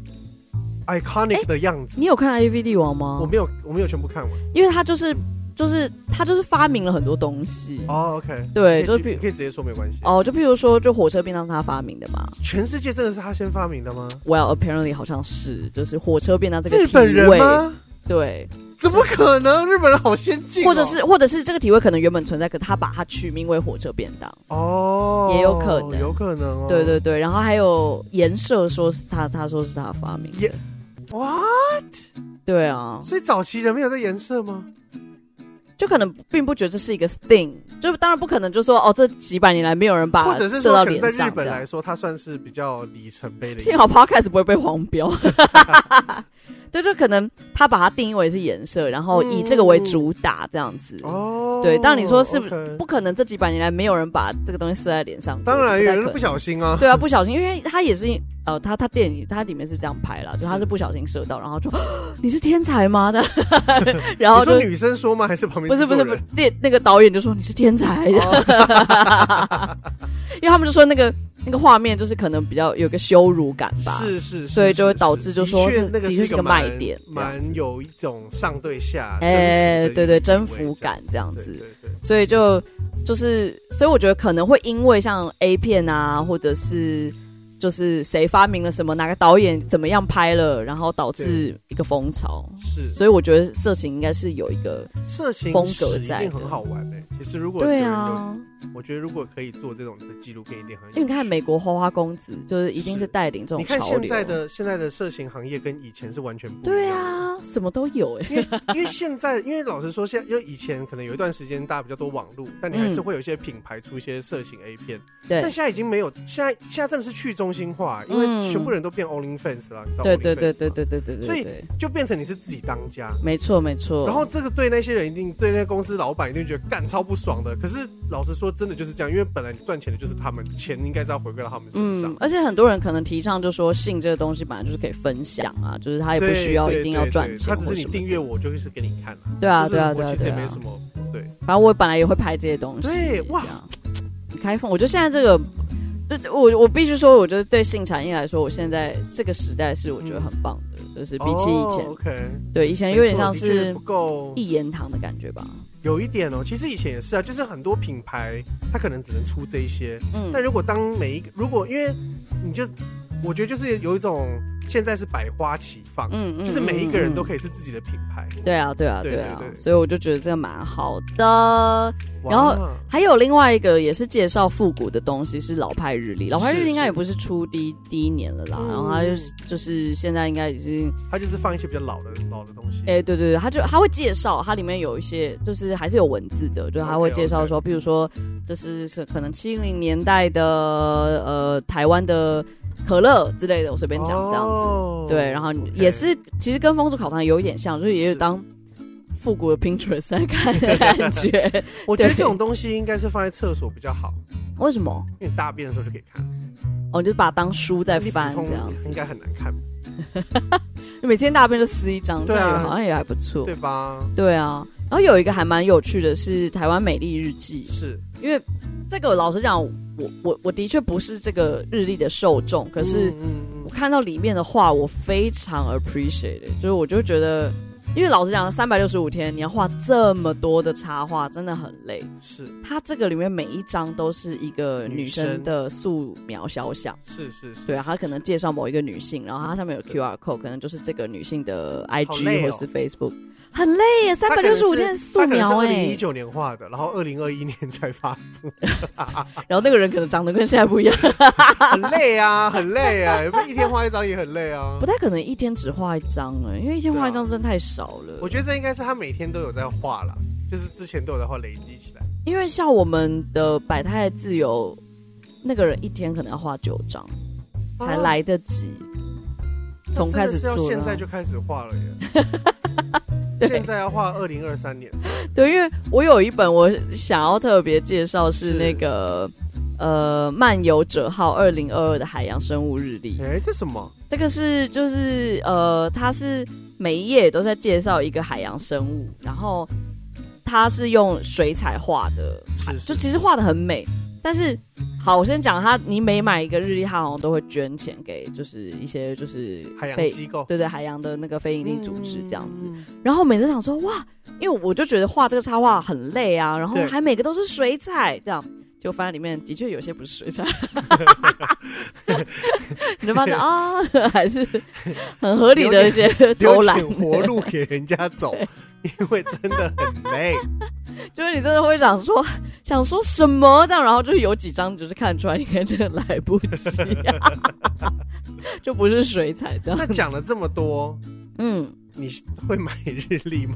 Speaker 2: iconic 的样子。
Speaker 1: 你有看 A V 帝王吗
Speaker 2: 我？没有，我没有全部看完。
Speaker 1: 因为他就是就是他就是发明了很多东西，
Speaker 2: 哦，OK，
Speaker 1: 对，
Speaker 2: 可
Speaker 1: 就
Speaker 2: 以
Speaker 1: 比
Speaker 2: 可以直接说没关系。
Speaker 1: 哦，就譬如说，就火车便当是他发明的嘛。
Speaker 2: 全世界真的是他先发明的吗？
Speaker 1: Well, apparently 好像是，就是火车便当这个
Speaker 2: 日
Speaker 1: 体
Speaker 2: 本人
Speaker 1: 位，
Speaker 2: 吗？
Speaker 1: 对，
Speaker 2: 怎么可能？日本人好先进哦，
Speaker 1: 或者是或者是这个体位可能原本存在，可他把它取名为火车便当，
Speaker 2: 哦，
Speaker 1: 也有可能
Speaker 2: 有可能哦。
Speaker 1: 对对对。然后还有颜色，说是他他说是他发明的
Speaker 2: 颜，哇，
Speaker 1: 对啊，
Speaker 2: 所以早期人没有在颜色吗？
Speaker 1: 就可能并不觉得这是一个 thing，就当然不可能就说哦，这几百年来没有人把
Speaker 2: 或者是
Speaker 1: 射
Speaker 2: 说，
Speaker 1: 到
Speaker 2: 可能
Speaker 1: 脸
Speaker 2: 在日
Speaker 1: 上这
Speaker 2: 本
Speaker 1: 样
Speaker 2: 来。说，它算是比较里程碑的。
Speaker 1: 幸好 podcast 不会被黄标。 对，就可能他把它定义为是颜色，然后以这个为主打这样子。
Speaker 2: 哦，
Speaker 1: 对当然你说是不
Speaker 2: OK
Speaker 1: 不可能这几百年来没有人把这个东西射在脸上过，
Speaker 2: 当然
Speaker 1: 不
Speaker 2: 有
Speaker 1: 太
Speaker 2: 人
Speaker 1: 可
Speaker 2: 不
Speaker 1: 能
Speaker 2: 小心啊，
Speaker 1: 对啊，不小心，因为他也是呃，他他电影它里面是这样拍啦，就是他是不小心射到，然后就 你是天才吗？ 这样，然后
Speaker 2: 你
Speaker 1: 就
Speaker 2: 说女生说吗？还是旁边
Speaker 1: 不是不是不是
Speaker 2: 是，
Speaker 1: 电那个导演就说你是天才，
Speaker 2: 哦
Speaker 1: 因为他们就说那个那个画面就是可能比较有个羞辱感吧，
Speaker 2: 是是，
Speaker 1: 所以
Speaker 2: 是
Speaker 1: 就会导致
Speaker 2: 是
Speaker 1: 就说
Speaker 2: 的确
Speaker 1: 这
Speaker 2: 那个
Speaker 1: 的确
Speaker 2: 一
Speaker 1: 是
Speaker 2: 个
Speaker 1: 个卖
Speaker 2: 蛮
Speaker 1: 点这样
Speaker 2: 蛮有一种上对下，
Speaker 1: 哎、
Speaker 2: 啊征服的
Speaker 1: 对对，
Speaker 2: 一个
Speaker 1: 征
Speaker 2: 意味
Speaker 1: 服感这样
Speaker 2: 这样
Speaker 1: 子，
Speaker 2: 对对对，
Speaker 1: 所以就就是，所以我觉得可能会因为像 A 片啊，或者是就是谁发明了什么，哪个导演怎么样拍了，然后导致一个风潮。
Speaker 2: 是
Speaker 1: 所以我觉得色情应该是有一个
Speaker 2: 色情
Speaker 1: 风格
Speaker 2: 史一
Speaker 1: 在
Speaker 2: 定
Speaker 1: 的
Speaker 2: 很好玩诶。其实如果有
Speaker 1: 对
Speaker 2: 人
Speaker 1: 啊，
Speaker 2: 有，我觉得如果可以做这种的纪录片，一定很有
Speaker 1: 因为你看
Speaker 2: 趣
Speaker 1: 美国花花公子，就是一定
Speaker 2: 是
Speaker 1: 是带领这种
Speaker 2: 你看
Speaker 1: 潮
Speaker 2: 现
Speaker 1: 流。
Speaker 2: 在的现在的色情行业跟以前是完全不一样的
Speaker 1: 对啊，什么都有哎、
Speaker 2: 嗯因为因为现在，因为老实说，现在因为以前可能有一段时间大家比较多网路，但你还是
Speaker 1: 嗯
Speaker 2: 会有一些品牌出一些色情 A 片，但
Speaker 1: 对
Speaker 2: 现在已经没有，现在现在真的是去中心化，因为
Speaker 1: 嗯
Speaker 2: 全部人都变 OnlyFans 了，你知道
Speaker 1: 对
Speaker 2: OnlyFans
Speaker 1: 对对对
Speaker 2: 吗，
Speaker 1: 对对对对，
Speaker 2: 所以
Speaker 1: 对
Speaker 2: 就变成你是自己当家。
Speaker 1: 没错没错。
Speaker 2: 然后这个对那些人一定对那些公司老板一定觉得干超不爽的。可是老实说，真的就是这样，因为本来你赚钱的就是他们，钱应该是要回归到他们身上。
Speaker 1: 嗯，而且很多人可能提倡就说性这个东西本来就是可以分享啊，就是他也不
Speaker 2: 对
Speaker 1: 需要
Speaker 2: 对
Speaker 1: 一定要
Speaker 2: 对
Speaker 1: 赚
Speaker 2: 对
Speaker 1: 钱
Speaker 2: 他只
Speaker 1: 或
Speaker 2: 是你
Speaker 1: 什么
Speaker 2: 订
Speaker 1: 的。
Speaker 2: 阅我就是给你看了、
Speaker 1: 对啊
Speaker 2: 就是
Speaker 1: 对啊对
Speaker 2: 我
Speaker 1: 啊
Speaker 2: 其实
Speaker 1: 对
Speaker 2: 也没
Speaker 1: 啊
Speaker 2: 什。么。
Speaker 1: 反正我本来也会拍这些东西。
Speaker 2: 对哇
Speaker 1: 这样，开放。我觉得现在这个，对我我必须说，我觉得对性产业来说，我现在这个时代是我觉得很棒的，就是比起以前，
Speaker 2: 哦、，OK，
Speaker 1: 对以前有点像
Speaker 2: 没错的确
Speaker 1: 是
Speaker 2: 不够，
Speaker 1: 一言堂的感觉吧。
Speaker 2: 有一点哦。其实以前也是啊，就是很多品牌它可能只能出这一些，
Speaker 1: 嗯
Speaker 2: 但如果当每一个如果因为你就，我觉得就是有一种现在是百花齐放，
Speaker 1: 嗯嗯
Speaker 2: 就是每一个人都
Speaker 1: 以。
Speaker 2: 可以是自己的品牌。
Speaker 1: 对啊，对啊，
Speaker 2: 对
Speaker 1: 对啊
Speaker 2: 对，对
Speaker 1: 所以我就觉得这个蛮好的。
Speaker 2: 哇
Speaker 1: 然后还有另外一个也是介绍复古的东西是老派日历，老派日
Speaker 2: 是
Speaker 1: 历应该
Speaker 2: 是
Speaker 1: 也不是出第一第一年了啦，
Speaker 2: 嗯
Speaker 1: 然后它就是就是现在应该已经，
Speaker 2: 它就是放一些比较老的老的东西。
Speaker 1: 哎、对对对，它就它会介绍，它里面有一些就是还是有文字的，就是它会
Speaker 2: OK，OK
Speaker 1: 介绍说，比如说这是是可能七零年代的呃台湾的可乐之类的，我随便讲这样子，
Speaker 2: 哦
Speaker 1: 对，然后
Speaker 2: OK
Speaker 1: 也是其实跟风俗烤肠有一点像，就是也有
Speaker 2: 是
Speaker 1: 当复古的 Pinterest 在看 的感觉，
Speaker 2: 我觉得
Speaker 1: 对
Speaker 2: 这种东西应该是放在厕所比较好，
Speaker 1: 为什么？
Speaker 2: 因为你大便的时候就可以看。
Speaker 1: 哦，就是把它当书在
Speaker 2: 你
Speaker 1: 翻
Speaker 2: 普通
Speaker 1: 这样子。
Speaker 2: 应该很难看，
Speaker 1: 每天大便就撕一张，这
Speaker 2: 对啊
Speaker 1: 样也好像也还不错。
Speaker 2: 对吧？
Speaker 1: 对啊，然后有一个还蛮有趣的是台湾美丽日记，
Speaker 2: 是，
Speaker 1: 因为这个老实讲，我我我的确不是这个日历的受众，可是
Speaker 2: 嗯嗯
Speaker 1: 我看到里面的话，我非常 appreciate，it，就是我就觉得。因为老实讲，三百六十五天你要画这么多的插画，真的很累。
Speaker 2: 嗯是
Speaker 1: 它这个里面每一张都是一个
Speaker 2: 女
Speaker 1: 女生
Speaker 2: 生
Speaker 1: 的素描肖像。
Speaker 2: 是是是，
Speaker 1: 对啊，他可能介绍某一个女性，然后它上面有
Speaker 2: 对
Speaker 1: QR code，可能就是这个女性的
Speaker 2: 好
Speaker 1: IG
Speaker 2: 累
Speaker 1: 或
Speaker 2: 哦
Speaker 1: 是 Facebook，很累耶，三百六十五天的素描
Speaker 2: 二
Speaker 1: 哎、
Speaker 2: 零一九年画的，然后二零二一年才发，
Speaker 1: 欸然后那个人可能长得跟现在不一样，
Speaker 2: 很累啊，很累啊，有没有一天画一张也很累啊
Speaker 1: 不？太可能一天只画一张哎、因为一天
Speaker 2: 对啊
Speaker 1: 画一张真的太少了。
Speaker 2: 我觉得这应该是他每天都有在画了，就是之前都有在画，累积起来。
Speaker 1: 因为像我们的百态自由，那个人一天可能要画九张才
Speaker 2: 啊
Speaker 1: 来得及，
Speaker 2: 那
Speaker 1: 从
Speaker 2: 真
Speaker 1: 开
Speaker 2: 的
Speaker 1: 始
Speaker 2: 是要
Speaker 1: 做
Speaker 2: 现
Speaker 1: 到
Speaker 2: 在就开始画了耶
Speaker 1: 。对
Speaker 2: 现在要画二零二三年，
Speaker 1: 对，因为我有一本我想要特别介绍是那个呃《漫游者号二零二二的海洋生物日历》，
Speaker 2: 哎、这什么？
Speaker 1: 这个是就是呃，它是每一页都在介绍一个海洋生物，然后它是用水彩画的，
Speaker 2: 是
Speaker 1: 啊就是其实画的很美。但是好，我先讲它，你每买一个日历，它好像都会捐钱给就是一些就是
Speaker 2: 海洋
Speaker 1: 非
Speaker 2: 机构，
Speaker 1: 对对海洋的那个非营利组织这样子。
Speaker 2: 嗯。
Speaker 1: 然后每次想说哇，因为我就觉得画这个插画很累啊，然后
Speaker 2: 对
Speaker 1: 还每个都是水彩这样。就发现里面的确有些不是水 彩，你就发现啊，还是很合理的一些偷
Speaker 2: 丢
Speaker 1: 懒，
Speaker 2: 点活路给人家走，因为真的很累。
Speaker 1: 就是你真的会想说 想说什么这样，然后就有几张就是看出来应该真的来不及、啊 就不是水彩这样。
Speaker 2: 那讲了这么多，
Speaker 1: 嗯，
Speaker 2: 你会买日历吗？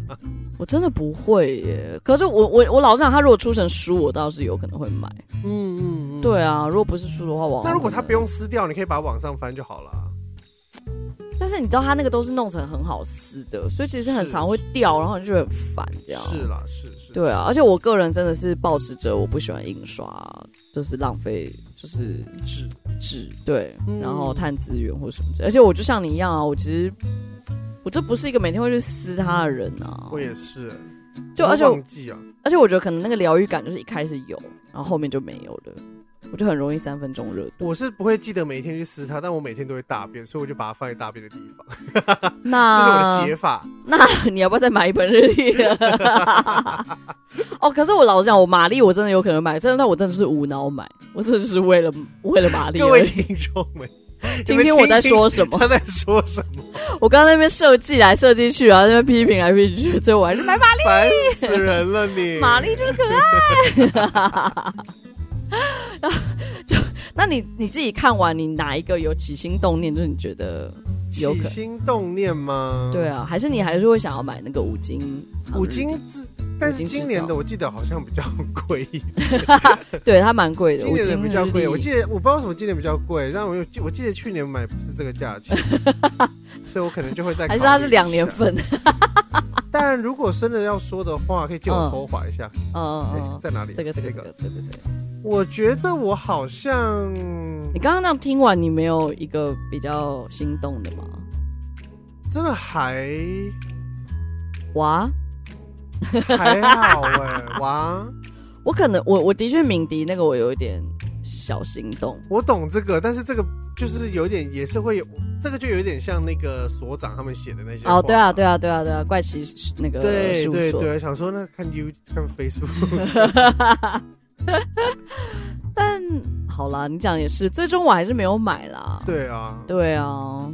Speaker 1: 我真的不会耶。可是我我我老实讲，他如果出成书，我倒是有可能会买。
Speaker 2: 嗯嗯嗯。
Speaker 1: 对啊，如果不是书的话，我好像
Speaker 2: 那如果他
Speaker 1: 真的
Speaker 2: 不用撕掉，你可以把它往上翻就好了啊。
Speaker 1: 但是你知道他那个都是弄成很好撕的，所以其实很
Speaker 2: 是
Speaker 1: 常会掉，然后你就会很烦这样。
Speaker 2: 是啦，是是。
Speaker 1: 对啊，而且我个人真的是保持着我不喜欢印刷，就是浪费，就是
Speaker 2: 是，
Speaker 1: 纸对，
Speaker 2: 嗯
Speaker 1: 然后碳资源或什么之类。而且我就像你一样啊，我其实我就不是一个每天会去撕它的人啊。
Speaker 2: 我也是。
Speaker 1: 就
Speaker 2: 我
Speaker 1: 而且
Speaker 2: 忘记啊，
Speaker 1: 而且我觉得可能那个疗愈感就是一开始有，然后后面就没有了，我就很容易三分钟热度。
Speaker 2: 我是不会记得每天去撕它，但我每天都会大便，所以我就把它放在大便的地方，这是我
Speaker 1: 那
Speaker 2: 的解法。
Speaker 1: 你要不要再买一本日 历？哦，可是我老实讲，我玛丽我真的有可能买，真的，但我真的是无脑买，我真的是为了为了玛丽
Speaker 2: 各
Speaker 1: 而
Speaker 2: 位
Speaker 1: 已。
Speaker 2: 听众们，
Speaker 1: 听听我在说什 么
Speaker 2: 他在说什么，
Speaker 1: 我刚刚在那边设计来设计去，然啊后在那边批评来批评去，最后我还是买玛
Speaker 2: 烦死人了你！
Speaker 1: 丽，玛丽就是可爱。然后就，那你你自己看完，你哪一个有起心动念？就是你觉得有
Speaker 2: 起
Speaker 1: 可能。
Speaker 2: 心动念吗？
Speaker 1: 对，啊，还是你还是会想要买那个五金航日
Speaker 2: 五金制，但
Speaker 1: 五
Speaker 2: 是
Speaker 1: 金制
Speaker 2: 今年的
Speaker 1: 造
Speaker 2: 我记得好像比较 贵，
Speaker 1: 历，对它蛮贵的，
Speaker 2: 今
Speaker 1: 五
Speaker 2: 年的
Speaker 1: 金
Speaker 2: 比较
Speaker 1: 日
Speaker 2: 贵。
Speaker 1: 历
Speaker 2: 我记得我不知道为什么今年比较贵，但我有记我记得去年买不是这个 价钱，所以我可能就会再
Speaker 1: 还是它是
Speaker 2: 考虑一下
Speaker 1: 两年。 份，
Speaker 2: 但如果真的要说的话，可以借我偷滑一下，
Speaker 1: 嗯嗯
Speaker 2: 哎
Speaker 1: 嗯，
Speaker 2: 在哪里？
Speaker 1: 这个这个
Speaker 2: 这
Speaker 1: 这个，对对对。
Speaker 2: 我觉得我好像
Speaker 1: 你刚刚那样听完，你没有一个比较心动的吗？
Speaker 2: 真的还
Speaker 1: 哇，
Speaker 2: 还好哎、哇，
Speaker 1: 我可能我我的确敏迪那个我有一点小心动，
Speaker 2: 我懂这个，但是这个就是有点也是会有，这个就有点像那个所长他们写的那些
Speaker 1: 哦，对啊，对
Speaker 2: 啊。
Speaker 1: 啊，对啊，对啊，怪奇那个
Speaker 2: 对
Speaker 1: 事务
Speaker 2: 对
Speaker 1: 所。
Speaker 2: 对，想说那看 You 看 Facebook，
Speaker 1: 但好啦，你讲也是，最终我还是没有买啦。
Speaker 2: 对啊，
Speaker 1: 对啊，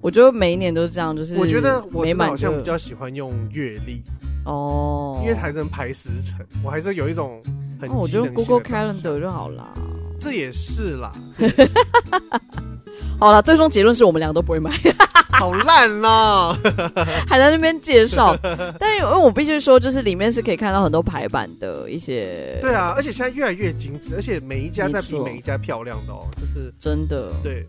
Speaker 1: 我觉得每一年都是这样，就是
Speaker 2: 我觉得我
Speaker 1: 没
Speaker 2: 真的
Speaker 1: 买
Speaker 2: 好像
Speaker 1: 就
Speaker 2: 比较喜欢用月历，
Speaker 1: 哦，
Speaker 2: 因为还能排时辰，我还是有一种很
Speaker 1: 那我
Speaker 2: 机
Speaker 1: 就
Speaker 2: 能
Speaker 1: 用
Speaker 2: 性
Speaker 1: Google
Speaker 2: 的感觉
Speaker 1: Calendar 就好啦。
Speaker 2: 这也是啦，这也是
Speaker 1: 好啦，最终结论是我们两个都不 会买，
Speaker 2: 好烂哦啦，
Speaker 1: 还在那边介绍。但因为我必须说，就是里面是可以看到很多排版的一些，
Speaker 2: 对啊，而且现在越来越精致，而且每一家在比
Speaker 1: 没错
Speaker 2: 每一家漂亮的哦，就是
Speaker 1: 真的，
Speaker 2: 对，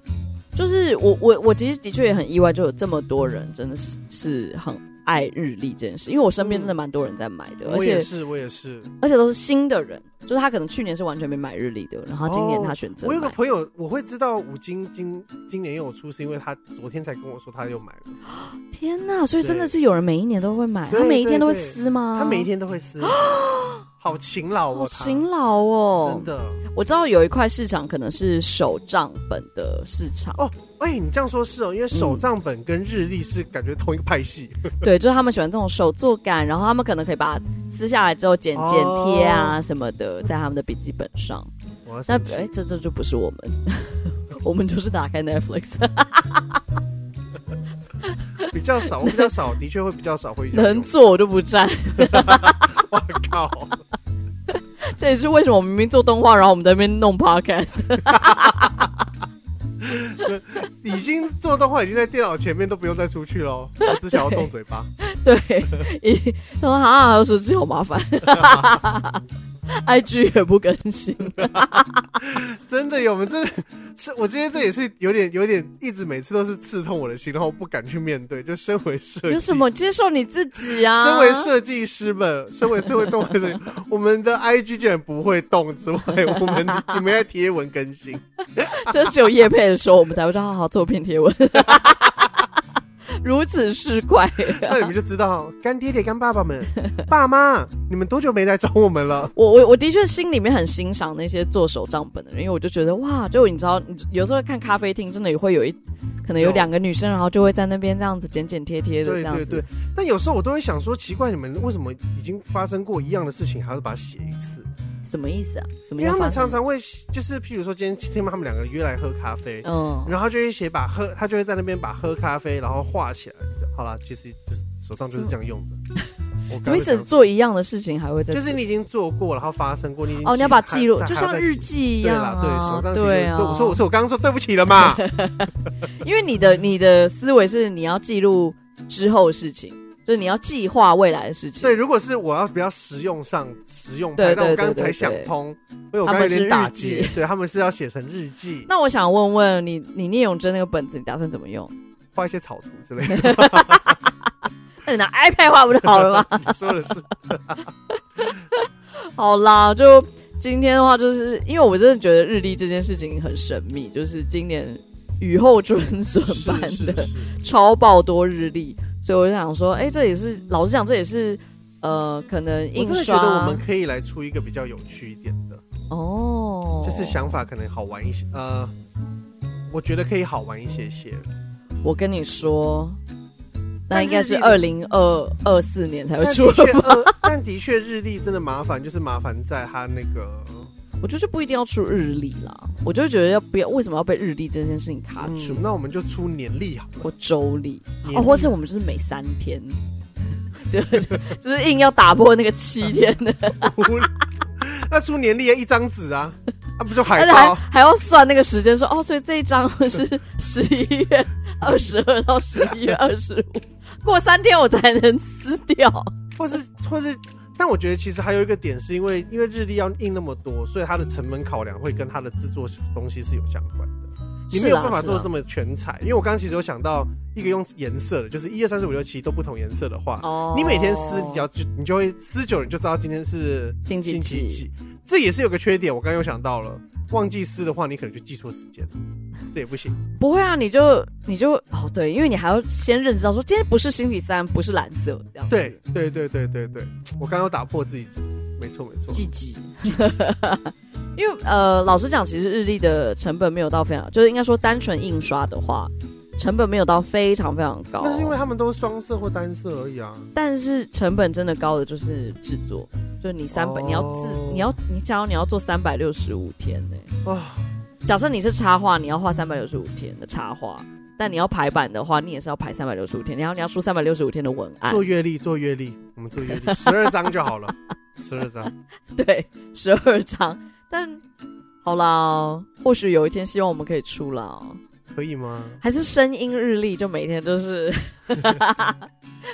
Speaker 1: 就是我我我其实的确也很意外，就有这么多人真的是是很爱日历这件事，因为我身边真的蛮多人在买的，而
Speaker 2: 嗯我也
Speaker 1: 且
Speaker 2: 是，我也是。
Speaker 1: 而且都是新的人，就是他可能去年是完全没买日历的，然后他今年
Speaker 2: 哦
Speaker 1: 他选择
Speaker 2: 我有个
Speaker 1: 买，
Speaker 2: 朋友，我会知道五金今今年有出，是因为他昨天才跟我说他又买了，
Speaker 1: 天呐！所以真的
Speaker 2: 对
Speaker 1: 是有人每一年都会买，
Speaker 2: 对
Speaker 1: 他每一天都会
Speaker 2: 对对
Speaker 1: 撕吗？
Speaker 2: 他每一天都会撕，好勤劳
Speaker 1: 啊好
Speaker 2: 哦，
Speaker 1: 勤劳哦
Speaker 2: 他，真的。
Speaker 1: 我知道有一块市场可能是手账本的市场，
Speaker 2: 哦哎、你这样说是哦，因为手账本跟日历是感觉同一个派系，
Speaker 1: 对，就是他们喜欢这种手作感，然后他们可能可以把它撕下来之后剪剪
Speaker 2: 哦
Speaker 1: 贴啊什么的，在他们的笔记本上。
Speaker 2: 我要
Speaker 1: 那
Speaker 2: 生气
Speaker 1: 哎，这这就不是我 们，我们就是打开 Netflix，
Speaker 2: 比较少，我比较少，的确会比较少会 用。
Speaker 1: 能做我就不占。
Speaker 2: 我靠，
Speaker 1: 这也是为什么我明明做动画，然后我们在那边弄 podcast。
Speaker 2: 已经做动画已经在电脑前面都不用再出去喽，我只想要动嘴巴。
Speaker 1: 对，一他说啊，手机好麻 烦，IG 也不更新。
Speaker 2: 真的有，我们真的是，我觉得这也是有点有点，一直每次都是刺痛我的心，然后不敢去面对。就身为设计，
Speaker 1: 有什么接受你自己啊？
Speaker 2: 身为设计师们，身为社会动画者，我们的 IG 竟然不会动之外，我们你们要贴文更新，
Speaker 1: 这只有夜配的时候，我们才会说好好做篇贴文， 如此是怪。
Speaker 2: 那你们就知道干爹爹、干爸 爸们、爸妈，你们多久没来找我们了？
Speaker 1: 我我我的确心里面很欣赏那些做手账本的人，因为我就觉得哇，就你知道，你有时候看咖啡厅真的也会有一，可能有
Speaker 2: 有
Speaker 1: 两个女生，然后就会在那边这样子剪剪贴贴的这
Speaker 2: 对
Speaker 1: 样
Speaker 2: 对
Speaker 1: 子。
Speaker 2: 对，但有时候我都会想说，奇怪，你们为什么已经发生过一样的事情，还要把它写一次？
Speaker 1: 什么意思啊？什么
Speaker 2: 因为
Speaker 1: 叫
Speaker 2: 他们
Speaker 1: 发
Speaker 2: 常
Speaker 1: 生
Speaker 2: 常会，就是譬如说今天今天他们两个约来喝咖啡，
Speaker 1: 嗯，
Speaker 2: 然后他就会写把喝，他就会在那边把喝咖啡，然后画起来。好啦，其实就是手上就是这 样用的。我
Speaker 1: 什
Speaker 2: 刚
Speaker 1: 么
Speaker 2: 刚
Speaker 1: 意思？
Speaker 2: 讲
Speaker 1: 做一样的事情还会在
Speaker 2: 就是你已经做过，然后发生过，你已经
Speaker 1: 哦，你要
Speaker 2: 记
Speaker 1: 把
Speaker 2: 还
Speaker 1: 记录，
Speaker 2: 还
Speaker 1: 就
Speaker 2: 还
Speaker 1: 像
Speaker 2: 在
Speaker 1: 日
Speaker 2: 记
Speaker 1: 记一
Speaker 2: 对
Speaker 1: 样
Speaker 2: 啦，对手上
Speaker 1: 啊，
Speaker 2: 记录对
Speaker 1: 啊。
Speaker 2: 我说我说我刚刚说对不起了嘛，
Speaker 1: 因为你的你的思维是你要记录之后的事情，就是你要计划未来的事情。
Speaker 2: 对，如果是我要比较实用上实用派，
Speaker 1: 对
Speaker 2: 但我
Speaker 1: 对
Speaker 2: 刚刚
Speaker 1: 对
Speaker 2: 才
Speaker 1: 对
Speaker 2: 想
Speaker 1: 对
Speaker 2: 通，因为我
Speaker 1: 他
Speaker 2: 刚刚有
Speaker 1: 们是
Speaker 2: 点打
Speaker 1: 日记
Speaker 2: 结，对他们是要写成日 记，
Speaker 1: 那我想问问你，你聂永贞那个本子，你打算怎么用？
Speaker 2: 画一些草图之类 的。
Speaker 1: 那你拿 iPad 画不就好了吗？
Speaker 2: 你说的 是
Speaker 1: 好啦，就今天的话，就是因为我真的觉得日历这件事情很神秘，就是今年雨后春笋般
Speaker 2: 是
Speaker 1: 的
Speaker 2: 是是，
Speaker 1: 超爆多日历，所以我就想说，哎、这也是老实讲，这也是呃，可能
Speaker 2: 我
Speaker 1: 印
Speaker 2: 真的
Speaker 1: 刷
Speaker 2: 觉得我们可以来出一个比较有趣一点的。
Speaker 1: 哦，
Speaker 2: 就是想法可能好玩一些，呃，我觉得可以好玩一些些。
Speaker 1: 我跟你说，那
Speaker 2: 但
Speaker 1: 应该是
Speaker 2: 日历
Speaker 1: 二
Speaker 2: 的
Speaker 1: 零二二四年才会
Speaker 2: 但
Speaker 1: 出
Speaker 2: 的
Speaker 1: 了
Speaker 2: 确，
Speaker 1: 吧。
Speaker 2: 呃，但的确日历真的麻烦，就是麻烦在它那个
Speaker 1: 我就是不一定要出日历啦，我就觉得要不要为什么要被日历这件事情卡
Speaker 2: 嗯
Speaker 1: 住，
Speaker 2: 那我们就出年历好了，
Speaker 1: 或周历
Speaker 2: 年历
Speaker 1: 哦，或是我们就是每三天， 就 就是硬要打破那个七天的，
Speaker 2: 那出年历一张纸啊，那、不就
Speaker 1: 而
Speaker 2: 海
Speaker 1: 且还
Speaker 2: 报？
Speaker 1: 还要算那个时间，说哦，所以这一张是 十一月二十二到十一月二十五，过三天我才能撕掉。
Speaker 2: 或是或是，但我觉得其实还有一个点，是因为因为日历要印那么多，所以它的成本考量会跟它的制作东西是有相关的。你没有办法做这
Speaker 1: 么
Speaker 2: 么全彩，因为我刚刚其实有想到一个用颜色的，就是一二三四五六七都不同颜色的话，
Speaker 1: 哦
Speaker 2: 你每天撕，你只要就你就会撕久了，你就知道今天是
Speaker 1: 星期
Speaker 2: 星
Speaker 1: 几
Speaker 2: 期几。这也是有个缺点，我刚刚又想到了，忘记撕的话，你可能就记错时间了，这也不行。
Speaker 1: 不会啊，你就你就哦对，因为你还要先认知到说今天不是星期三，不是蓝色这样。
Speaker 2: 对对对对对对，我刚刚又打破自己，没错没错。
Speaker 1: 积极。因为呃，老实讲，其实日历的成本没有到非常，就是应该说单纯印刷的话，成本没有到非常非常高。
Speaker 2: 那是因为他们都是双色或单色而已啊。
Speaker 1: 但是成本真的高的就是制作，就是你三百、
Speaker 2: 哦
Speaker 1: 你要制，你要你想要你要做三百六十五天呢、
Speaker 2: 啊，
Speaker 1: 假设你是插画，你要画三百六十五天的插画，但你要排版的话，你也是要排三百六十五天，然后你要出三百六十五天的文案，
Speaker 2: 做阅历做阅历，我们做阅历十二张就好了，十二张。
Speaker 1: 对，十二张。但好啦，或许有一天希望我们可以出啦哦。
Speaker 2: 可以吗？
Speaker 1: 还是声音日历，就每天都 是，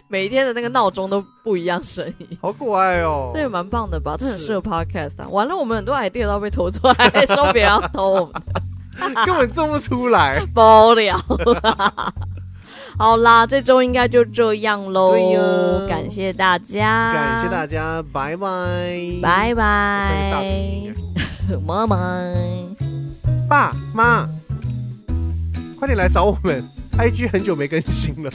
Speaker 1: 每一天的那个闹钟都不一样声音，
Speaker 2: 好可爱哦、
Speaker 1: 这也蛮棒的吧？这很
Speaker 2: 是
Speaker 1: 适合 podcast 啊！完了，我们很多 idea 都被偷出来， 说别人要偷我们，
Speaker 2: 根本做不出来。
Speaker 1: 不了啦。 好啦，这周应该就这样喽。
Speaker 2: 对呀
Speaker 1: 感谢大家，
Speaker 2: 感谢大家，拜拜，
Speaker 1: 啊拜
Speaker 2: 我大
Speaker 1: 拜
Speaker 2: 鼻，
Speaker 1: 么么。
Speaker 2: 爸妈，快点来找我们，IG 很久没更新了。